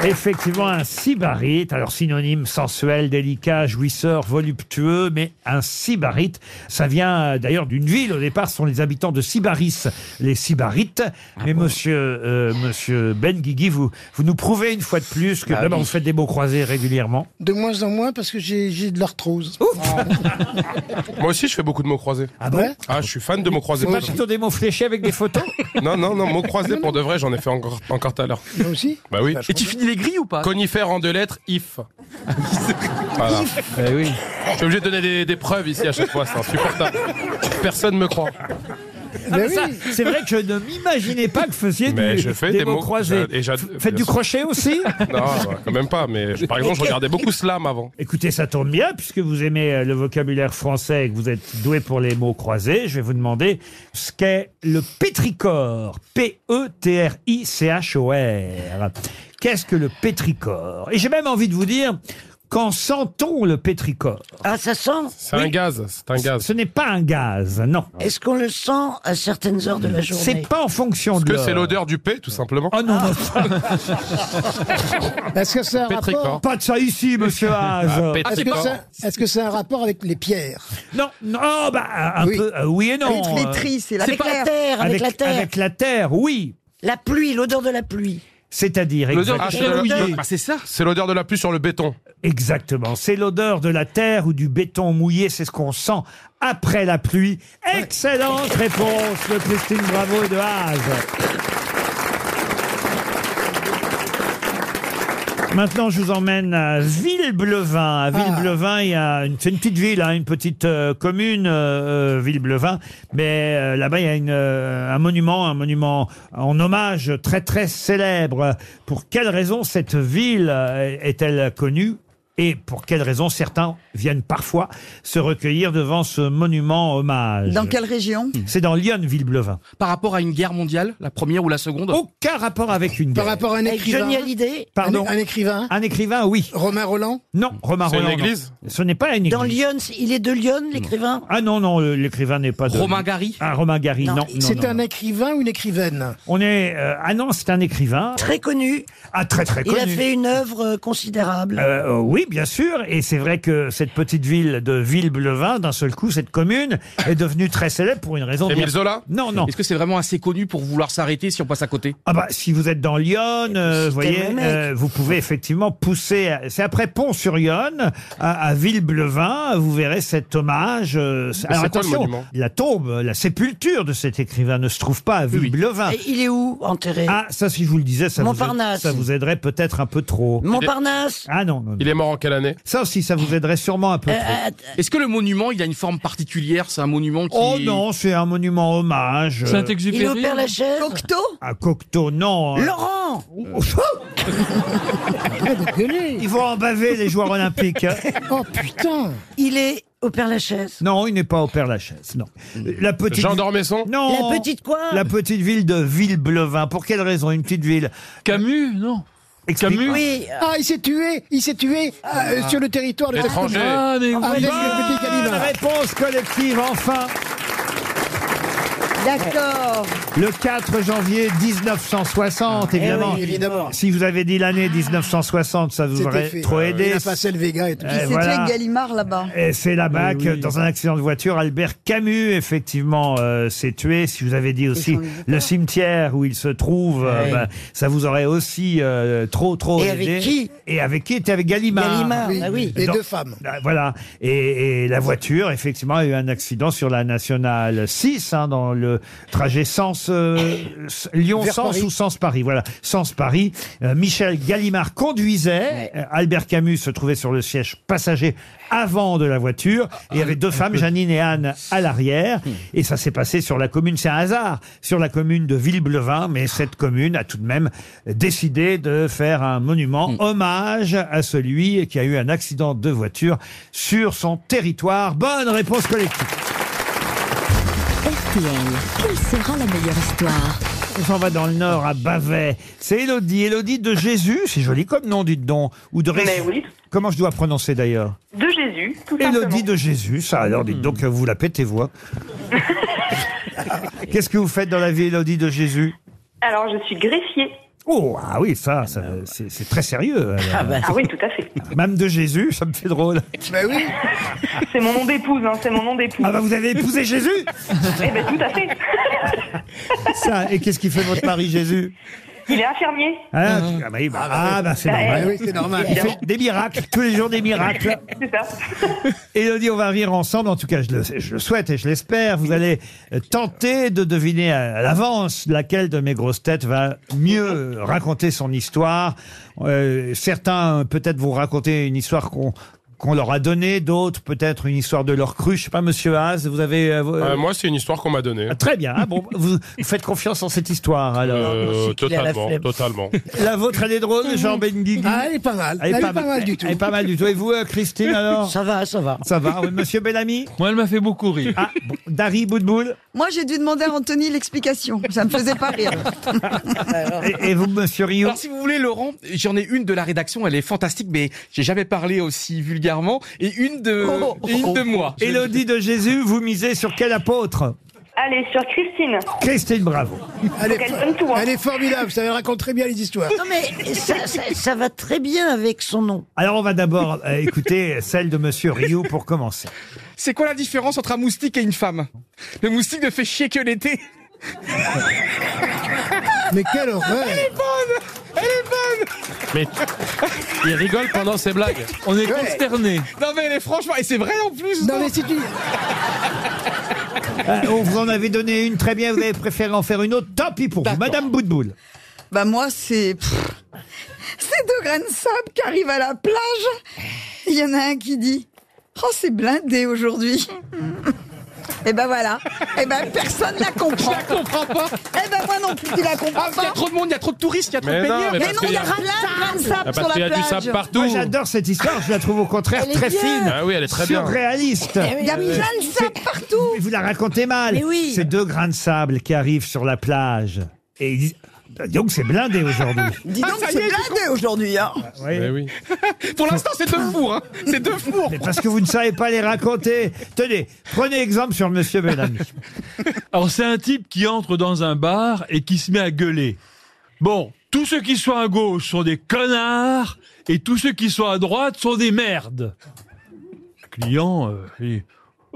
B: Effectivement, un sybarite, alors synonyme sensuel, délicat, jouisseur, voluptueux, mais un sybarite, ça vient euh, d'ailleurs d'une ville au départ, ce sont les habitants de Sybaris, les sybarites.
D: Ah
B: mais monsieur, euh, monsieur Ben Guigui, vous, vous nous prouvez une fois de plus
D: Bah
B: que d'abord vous faites des mots croisés régulièrement.
E: De moins en moins parce que j'ai j'ai de l'arthrose.
D: Moi aussi, je fais beaucoup de mots croisés.
B: Ah bon
D: Ah, je suis fan de mots croisés.
B: C'est pas plutôt des mots fléchés avec des photos
D: Non, non, non, mots croisés pour de vrai, j'en ai fait encore, encore tout à l'heure.
E: Moi aussi
D: Bah oui.
N: Et tu finis les grilles ou pas
D: Conifère en deux lettres,
B: (laughs)
D: if. Voilà. Eh oui. Je suis obligé de donner des, des preuves ici à chaque fois, c'est insupportable. (laughs) Personne me croit.
B: Ah, mais ça, C'est vrai que je ne m'imaginais pas que vous faisiez du-
D: Mais je fais des,
B: mots croisés.
D: et j'ad-
B: Faites du
D: bien sûr.
B: crochet aussi
D: Non, bah, quand même pas, mais je- par exemple, je regardais
B: (laughs)
D: beaucoup Slam avant.
B: Écoutez, ça tombe bien, puisque vous aimez euh, le vocabulaire français et que vous êtes doué pour les mots croisés, je vais vous demander ce qu'est le E pétrichor. P-E-T-R-I-C-H-O-R. Qu'est-ce que le pétrichor Et j'ai même envie de vous dire, quand sent-on le pétrichor
F: Ah, ça sent
D: C'est un gaz, c'est un gaz.
B: Ce n'est pas un gaz, Ah, non.
F: Est-ce qu'on le sent à certaines heures de la journée
B: C'est pas en fonction de
D: Que c'est
B: l'heure.
D: l'odeur du P, tout simplement.
B: Oh non, non.
E: (laughs) Est-ce que c'est un
D: Pétricor.
E: rapport
B: Pas de ça ici, monsieur
D: Ah,
B: Haas.
E: Est-ce que ça- est-ce que c'est un rapport avec les pierres
B: Non, non, oh, bah, un
E: Oui.
B: peu, euh, oui et non.
E: Avec les
B: euh,
E: tris, c'est la
F: Avec la terre, avec, la terre.
B: Avec la terre, oui.
F: La pluie, l'odeur de la pluie.
B: C'est-à-dire
D: L'odeur
B: exactement.
D: du chêne mouillé.
C: Bah, c'est ça.
D: C'est l'odeur de la pluie sur le béton.
B: Exactement. C'est l'odeur de la terre ou du béton mouillé, c'est ce qu'on sent après la pluie. Excellente réponse de Christine Bravo et de Haas. Maintenant, je vous emmène à Villeblevin. À Villeblevin, il y a une, c'est une petite ville, hein, une petite euh, commune, euh, euh, Villeblevin. Mais euh, là-bas, il y a une, euh, un monument, un monument en hommage très très célèbre. Pour quelle raison cette ville euh, est-elle connue et pour quelle raison certains viennent parfois se recueillir devant ce monument hommage Hmm.
H: Dans quelle région
B: C'est dans Lyon, Villeblevin.
C: Par rapport à une guerre mondiale, la première ou la seconde
B: Aucun rapport avec une guerre.
E: Par rapport à un écrivain.
B: Pardon
E: Un, un écrivain.
B: Un écrivain, oui.
E: Romain Roland
B: Non, Romain
E: C'est une
B: Roland, non.
E: église
B: Ce n'est pas une église.
F: Dans Lyon, il est de Lyon, l'écrivain
B: Ah non, non, le- l'écrivain n'est pas de...
E: Romain
C: Gary
B: Ah, Romain Gary, non. non,
E: C'est
B: non.
E: un écrivain ou une écrivaine
B: On est... euh, ah non, c'est un écrivain.
F: Très connu.
B: Ah, très très connu.
F: Il a fait une œuvre euh, considérable.
B: Euh, euh, oui, bien sûr. Et c'est vrai que cette petite ville de Villeblevin, d'un seul coup, cette commune, est devenue très célèbre pour une raison... bien-
C: Émile Zola
B: Non, non.
C: Est-ce que c'est vraiment assez connu pour vouloir s'arrêter si on passe à côté
B: Ah bah si vous êtes dans Lyon, euh, vous voyez,
C: le mec.
B: euh, vous pouvez effectivement pousser. à- C'est après Pont-sur-Yonne, à, à Villeblevin, vous verrez cet hommage. euh,
D: Mais c'est quoi le monument
B: la tombe, la sépulture de cet écrivain ne se trouve pas à Villeblevin.
F: Et il est où enterré
B: Ah ça, si je vous le disais, ça, vous,
F: Montparnasse.
B: ça vous aiderait peut-être un peu trop.
F: Montparnasse
B: Ah non, non, non.
D: Il est mort en quelle année
B: Ça aussi, ça vous aiderait sûrement un peu
F: Euh,
B: trop.
C: Est-ce que le monument, il a une forme particulière C'est un monument qui.
B: Oh non, c'est un monument hommage. euh,
F: Père-Lachaise
H: Cocteau
B: À Cocteau, non. hein.
F: Laurent
B: Ils vont en baver, les joueurs olympiques.
E: Ah, (laughs) Oh putain
F: Il est au Père-Lachaise.
B: Non, il n'est pas au Père-Lachaise, non. La petite...
D: Jean d'Ormesson
B: Non.
F: La petite quoi
B: La petite ville de Villeblevin. Pour quelle raison Une petite ville.
G: Camus, non Camus
F: Oui. euh,
E: Ah, il s'est tué Il s'est tué euh,
B: Ah.
E: sur le territoire de cette
D: L'étranger.
E: commune.
G: Ah, mais
E: Avec
G: oui.
E: le petit
B: Bonne
E: Gallimard.
B: réponse collective, enfin
H: D'accord.
B: Le 4 janvier 1960, évidemment.
E: Ah, oui, évidemment.
B: Si vous avez dit l'année 1960, ça vous
E: C'était
B: aurait
E: fait. Ah,
B: trop aidé.
E: Il a passé le Vega et tout.
B: Eh,
H: Qui s'est
B: voilà.
H: tué avec Gallimard là-bas
B: Et c'est là-bas
G: Eh
B: que,
G: oui.
B: dans un accident de voiture, Albert Camus, effectivement, euh, s'est tué. Si vous avez dit aussi le cimetière où il se trouve, euh,
F: Ouais.
B: bah, ça vous aurait aussi euh, trop, trop
F: Et
B: aidé.
F: avec qui
B: Et avec qui C'était avec Gallimard.
F: Gallimard, ah oui.
E: Les
B: Dans-
E: deux femmes.
B: Ah, Voilà. Et, et la voiture, effectivement, a eu un accident sur la nationale 6, hein, dans le trajet Sens, euh, s- Lyon,
E: Vers
B: Sens
E: Paris.
B: ou Sens Paris. Voilà. Sens Paris. Euh, Michel Gallimard conduisait. Euh, Albert Camus se trouvait sur le siège passager avant de la voiture. Et il y avait deux femmes, Janine et Anne, à l'arrière. Et ça s'est passé sur la commune. C'est un hasard. Sur la commune de Villeblevin. Mais cette commune a tout de même décidé de faire un monument hommage à celui qui a eu un accident de voiture sur son territoire. Bonne réponse collective.
I: RTL, quelle sera la meilleure histoire
B: On s'en va dans le nord, à Bavet. C'est Élodie, Élodie de Jésus, c'est joli comme nom, dites donc. Ou de Ré-
L: Mais oui.
B: Comment je dois prononcer d'ailleurs
L: De Jésus, tout
B: Élodie de Jésus, ça alors dites donc, vous la
L: (laughs)
B: pétez vous. hein. Qu'est-ce que vous faites dans la vie, Élodie de Jésus
L: Alors, je suis greffier.
B: Oh, ah oui, ça, ça, c'est c'est très sérieux. hein, alors.
L: Ah oui, tout à fait.
B: Même de Jésus, ça me fait drôle.
J: Bah
C: Bah
J: (laughs)
E: Ben oui.
L: C'est mon nom d'épouse, hein, c'est mon nom d'épouse.
B: Ah bah vous avez
J: (laughs)
B: épousé Jésus
L: Eh ben, tout à fait.
B: ça, Et qu'est-ce qui fait votre mari Jésus
L: Il est infirmier.
B: Hein, tu- Ah bah, oui, bah, ah, bah, c'est
L: Bah,
B: normal.
E: oui, c'est normal.
B: Il fait des miracles, tous les jours des (laughs) miracles.
L: C'est ça.
B: Élodie, on va rire ensemble. En tout cas, je le, je le souhaite et je l'espère. Vous allez euh, tenter de deviner à à l'avance laquelle de mes grosses têtes va mieux raconter son histoire. Euh, certains, euh, peut-être, vont raconter une histoire qu'on qu'on leur a donnée. D'autres, peut-être, une histoire de leur cru. Je sais pas, monsieur Haas, vous avez... euh,
D: Euh,
B: euh,
D: Moi, c'est une histoire qu'on m'a donnée.
B: ah, Très bien. hein, bon, vous vous faites confiance en cette histoire, alors.
D: Euh,
F: qu'il a la
D: totalement,
F: flemme.
D: totalement.
B: La vôtre, elle est drôle, Jean Benguigui
E: Ah, elle est pas mal. Elle, est pas, mal du tout.
B: Elle est pas mal du tout. Et vous, euh, Christine, alors
F: Ça va, ça va.
B: Ça va, oui, monsieur Bellamy
G: Moi, elle m'a fait beaucoup rire.
B: Ah, bon, Dari Boudboul
H: Moi, j'ai dû demander à Anthony l'explication. Ça me faisait pas
C: (laughs)
H: rire.
B: et, et vous, monsieur Rio
C: Alors si vous voulez Laurent, j'en ai une de la rédaction, elle est fantastique, mais j'ai jamais parlé aussi vulgairement, et une de,
F: Oh, oh,
C: et une
F: oh.
C: de moi.
B: Élodie de Jésus, vous misez sur quel apôtre
L: Allez, sur Christine.
B: Christine Bravo.
E: Elle est,
L: Donc, elle donne tout, hein.
E: elle est formidable. Ça elle raconte très bien les histoires.
F: Non mais ça, ça- ça va très bien avec son nom.
B: Alors on va d'abord euh, écouter celle de monsieur Rio pour commencer.
C: C'est quoi la différence entre un moustique et une femme Le moustique ne fait chier que l'été.
E: Mais quelle horreur
C: Elle est bonne
D: Mais il rigole pendant ses blagues.
G: On est consternés.
C: (laughs) Non mais elle est franchement, et c'est vrai en plus
E: Non
C: non
E: mais si tu
B: Euh, on vous en avait donné une très bien, vous avez préféré en faire une autre. Tant pis pour vous, madame Boudboul.
H: Bah moi, c'est pff, c'est de grains de sable qui arrivent à la plage. Il y en a un qui dit Oh, c'est blindé aujourd'hui. (laughs) Et ben voilà. Et ben personne la
C: (laughs)
H: comprend. Je la comprends pas. Et ben moi non plus, tu la comprends
C: Il y
H: pas.
C: a Ah, trop de monde, il y a trop de touristes, il y a trop de
H: Mais non,
C: payeurs.
H: mais Mais parce non, qu'il y a y a- plein de grains de sable
D: Ah, parce sur la qu'il y a du plage. sable partout.
B: Moi, j'adore cette histoire. Je la trouve au contraire
D: Elle est
B: très
D: bien.
B: fine.
D: Ah oui, elle est très bien.
B: surréaliste.
D: Eh oui. Il y a plein de
B: sable partout. Mais vous la racontez mal.
D: Mais oui.
B: Ces deux grains de sable qui arrivent sur la plage et ils disent Dis donc c'est blindé aujourd'hui.
H: Dis donc,
C: Ah, ça y
H: c'est
C: est, j'ai
H: blindé aujourd'hui. Hein.
D: Eh
B: oui.
C: Pour l'instant, c'est deux fours. Hein. C'est deux fours.
B: Mais parce que vous ne savez pas les raconter. Tenez, prenez exemple sur Monsieur Bellamy.
G: Alors c'est un type qui entre dans un bar et qui se met à gueuler. Bon, tous ceux qui sont à gauche sont des connards et tous ceux qui sont à droite sont des merdes. Le client, euh, il dit,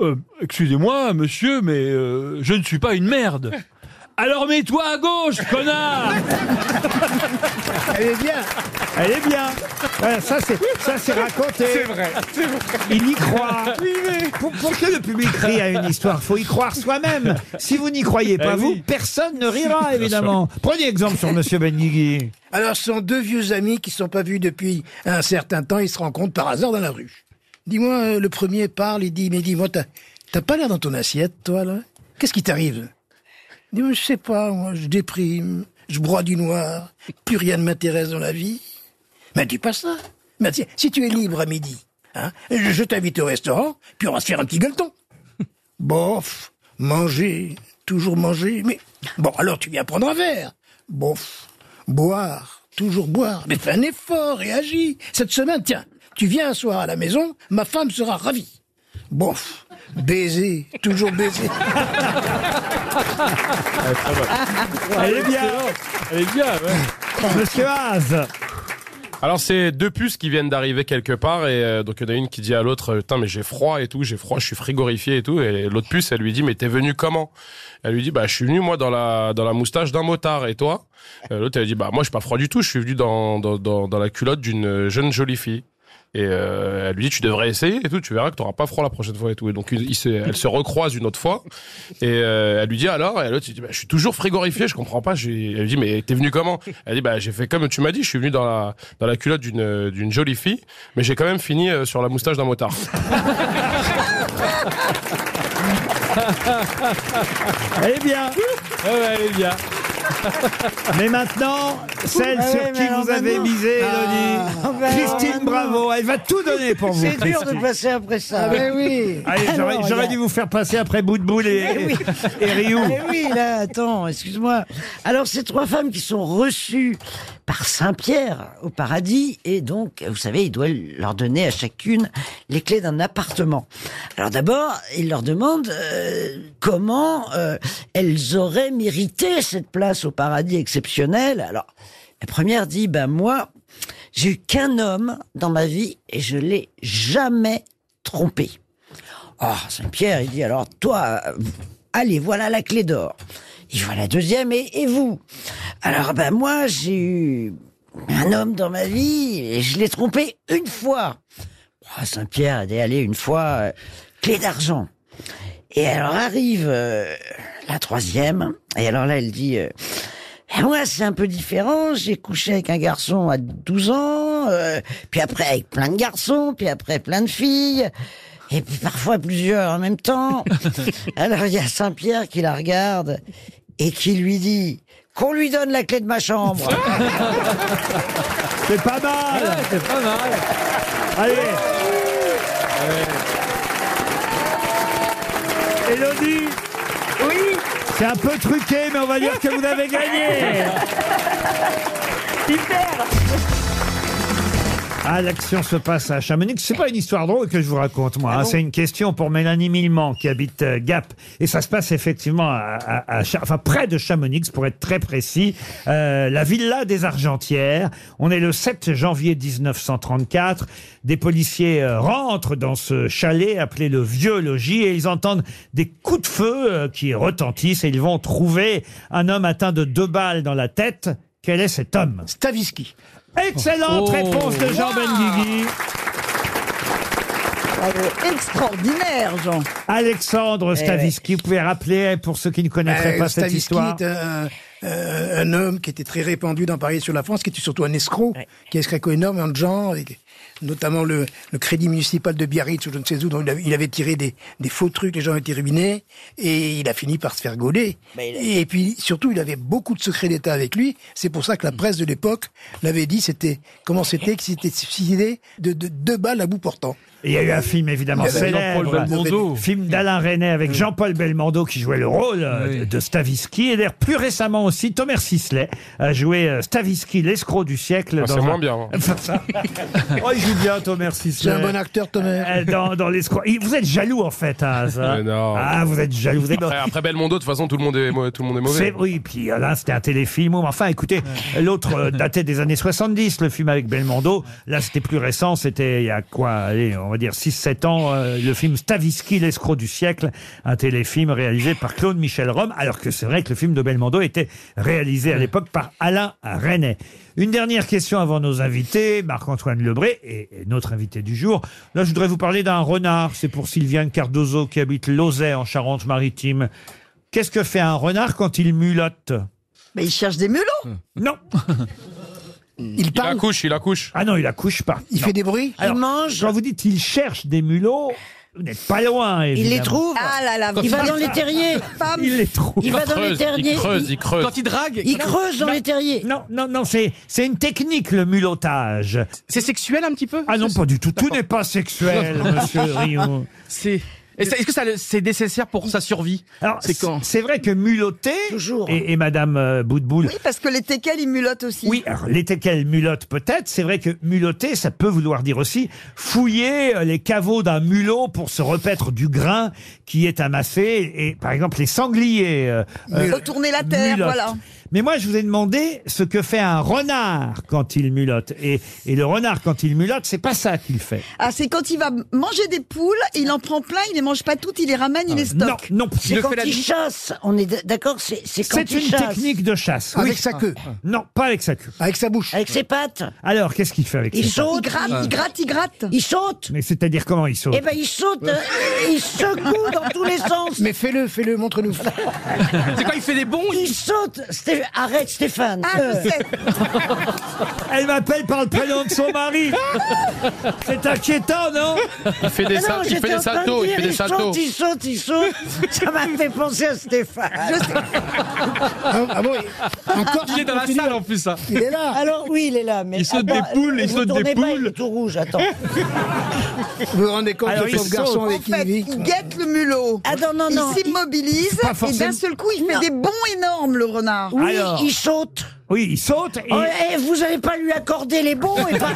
G: Euh, excusez-moi monsieur, mais euh, je ne suis pas une merde. (laughs) Alors mets-toi à gauche, connard
B: Elle est bien. Elle est bien. Voilà, ça c'est ça c'est raconté.
M: C'est vrai, c'est vrai.
B: Il y croit.
M: Oui,
B: Pour, pour que le public rie à une histoire, faut y croire soi-même. Si vous n'y croyez pas
E: Eh
B: vous,
E: oui.
B: personne ne rira évidemment. Prenez exemple sur Monsieur Benguigui.
E: Alors, ce sont deux vieux amis qui ne sont pas vus depuis un certain temps. Ils se rencontrent par hasard dans la rue. Dis-moi, euh, le premier parle, il dit, mais dis-moi, t'as- t'as pas l'air dans ton assiette, toi, là Qu'est-ce qui t'arrive Dis-moi, je sais pas, moi, je déprime, je broie du noir, plus rien ne m'intéresse dans la vie. Mais dis pas ça. Mais tiens, si tu es libre à midi, hein, je je t'invite au restaurant, puis on va se faire un petit gueuleton. (laughs) Bof, manger, toujours manger, mais bon, alors tu viens prendre un verre. Bof, boire, toujours boire, mais fais un effort, réagis. Cette semaine, tiens, tu viens un soir à la maison, ma femme sera ravie. Bof, baiser, toujours baiser.
F: Ah,
B: Elle est bien.
D: Elle est bien,
B: Monsieur Haas.
D: Alors c'est deux puces qui viennent d'arriver quelque part et euh, donc il y en a une qui dit à l'autre euh, putain mais j'ai froid et tout j'ai froid je suis frigorifié et tout et l'autre puce elle lui dit mais t'es venu comment elle lui dit bah je suis venu moi dans la dans la moustache d'un motard et toi Euh, l'autre elle dit bah moi je suis pas froid du tout je suis venu dans dans dans, dans la culotte d'une euh, jeune jolie fille et euh, elle lui dit tu devrais essayer et tout tu verras que t'auras pas froid la prochaine fois et tout et donc il- il se- elle se recroise une autre fois et euh, elle lui dit alors et l'autre il dit bah, je suis toujours frigorifié je comprends pas j'ai- elle lui dit mais t'es venu comment elle dit bah j'ai fait comme tu m'as dit je suis venu dans la dans la culotte d'une euh, d'une jolie fille mais j'ai quand même fini euh, sur la moustache d'un
B: (laughs)
D: motard
G: Eh
B: Elle est bien.
G: elle est bien.
B: Mais maintenant, celle
M: Ah
B: sur
M: ouais,
B: qui
M: mais alors
B: vous avez
M: maintenant-
B: misé, Elodie.
M: Ah, mais alors
B: Christine
M: maintenant-
B: Bravo, elle va tout donner pour vous.
F: C'est dur de
B: Christine.
F: passer après
E: Ah,
F: ça.
B: mais Allez, j'aurais- J'aurais dû vous faire passer après bout de boule et,
F: oui.
B: et Ryu.
F: Eh oui, là, attends, excuse-moi. Alors, ces trois femmes qui sont reçues par Saint-Pierre au paradis, et donc, vous savez, il doit leur donner à chacune les clés d'un appartement. Alors d'abord, il leur demande euh, comment euh, elles auraient mérité cette place au paradis exceptionnelle. Alors, la première dit, ben moi, j'ai eu qu'un homme dans ma vie et je l'ai jamais trompé. Oh, Saint-Pierre, il dit alors, toi, euh, allez, voilà la clé d'or. Il voit la deuxième, et, et vous Alors, ben, moi, j'ai eu un homme dans ma vie, et je l'ai trompé une fois. Oh, Saint-Pierre, il dit, allez, une fois, euh, clé d'argent. Et alors arrive euh, la troisième, et alors là, elle dit... euh, Ben, moi, c'est un peu différent. J'ai couché avec un garçon à 12 ans, euh, puis après avec plein de garçons, puis après plein de filles. Et puis parfois plusieurs en
B: (laughs)
F: même temps. Alors il y a Saint-Pierre qui la regarde et qui lui dit qu'on lui donne la clé de ma chambre.
B: (laughs) c'est pas mal.
G: Ah c'est pas mal.
B: Allez. Elodie. Oui. C'est un peu truqué, mais on va dire que vous avez gagné. (laughs)
M: Super
B: Ah, l'action se passe à Chamonix. C'est pas une histoire drôle que je vous raconte, moi. hein. C'est une question pour Mélanie Milman, qui habite euh, Gap. Et ça se passe effectivement à, à- à Cha- enfin, près de Chamonix, pour être très précis. Euh, la Villa des Argentières. On est le 7 janvier 1934. Des policiers euh, rentrent dans ce chalet appelé le Vieux Logis et ils entendent des coups de feu euh, qui retentissent et ils vont trouver un homme atteint de deux balles dans la tête. Quel est cet homme Eh
E: Stavisky.
B: Excellente
E: Oh.
B: réponse de Jean
E: Wow.
B: Benguigui.
H: Ah, Extraordinaire, Jean.
B: Alexandre
H: Eh
B: Stavisky, vous pouvez rappeler pour ceux qui ne connaîtraient
E: Euh,
B: pas cette
E: Stavisky
B: histoire.
E: est un, euh, un homme qui était très répandu dans Paris et sur la France, qui était surtout un escroc, qui a escroqué énormément de gens, et notamment le, le crédit municipal de Biarritz ou je ne sais où, dont il avait, il avait tiré des, des faux trucs, les gens étaient ruinés, et il a fini par se faire gauler. Et puis surtout, il avait beaucoup de secrets d'État avec lui, c'est pour ça que la presse de l'époque l'avait dit, c'était comment c'était que c'était suicidé de, de deux balles à bout portant.
B: Et il y a eu un film évidemment
E: Il y avait
B: célèbre,
E: Jean-Paul Belmondo.
B: film d'Alain Resnais avec Jean-Paul Belmondo qui jouait le rôle euh, de- de Stavisky. Et d'ailleurs plus récemment aussi, Thomas Sisley a joué euh, Stavisky, l'escroc du siècle.
D: Ah,
B: dans
D: c'est
B: un-
D: moins bien,
B: (laughs)
D: hein.
B: Ça. oh, il joue bien Thomas Sisley.
E: C'est un bon acteur, Thomas.
B: Euh, dans, dans l'escroc. Il- Vous êtes jaloux en fait, hein, ça.
D: Mais non.
B: Ah, vous êtes jaloux. Vous êtes...
D: Après, après Belmondo, de toute façon, tout le monde est, mau- tout le monde est mauvais.
B: C'est- oui, puis là, c'était un téléfilm. mais Enfin, écoutez, l'autre euh, datait des années 70, le film avec Belmondo. Là, c'était plus récent, c'était il y a quoi, allez, on va dire 6-7 ans, euh, le film Stavisky, l'escroc du siècle, un téléfilm réalisé par Claude Michel Rome, alors que c'est vrai que le film de Belmondo était réalisé à l'époque par Alain Resnais. Une dernière question avant nos invités, Marc-Antoine Lebré et, et notre invité du jour. Là, je voudrais vous parler d'un renard. C'est pour Sylviane Cardozo qui habite Lauzet en Charente-Maritime. Qu'est-ce que fait un renard quand il mulotte Hmm.
H: Mais il cherche des mulots
B: Non
E: (laughs) Il,
D: accouche, il accouche.
B: Ah non, il accouche pas.
E: Il fait des bruits
B: Alors, Quand vous dites il cherche des mulots, vous n'êtes pas loin. évidemment.
H: Ah là là,
B: Quand il va dans les terriers.
H: (laughs) Femme.
B: Il les trouve.
H: Il va dans les terriers.
D: Quand il
H: drague, il creuse dans les
B: terriers. Non, non, non, c'est c'est une technique le mulottage.
C: C'est sexuel un petit peu
B: Ah non, pas du tout. Tout n'est
C: (laughs)
B: pas sexuel, monsieur Rion.
C: C'est. et ça- Est-ce que ça le- c'est nécessaire pour sa survie
B: Alors, c'est- C'est vrai que mulotter et, et Madame euh, Boutboul.
H: Oui, parce que les teckels, ils mulottent aussi.
B: Oui, alors les teckels mulottent peut-être. C'est vrai que mulotter, ça peut vouloir dire aussi fouiller euh, les caveaux d'un mulot pour se repaître du grain qui est amassé. Et par exemple, les sangliers. euh, euh,
H: Retourner la terre,
B: mulottent.
H: voilà.
B: Mais moi, je vous ai demandé ce que fait un renard quand il mulotte. Et, et le renard, quand il mulotte, c'est pas ça qu'il fait.
H: Ah, c'est quand il va manger des poules, il en prend plein, il les mange pas toutes, il les ramène, il les stocke.
B: Non, non.
F: C'est quand il chasse, on est d- d'accord, c'est c'est quand
B: C'est
F: il
B: une
F: chasse.
B: technique de chasse.
F: Avec
B: oui.
F: sa queue.
B: Non, pas avec sa queue.
E: Avec sa bouche.
B: Avec ses pattes. Alors, qu'est-ce qu'il fait avec
F: Il
B: ses pattes
F: saute, Il gratte, il gratte,
H: il gratte.
F: Il saute.
B: Mais c'est-à-dire comment il saute
F: Eh ben, il saute, euh, il secoue dans tous les sens.
E: Mais fais-le, fais-le, montre-nous.
C: C'est quoi, il fait des bons
F: Il saute. Sté- Arrête, Stéphane.
H: Ah, je sais.
B: Elle m'appelle par le prénom de son mari. C'est inquiétant, non
D: Il fait des
F: Ah non,
D: sa- il
F: j'étais
D: fait des
F: en train de
D: saltos, il
F: dire,
D: fait des saltos.
F: saute, il saute, il saute. Ça m'a fait penser à Stéphane.
E: Ah, ah bon, encore
C: Il est dans la salle en plus, hein. ça.
F: Il est là. Alors oui, il est là. Mais
C: Il saute des poules, il
F: vous
C: saute des
F: tournez pas, il est tout rouge, attends.
E: Vous vous rendez compte
F: Alors,
E: du
F: il
E: pauvre
F: saute.
E: garçon
F: En
E: avec qui
H: fait,
E: il vit
H: il guette le mulot.
F: Ah non, non, non.
H: Il s'immobilise
B: Pas forcément.
H: et d'un seul coup, il fait
F: Non.
H: des bonds énormes, le renard.
F: Oui, il saute.
B: Oui, il saute. Et...
F: Oh, eh, vous n'allez pas lui accorder les bons
B: (laughs)
F: et pas,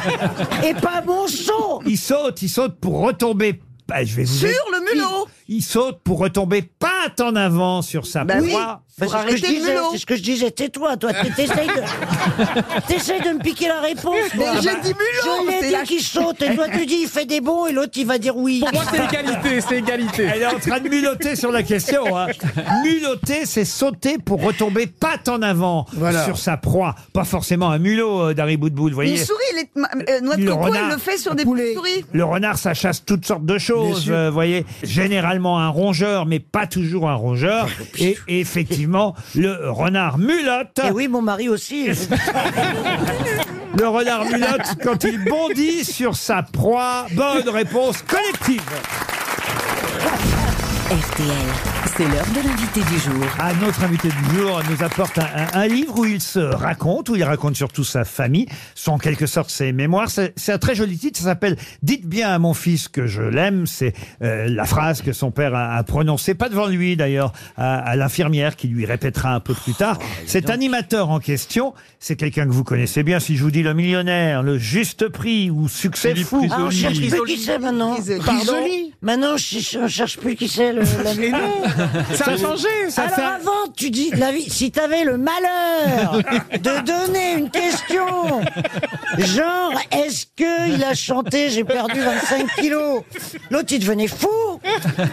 F: et pas bon son.
B: Il saute, il saute pour retomber. bah, je vais vous
H: Sur
B: aider.
H: le mulot.
B: Il, il saute pour retomber pas en avant sur sa
H: Ben
F: Bah oui,
B: proie.
F: bah, c'est ce que je disais, c'est ce que je disais, tais-toi, toi, t'es-
H: (laughs)
F: t'essayes de, t'essayes de me piquer la réponse.
H: Mais
F: toi.
H: j'ai dit mulot,
F: Je
H: c'est
F: l'ai
H: la-
F: dit qu'il saute, et toi tu dis il fait des bons, et l'autre il va dire oui.
C: Pour moi,
F: (laughs)
C: c'est égalité, c'est égalité.
B: Elle est en train de muloter sur la question.
F: (laughs)
B: Hein. Muloter, c'est sauter pour retomber pas en avant
E: Voilà.
B: sur sa proie. Pas forcément un mulot, euh, Dari Boudboul, vous voyez.
H: Une souris, il est... ma- euh, noix de
B: Le
H: coco, elle
B: renard.
H: le fait sur des petites souris.
B: Le renard, ça chasse toutes sortes de choses, euh, vous voyez. Généralement un rongeur, mais pas toujours un
F: (laughs)
B: rongeur. Et effectivement, le renard mulotte.
F: Et oui, mon mari aussi.
B: (laughs) Le renard mulotte quand il bondit sur sa proie. Bonne réponse collective.
I: RTL, c'est l'heure de l'invité du jour.
B: Ah, notre invité du jour nous apporte un, un- un livre où il se raconte, où il raconte surtout sa famille, sont en quelque sorte ses mémoires. C'est c'est un très joli titre, ça s'appelle « Dites bien à mon fils que je l'aime ». C'est euh, la phrase que son père a, a prononcée, pas devant lui d'ailleurs, à, à l'infirmière qui lui répétera un peu plus tard. Cet animateur en question, c'est quelqu'un que vous connaissez bien, si je vous dis « Le millionnaire »,« Le juste prix » ou « Succès
G: Philippe
B: fou
F: Ah, on cherche plus
C: Risoli.
F: qui c'est maintenant.
H: Pardon
F: Maintenant, je- je- on cherche plus qui c'est le. la-
C: Ça a changé.
B: Ça,
F: Alors
B: ça-
F: avant, tu dis, la vie, si t'avais le malheur de donner une question, genre, est-ce qu'il a chanté J'ai perdu 25 kilos L'autre, il devenait fou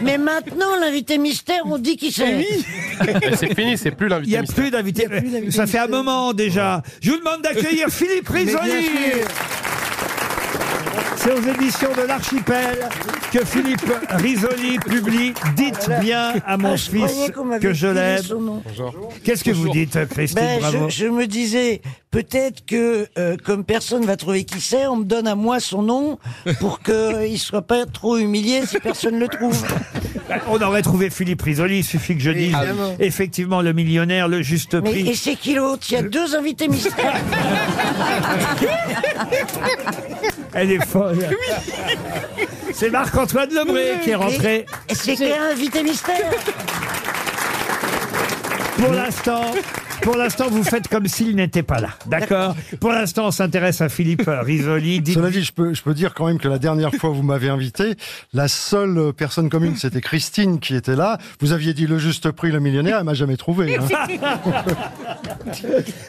F: Mais maintenant, l'invité mystère, on dit qui c'est.
D: Mais C'est fini, c'est plus
B: Il n'y
D: l'invité.
B: a plus d'invité. Ça fait un moment déjà. Je vous demande d'accueillir Philippe Risoli. C'est aux éditions de l'Archipel que Philippe Risoli publie Dites bien à mon
F: Ah, je
B: fils
F: croyais qu'on m'avait
B: que je
F: dit
B: l'aime.
F: son nom.
B: Qu'est-ce que vous dites, Christine
F: Ben,
B: Bravo
F: je, je me disais, peut-être que, euh, comme personne va trouver qui c'est, on me donne à moi son nom pour qu'il ne soit pas trop humilié si personne le trouve.
B: On aurait trouvé Philippe Risoli, il suffit que je dise
F: Évidemment.
B: effectivement le millionnaire, (laughs) le juste
F: Mais,
B: prix.
F: et c'est qui l'autre Il y a deux
B: (laughs)
F: invités mystères.
B: Elle est folle. C'est Marc-Antoine Lebré qui est rentré.
F: Et c'est qui un
B: (laughs)
F: invité mystère
B: Pour l'instant, pour l'instant, vous faites comme s'il n'était pas là. D'accord Pour l'instant, on s'intéresse à Philippe
R: (laughs)
B: Risoli.
R: Cela dit, je peux, je peux dire quand même que la dernière fois où vous m'avez invité, la seule personne commune, c'était Christine qui était là. Vous aviez dit le juste prix, le millionnaire, elle m'a jamais trouvé. hein.
B: (laughs)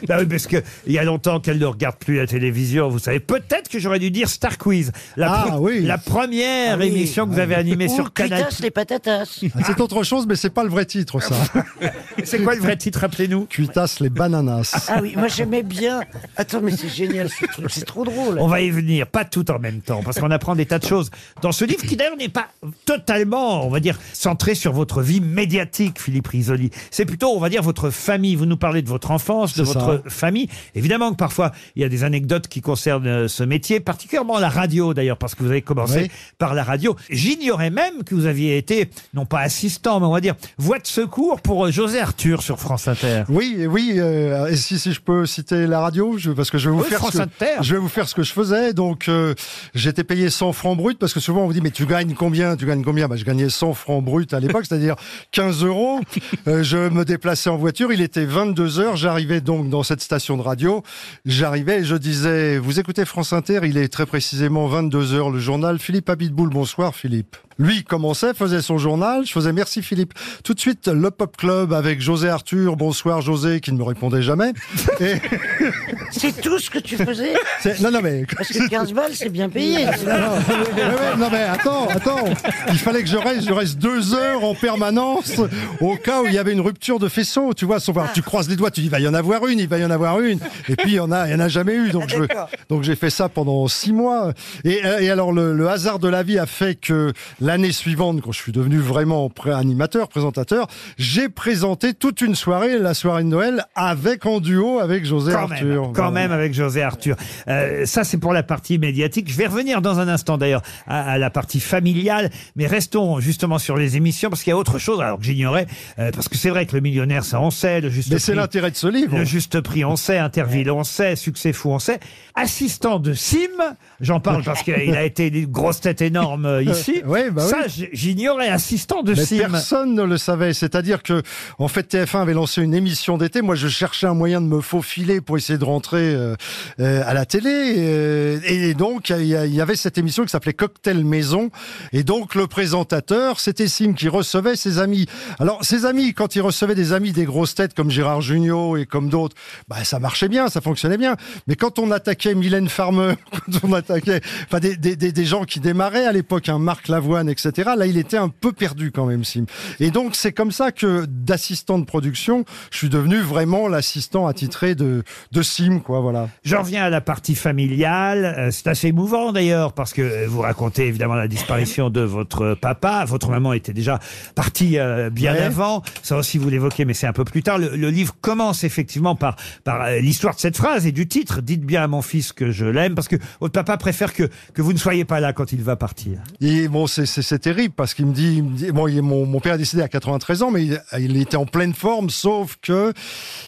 B: Bah oui, parce que il y a longtemps qu'elle ne regarde plus la télévision, vous savez. Peut-être que j'aurais dû dire Star Quiz. La, pre- la première émission que vous avez animée
F: Ou
B: sur Canal.
F: Cuitas les patatas.
R: C'est autre chose, mais c'est pas le vrai titre, ça.
B: (laughs) C'est quoi le vrai titre, rappelez-nous
R: Cuitas les bananas.
F: Ah oui, moi j'aimais bien. Attends, mais c'est génial ce truc, c'est trop drôle.
B: On va y venir, pas tout en même temps, parce qu'on apprend des tas de choses dans ce livre qui d'ailleurs n'est pas totalement, on va dire, centré sur votre vie médiatique, Philippe Risoli. C'est plutôt, on va dire, votre famille. Vous nous parlez de votre enfance, de
R: C'est ça.
B: votre famille. Évidemment que parfois, il y a des anecdotes qui concernent euh, ce métier, particulièrement la radio d'ailleurs, parce que vous avez commencé
R: Oui.
B: par la radio. J'ignorais même que vous aviez été, non pas assistant, mais on va dire, voix de secours pour euh, José Arthur sur France Inter.
R: Oui, et oui. euh, et si, si je peux citer la radio, je, parce que je vais vous
B: Oui,
R: faire
B: France
R: ce que,
B: Inter.
R: je vais vous faire ce que je faisais. Donc, euh, j'étais payé 100 francs bruts parce que souvent on vous dit mais tu gagnes combien Tu gagnes combien bah, je gagnais 100 francs bruts à l'époque, c'est-à-dire 15 euros. Euh, je me déplaçais en voiture. Il était 22 heures. J'arrivais donc dans cette station de radio. J'arrivais et je disais vous écoutez France Inter. Il est très précisément 22 heures. Le journal Philippe Abitboul. Bonsoir Philippe. Lui commençait, faisait son journal, je faisais merci Philippe. Tout de suite, le Pop Club avec José Arthur, bonsoir José, qui ne me répondait jamais. Et-
F: C'est tout ce que tu faisais
R: C'est- Non, non, mais...
F: Parce que 15 balles, c'est bien payé.
R: Ouais, ouais, non mais attends, attends. Il fallait que je reste, je reste deux heures en permanence au cas où il y avait une rupture de faisceau. Tu vois, sauf- alors, tu croises les doigts, tu dis il va y en avoir une, il va y en avoir une. Et puis il y en a, il y en a jamais eu. Donc je,
M: d'accord.
R: donc j'ai fait ça pendant six mois. Et, et alors le, le hasard de la vie a fait que l'année suivante, quand je suis devenu vraiment pré- animateur, présentateur, j'ai présenté toute une soirée, la soirée de Noël, avec en duo avec José
B: quand
R: Arthur. Bah
B: Même,
R: Voilà.
B: quand même avec José Arthur. Euh, ça, c'est pour la partie médiatique. Je vais revenir dans un instant d'ailleurs à, à la partie familiale, mais restons justement sur les émissions parce qu'il y a autre chose alors que j'ignorais. euh, parce que c'est vrai que le millionnaire, ça on sait. Le juste
R: Mais c'est
B: prix-
R: l'intérêt de ce livre.
B: Le juste prix, on sait. Interville, on sait. Succès fou, on sait. Assistant de Sim, j'en parle
R: (laughs)
B: parce qu'il a été une grosse tête énorme euh, ici.
R: Ouais, bah
B: ça,
R: oui.
B: j- j'ignorais. Assistant de
R: Mais
B: Sim.
R: personne ne le savait. C'est-à-dire que, en fait, TF1 avait lancé une émission d'été. Moi, je cherchais un moyen de me faufiler pour essayer de rentrer euh, euh, à la télé. Euh, Et, donc, il y, a- il y avait cette émission qui s'appelait Cocktail Maison. Et donc, le présentateur, c'était Sim qui recevait ses amis. Alors, ses amis, quand il recevait des amis des grosses têtes comme Gérard Jugnot et comme d'autres, bah, ça marchait bien, ça fonctionnait bien. Mais quand on attaquait Mylène Farmer, (laughs) quand on attaquait enfin, des, des, des, des gens qui démarraient à l'époque, un Marc Lavoine, etc., là, il était un peu perdu quand même, Sim. Et donc, c'est comme ça que d'assistant de production, je suis devenu vraiment l'assistant attitré de, de Sim, quoi, voilà.
B: J'en reviens à la partie familiale. Euh, C'est assez émouvant d'ailleurs parce que euh, vous racontez évidemment la disparition de votre papa. Votre maman était déjà partie euh, bien
R: Ouais.
B: avant. Ça aussi vous l'évoquez, mais c'est un peu plus tard. Le, le livre commence effectivement par par euh, l'histoire de cette phrase et du titre. Dites bien à mon fils que je l'aime parce que votre papa préfère que que vous ne soyez pas là quand il va partir.
R: Et bon, c'est- c'est c'est terrible parce qu'il me dit, il me dit- bon, il est- mon, mon père est décédé à 93 ans, mais il, il était en pleine forme, sauf que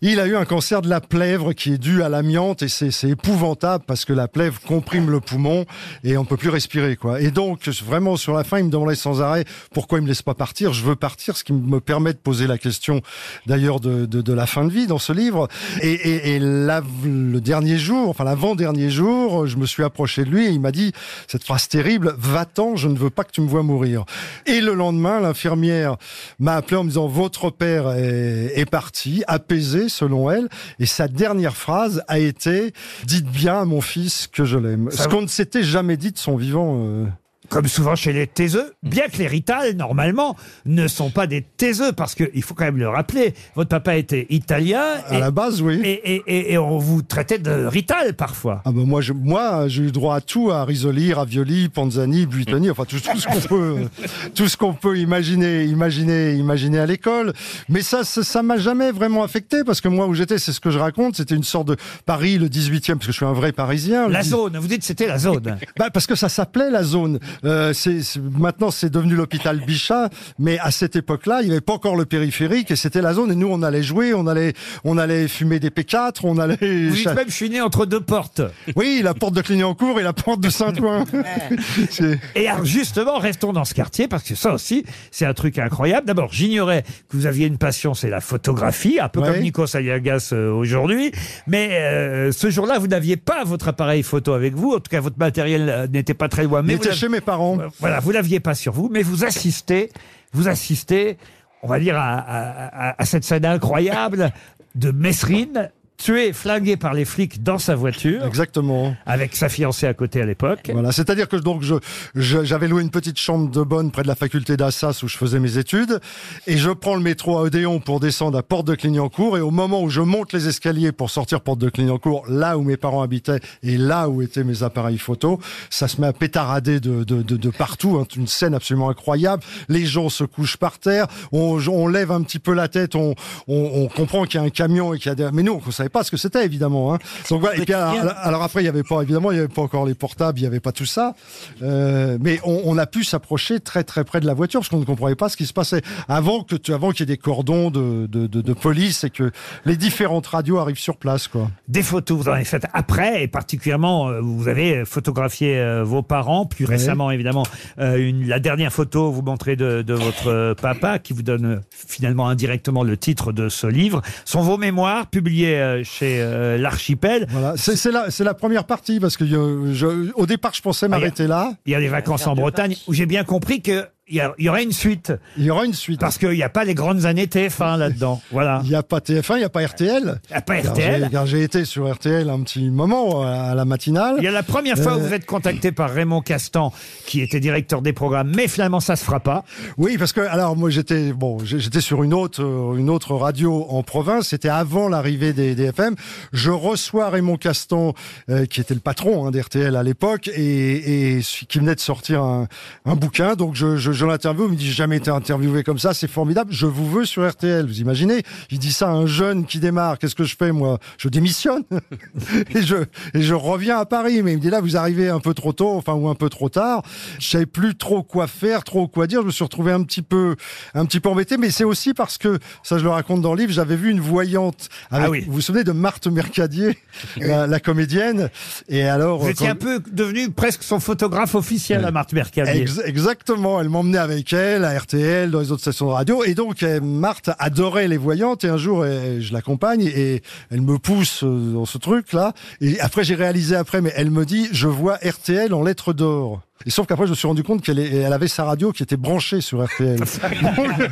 R: il a eu un cancer de la plèvre qui est dû à l'amiante et c'est c'est épouvantable parce que la plèvre comprime le poumon et on peut plus respirer, quoi. Et donc, vraiment, sur la fin, il me demandait sans arrêt pourquoi il me laisse pas partir. Je veux partir, ce qui me permet de poser la question d'ailleurs de, de, de la fin de vie dans ce livre. Et, et, et la- le dernier jour, enfin l'avant-dernier jour, je me suis approché de lui et il m'a dit cette phrase terrible Va-t'en, je ne veux pas que tu me vois mourir. Et le lendemain, l'infirmière m'a appelé en me disant Votre père est, est parti, apaisé selon elle. Et sa dernière phrase a été Dites bien à mon fils que je l'aime. Ce
B: Ça vous-
R: qu'on ne s'était jamais dit de son vivant. euh.
B: comme souvent chez les taiseux, bien que les Rital, normalement, ne sont pas des taiseux, parce qu'il faut quand même le rappeler, votre papa était italien. À la
R: base, oui.
B: Et, et- et- et on vous traitait de Rital parfois.
R: Ah ben moi, je- moi, j'ai eu droit à tout, à Risoli, Ravioli, Panzani, Buitoni, enfin tout, tout ce qu'on peut, euh, tout ce qu'on peut imaginer, imaginer, imaginer à l'école. Mais ça, ça ça m'a jamais vraiment affecté parce que moi où j'étais, c'est ce que je raconte, c'était une sorte de Paris le 18e, parce que je suis un vrai Parisien.
B: La
R: Le-
B: zone, vous dites c'était la zone.
R: (laughs) bah parce que ça s'appelait la zone. Euh, c'est- c'est- maintenant, c'est devenu l'hôpital Bichat, mais à cette époque-là, il n'y avait pas encore le périphérique et c'était la zone. Et nous, on allait jouer, on allait, on allait fumer des P4, on allait. (laughs)
B: Vous dites même, je suis né entre deux portes.
R: Oui, la porte de Clignancourt et la porte de
B: (laughs)
R: Saint-Ouen. (laughs) C'est-
B: Et alors justement, restons dans ce quartier parce que ça aussi, c'est un truc incroyable. D'abord, j'ignorais que vous aviez une passion, c'est la photographie, un peu
R: Ouais.
B: comme Nico Aliagas euh, aujourd'hui. Mais euh, ce jour-là, vous n'aviez pas votre appareil photo avec vous. En tout cas, votre matériel euh, n'était pas très loin. Mais
R: Il
B: vous
R: était
B: l'av-
R: chez mes parents.
B: Voilà, vous l'aviez pas sur vous, mais vous assistez, vous assistez, on va dire, à, à- à- à cette scène incroyable de Messrine tué, flingué par les flics dans sa voiture.
R: Exactement.
B: Avec sa fiancée à côté à l'époque.
R: Voilà, c'est-à-dire que donc je je- j'avais loué une petite chambre de bonne près de la faculté d'Assas où je faisais mes études et je prends le métro à Odéon pour descendre à Porte de Clignancourt et au moment où je monte les escaliers pour sortir Porte de Clignancourt, là où mes parents habitaient et là où étaient mes appareils photo, ça se met à pétarader de de, de, de partout, hein. une scène absolument incroyable. Les gens se couchent par terre, on, on lève un petit peu la tête, on on, on comprend qu'il y a un camion et qu'il y a des... mais nous on savait pas ce que c'était évidemment. Hein. Donc voilà, et puis alors, alors après, il y avait pas, évidemment, il n'y avait pas encore les portables, il n'y avait pas tout ça. Euh, mais on, on a pu s'approcher très très près de la voiture parce qu'on ne comprenait pas ce qui se passait. Avant que, tu- avant qu'il y ait des cordons de, de, de, de police et que les différentes radios arrivent sur place, quoi.
B: Des photos, vous en avez faites après, et particulièrement, euh, vous avez photographié euh, vos parents, plus récemment, évidemment, euh, une, la dernière photo vous montrez de, de votre euh, papa, qui vous donne euh, finalement indirectement le titre de ce livre, sont vos mémoires, publiées euh, chez euh, l'Archipel.
R: Voilà, c'est c'est la, c'est la première partie parce que euh, je- au départ, je pensais m'arrêter là.
B: Ah, Il y a les vacances en Bretagne, où j'ai bien compris qu'il y, a- il y aurait une suite.
R: Il y aura une suite.
B: Parce qu'il n'y a pas les grandes années TF1 là-dedans. Voilà.
R: Il n'y a pas TF1, il n'y a pas RTL.
B: Il n'y a Ah, pas
R: Car
B: RTL.
R: j'ai- Car j'ai été sur RTL un petit moment euh, à la matinale.
B: Il y a la première fois où
R: Euh,
B: vous êtes contacté par Raymond Castan, qui était directeur des programmes, mais finalement ça se fera pas.
R: Oui, parce que alors moi j'étais bon, j'ai- j'étais sur une autre euh, une autre radio en province. C'était avant l'arrivée des, des FM. Je reçois Raymond Castan, euh, qui était le patron hein, d'RTL à l'époque et, et su- qui venait de sortir un, un bouquin. Donc je, je, je l'interviewe. Il me dit j'ai jamais été interviewé comme ça, c'est formidable. Je vous veux sur RTL. Vous imaginez Il dit ça à un jeune qui démarre. Qu'est-ce que je fais moi Je démissionne (laughs) et je et je reviens à Paris. Mais il me dit là vous arrivez un peu trop tôt, enfin ou un peu trop tard. Je savais plus trop quoi faire, trop quoi dire. Je me suis retrouvé un petit peu, un petit peu embêté, mais c'est aussi parce que ça, je le raconte dans le livre. J'avais vu une voyante.
B: Ah
R: avec- Vous vous souvenez de Marthe Mercadier, la, la comédienne. Et alors,
B: Vous
R: euh,
B: étiez
R: quand-
B: un peu devenu presque son photographe officiel à Marthe Mercadier.
R: Ex- exactement, elle m'emmenait avec elle à RTL, dans les autres stations de radio. Et donc, eh, Marthe adorait les voyantes. Et un jour, eh, je l'accompagne et elle me pousse euh, dans ce truc-là. Et après, j'ai réalisé après, mais elle me dit, je vois RTL en lettres d'or. Et sauf qu'après, je me suis rendu compte qu'elle est- elle avait sa radio qui était branchée sur RTL.
B: (laughs)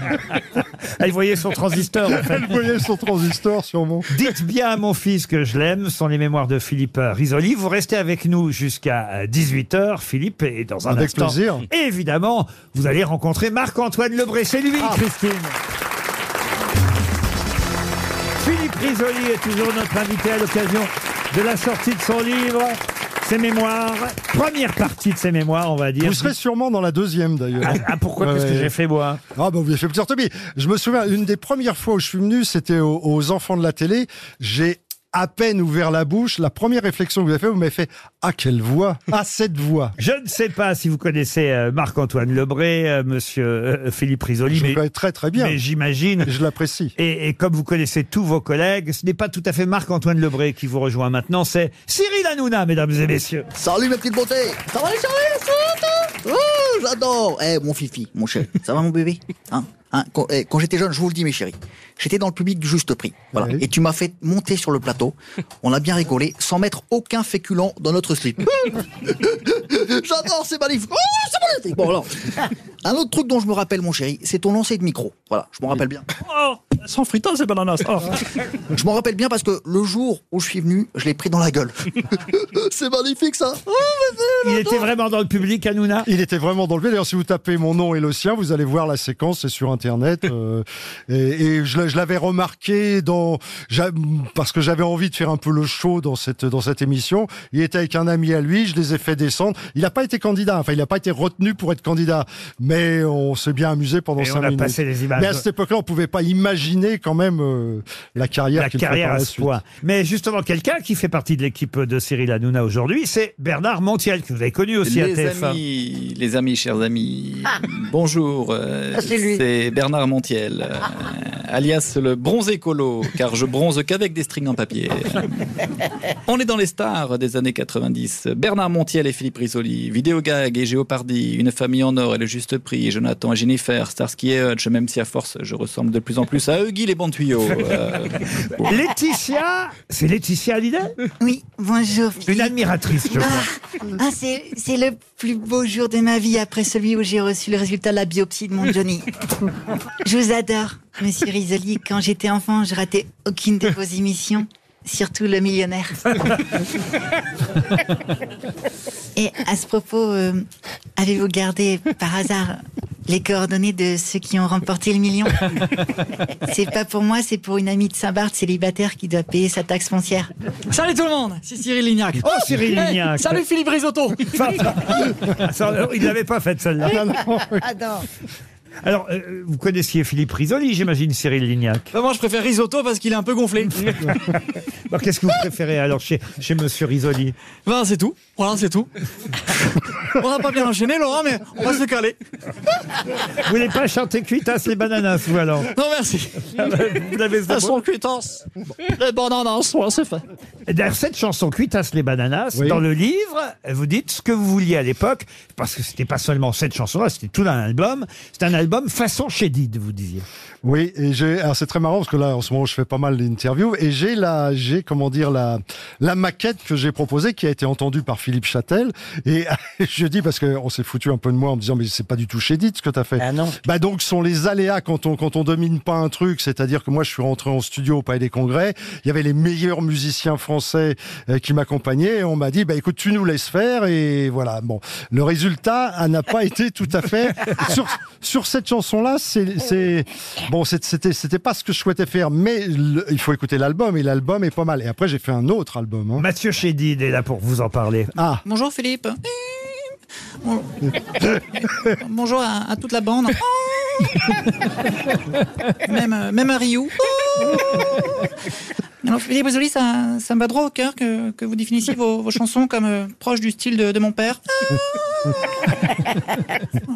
B: Elle voyait son transistor. En fait.
R: Elle voyait son transistor, sûrement.
B: Dites bien à mon fils que je l'aime, sont les mémoires de Philippe Risoli. Vous restez avec nous jusqu'à 18h, Philippe, et dans un
R: Avec
B: instant,
R: plaisir.
B: évidemment, vous allez rencontrer Marc-Antoine Lebré. C'est lui,
R: Ah.
B: Christine. Philippe Risoli est toujours notre invité à l'occasion de la sortie de son livre, Ses mémoires, première partie de ses mémoires, on va dire.
R: Vous serez sûrement dans la deuxième d'ailleurs.
B: Ah, ah, pourquoi Qu'est-ce que j'ai fait, moi
R: Ah bah vous avez fait plusieurs topies. Je me souviens, une des premières fois où je suis venu, c'était aux, aux enfants de la télé. J'ai à peine ouvert la bouche. La première réflexion que vous avez fait, vous m'avez fait Ah quelle voix Ah cette voix
B: Je ne sais pas si vous connaissez euh, Marc-Antoine Lebré, euh, monsieur euh, Philippe Risoli. Je connais
R: très très bien.
B: Mais j'imagine.
R: Je l'apprécie.
B: Et, et comme vous connaissez tous vos collègues, ce n'est pas tout à fait Marc-Antoine Lebré qui vous rejoint maintenant, c'est Cyril Hanouna, mesdames et messieurs.
S: Salut mes petites beautés Ça va les chéris Ça va, toi Oh, j'adore Eh, mon fifi, mon chéri, ça va mon bébé Hein Hein Quand, eh, quand j'étais jeune, je vous le dis mes chéris, j'étais dans le public du juste prix. Voilà. Et tu m'as fait monter sur le plateau, on a bien rigolé, sans mettre aucun féculent dans notre slip. (laughs) j'adore, c'est magnifique Oh, c'est magnifique Bon alors, un autre truc dont je me rappelle mon chéri, c'est ton lancer de micro. Voilà, je m'en rappelle bien.
B: Oh,
S: sans fritas, c'est bananas. Oh. Je m'en rappelle bien parce que le jour où je suis venu, je l'ai pris dans la gueule. c'est magnifique ça.
B: Il était vraiment dans le public, Hanouna
R: Il était vraiment dans le public. D'ailleurs, si vous tapez mon nom et le sien, vous allez voir la séquence, c'est sur Internet.
B: (laughs)
R: euh, et, et je, l'a- je l'avais remarqué dans, j'a- parce que j'avais envie de faire un peu le show dans cette, dans cette émission. Il était avec un ami à lui, je les ai fait descendre. Il n'a pas été candidat, enfin, il n'a pas été retenu pour être candidat. Mais on s'est bien amusé pendant
B: Et
R: cinq
B: on a
R: minutes.
B: passé les images.
R: Mais à cette époque-là, on pouvait pas imaginer quand même euh, la carrière
B: La
R: qu'il ferait
B: carrière
R: par
B: à
R: la
B: ce
R: suite.
B: point. Mais justement, quelqu'un qui fait partie de l'équipe de Cyril Hanouna aujourd'hui, c'est Bernard Montiel, que vous avez connu aussi à
T: Les
B: TF1.
T: amis, les amis, chers amis, bonjour. euh,
B: Ah, c'est lui.
T: Bernard Montiel, euh, alias le bronze écolo, car je bronze qu'avec des strings en
B: (laughs)
T: papier. On est dans les stars des années 90. Bernard Montiel et Philippe Risoli, Vidéogag et Géopardy, Une famille en or et le juste prix, Jonathan et Jennifer, Starsky et Hutch, même si à force je ressemble de plus en plus à Huggy les bons tuyaux.
B: (laughs)
T: euh, bon.
B: Laetitia, c'est
U: (laughs)
B: Laetitia Hallyday
V: Oui, bonjour.
B: Une admiratrice, je crois.
V: Ah, c'est c'est le plus beau jour de ma vie après celui où j'ai reçu le résultat de la biopsie de mon
B: (laughs)
V: Johnny. Je vous adore, monsieur Risoli. Quand j'étais enfant, je ratais aucune de vos émissions, surtout Le
B: (laughs)
V: Millionnaire. Et à ce propos, euh, avez-vous gardé par hasard les coordonnées de ceux qui ont remporté le
B: (laughs)
V: million C'est pas pour moi, c'est pour une amie de Saint-Barth célibataire qui doit payer sa taxe foncière.
U: Salut tout le monde, c'est Cyril Lignac.
B: Oh, Cyril
U: Hey,
B: Lignac.
U: salut Philippe Risotto.
B: (laughs) Ça, alors, il ne l'avait pas faite, celle-là.
F: (laughs)
U: Ah non.
B: Alors, euh, vous connaissiez Philippe Risoli, j'imagine,
U: (laughs)
B: Cyril Lignac.
U: Bah, moi je préfère Risotto parce qu'il est un peu gonflé.
B: Alors, qu'est-ce que vous préférez alors chez, chez Monsieur Risoli
U: Ben c'est tout, voilà c'est tout. on n'a pas bien enchaîné Laurent mais on va se caler.
B: Vous voulez pas chanter Cuitas les bananas, vous alors Ah bah,
U: Non merci.
B: Vous l'avez
U: Elles sont cuitances. Les bananes, ouais, c'est fait.
B: Et D'ailleurs, Eh cette chanson Cuitas les bananas,
U: Oui.
B: dans le livre, vous dites ce que vous vouliez à l'époque, parce que c'était pas seulement cette chanson-là, c'était tout un album. C'est un album façon Chédid, vous disiez.
R: Oui, et j'ai. Alors c'est très marrant parce que là, en ce moment, je fais pas mal d'interviews et j'ai la, j'ai comment dire la la maquette que j'ai proposée qui a été entendue par Philippe Châtel et (laughs) je dis parce que on s'est foutu un peu de moi en me disant mais c'est pas du tout chédite ce que t'as fait. Ah non. Bah donc ce sont les aléas quand on quand on domine pas un truc, c'est-à-dire que moi je suis rentré en studio au Palais des Congrès, il y avait les meilleurs musiciens français euh, qui m'accompagnaient et on m'a dit bah écoute tu nous laisses faire et voilà bon le résultat ah, n'a pas (laughs) été tout à fait sur sur cette chanson là c'est c'est bon c'est- c'était c'était pas ce que je souhaitais faire mais le- il faut écouter l'album et l'album est pas mal et après j'ai fait un autre album hein.
B: Mathieu Chédid est là pour vous en parler.
R: Ah
U: Bonjour Philippe. Bon- (laughs) Bonjour à, à toute la bande. (laughs) Même, euh, même à Rio. (laughs) Alors, Philippe Bozzoli, ça, ça me va droit au cœur que, que vous définissiez vos, vos chansons comme euh, proches du style de, de mon père.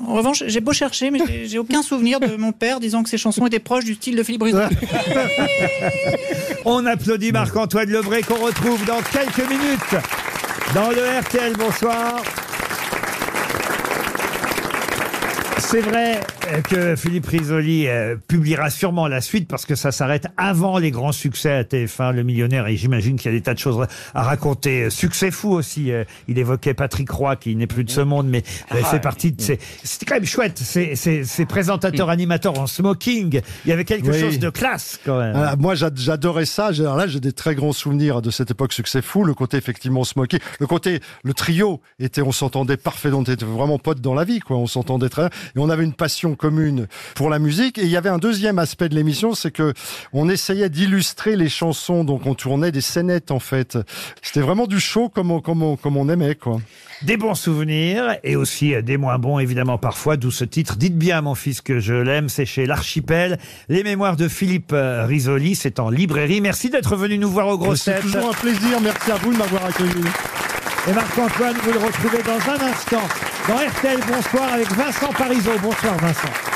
U: En revanche, j'ai beau chercher, mais j'ai- j'ai aucun souvenir de mon père disant que ses chansons étaient proches du style de Philippe Bozzoli.
B: (laughs) On applaudit Marc-Antoine Lebray qu'on retrouve dans quelques minutes dans le RTL. Bonsoir. C'est vrai euh, que Philippe Risoli euh, publiera sûrement la suite parce que ça s'arrête avant les grands succès à TF1, Le Millionnaire, et j'imagine qu'il y a des tas de choses à raconter. Euh, Succès fou aussi, euh, il évoquait Patrick Roy qui n'est plus de ce monde, mais euh,
W: Ah,
B: fait
W: ouais.
B: partie de ces... C'était quand même chouette, ces, ces- ces présentateurs animateurs en smoking. Il y avait quelque
R: Oui.
B: chose de classe quand même.
R: Ah, moi, j'ad- j'adorais ça. J'ai- alors là, j'ai des très grands souvenirs de cette époque successful. Le côté effectivement smoky, le côté le trio était, on s'entendait parfaitement, on était vraiment potes dans la vie, quoi. On s'entendait très bien et on avait une passion commune pour la musique. Et il y avait un deuxième aspect de l'émission, c'est que on essayait d'illustrer les chansons, donc on tournait des scénettes en fait. C'était vraiment du show comme on, comme on, comme on aimait, quoi.
B: des bons souvenirs et aussi euh, des moins bons, évidemment, parfois, d'où ce titre. Dites bien, mon fils, que je l'aime. C'est chez l'Archipel. Les mémoires de Philippe euh, Risoli, c'est en librairie. Merci d'être venu nous voir aux grosses
R: C'est
B: têtes.
R: toujours un plaisir. Merci à vous de m'avoir accueilli.
B: Et Marc-Antoine, vous le retrouvez dans un instant dans RTL Bonsoir avec Vincent Parisot. Bonsoir, Vincent.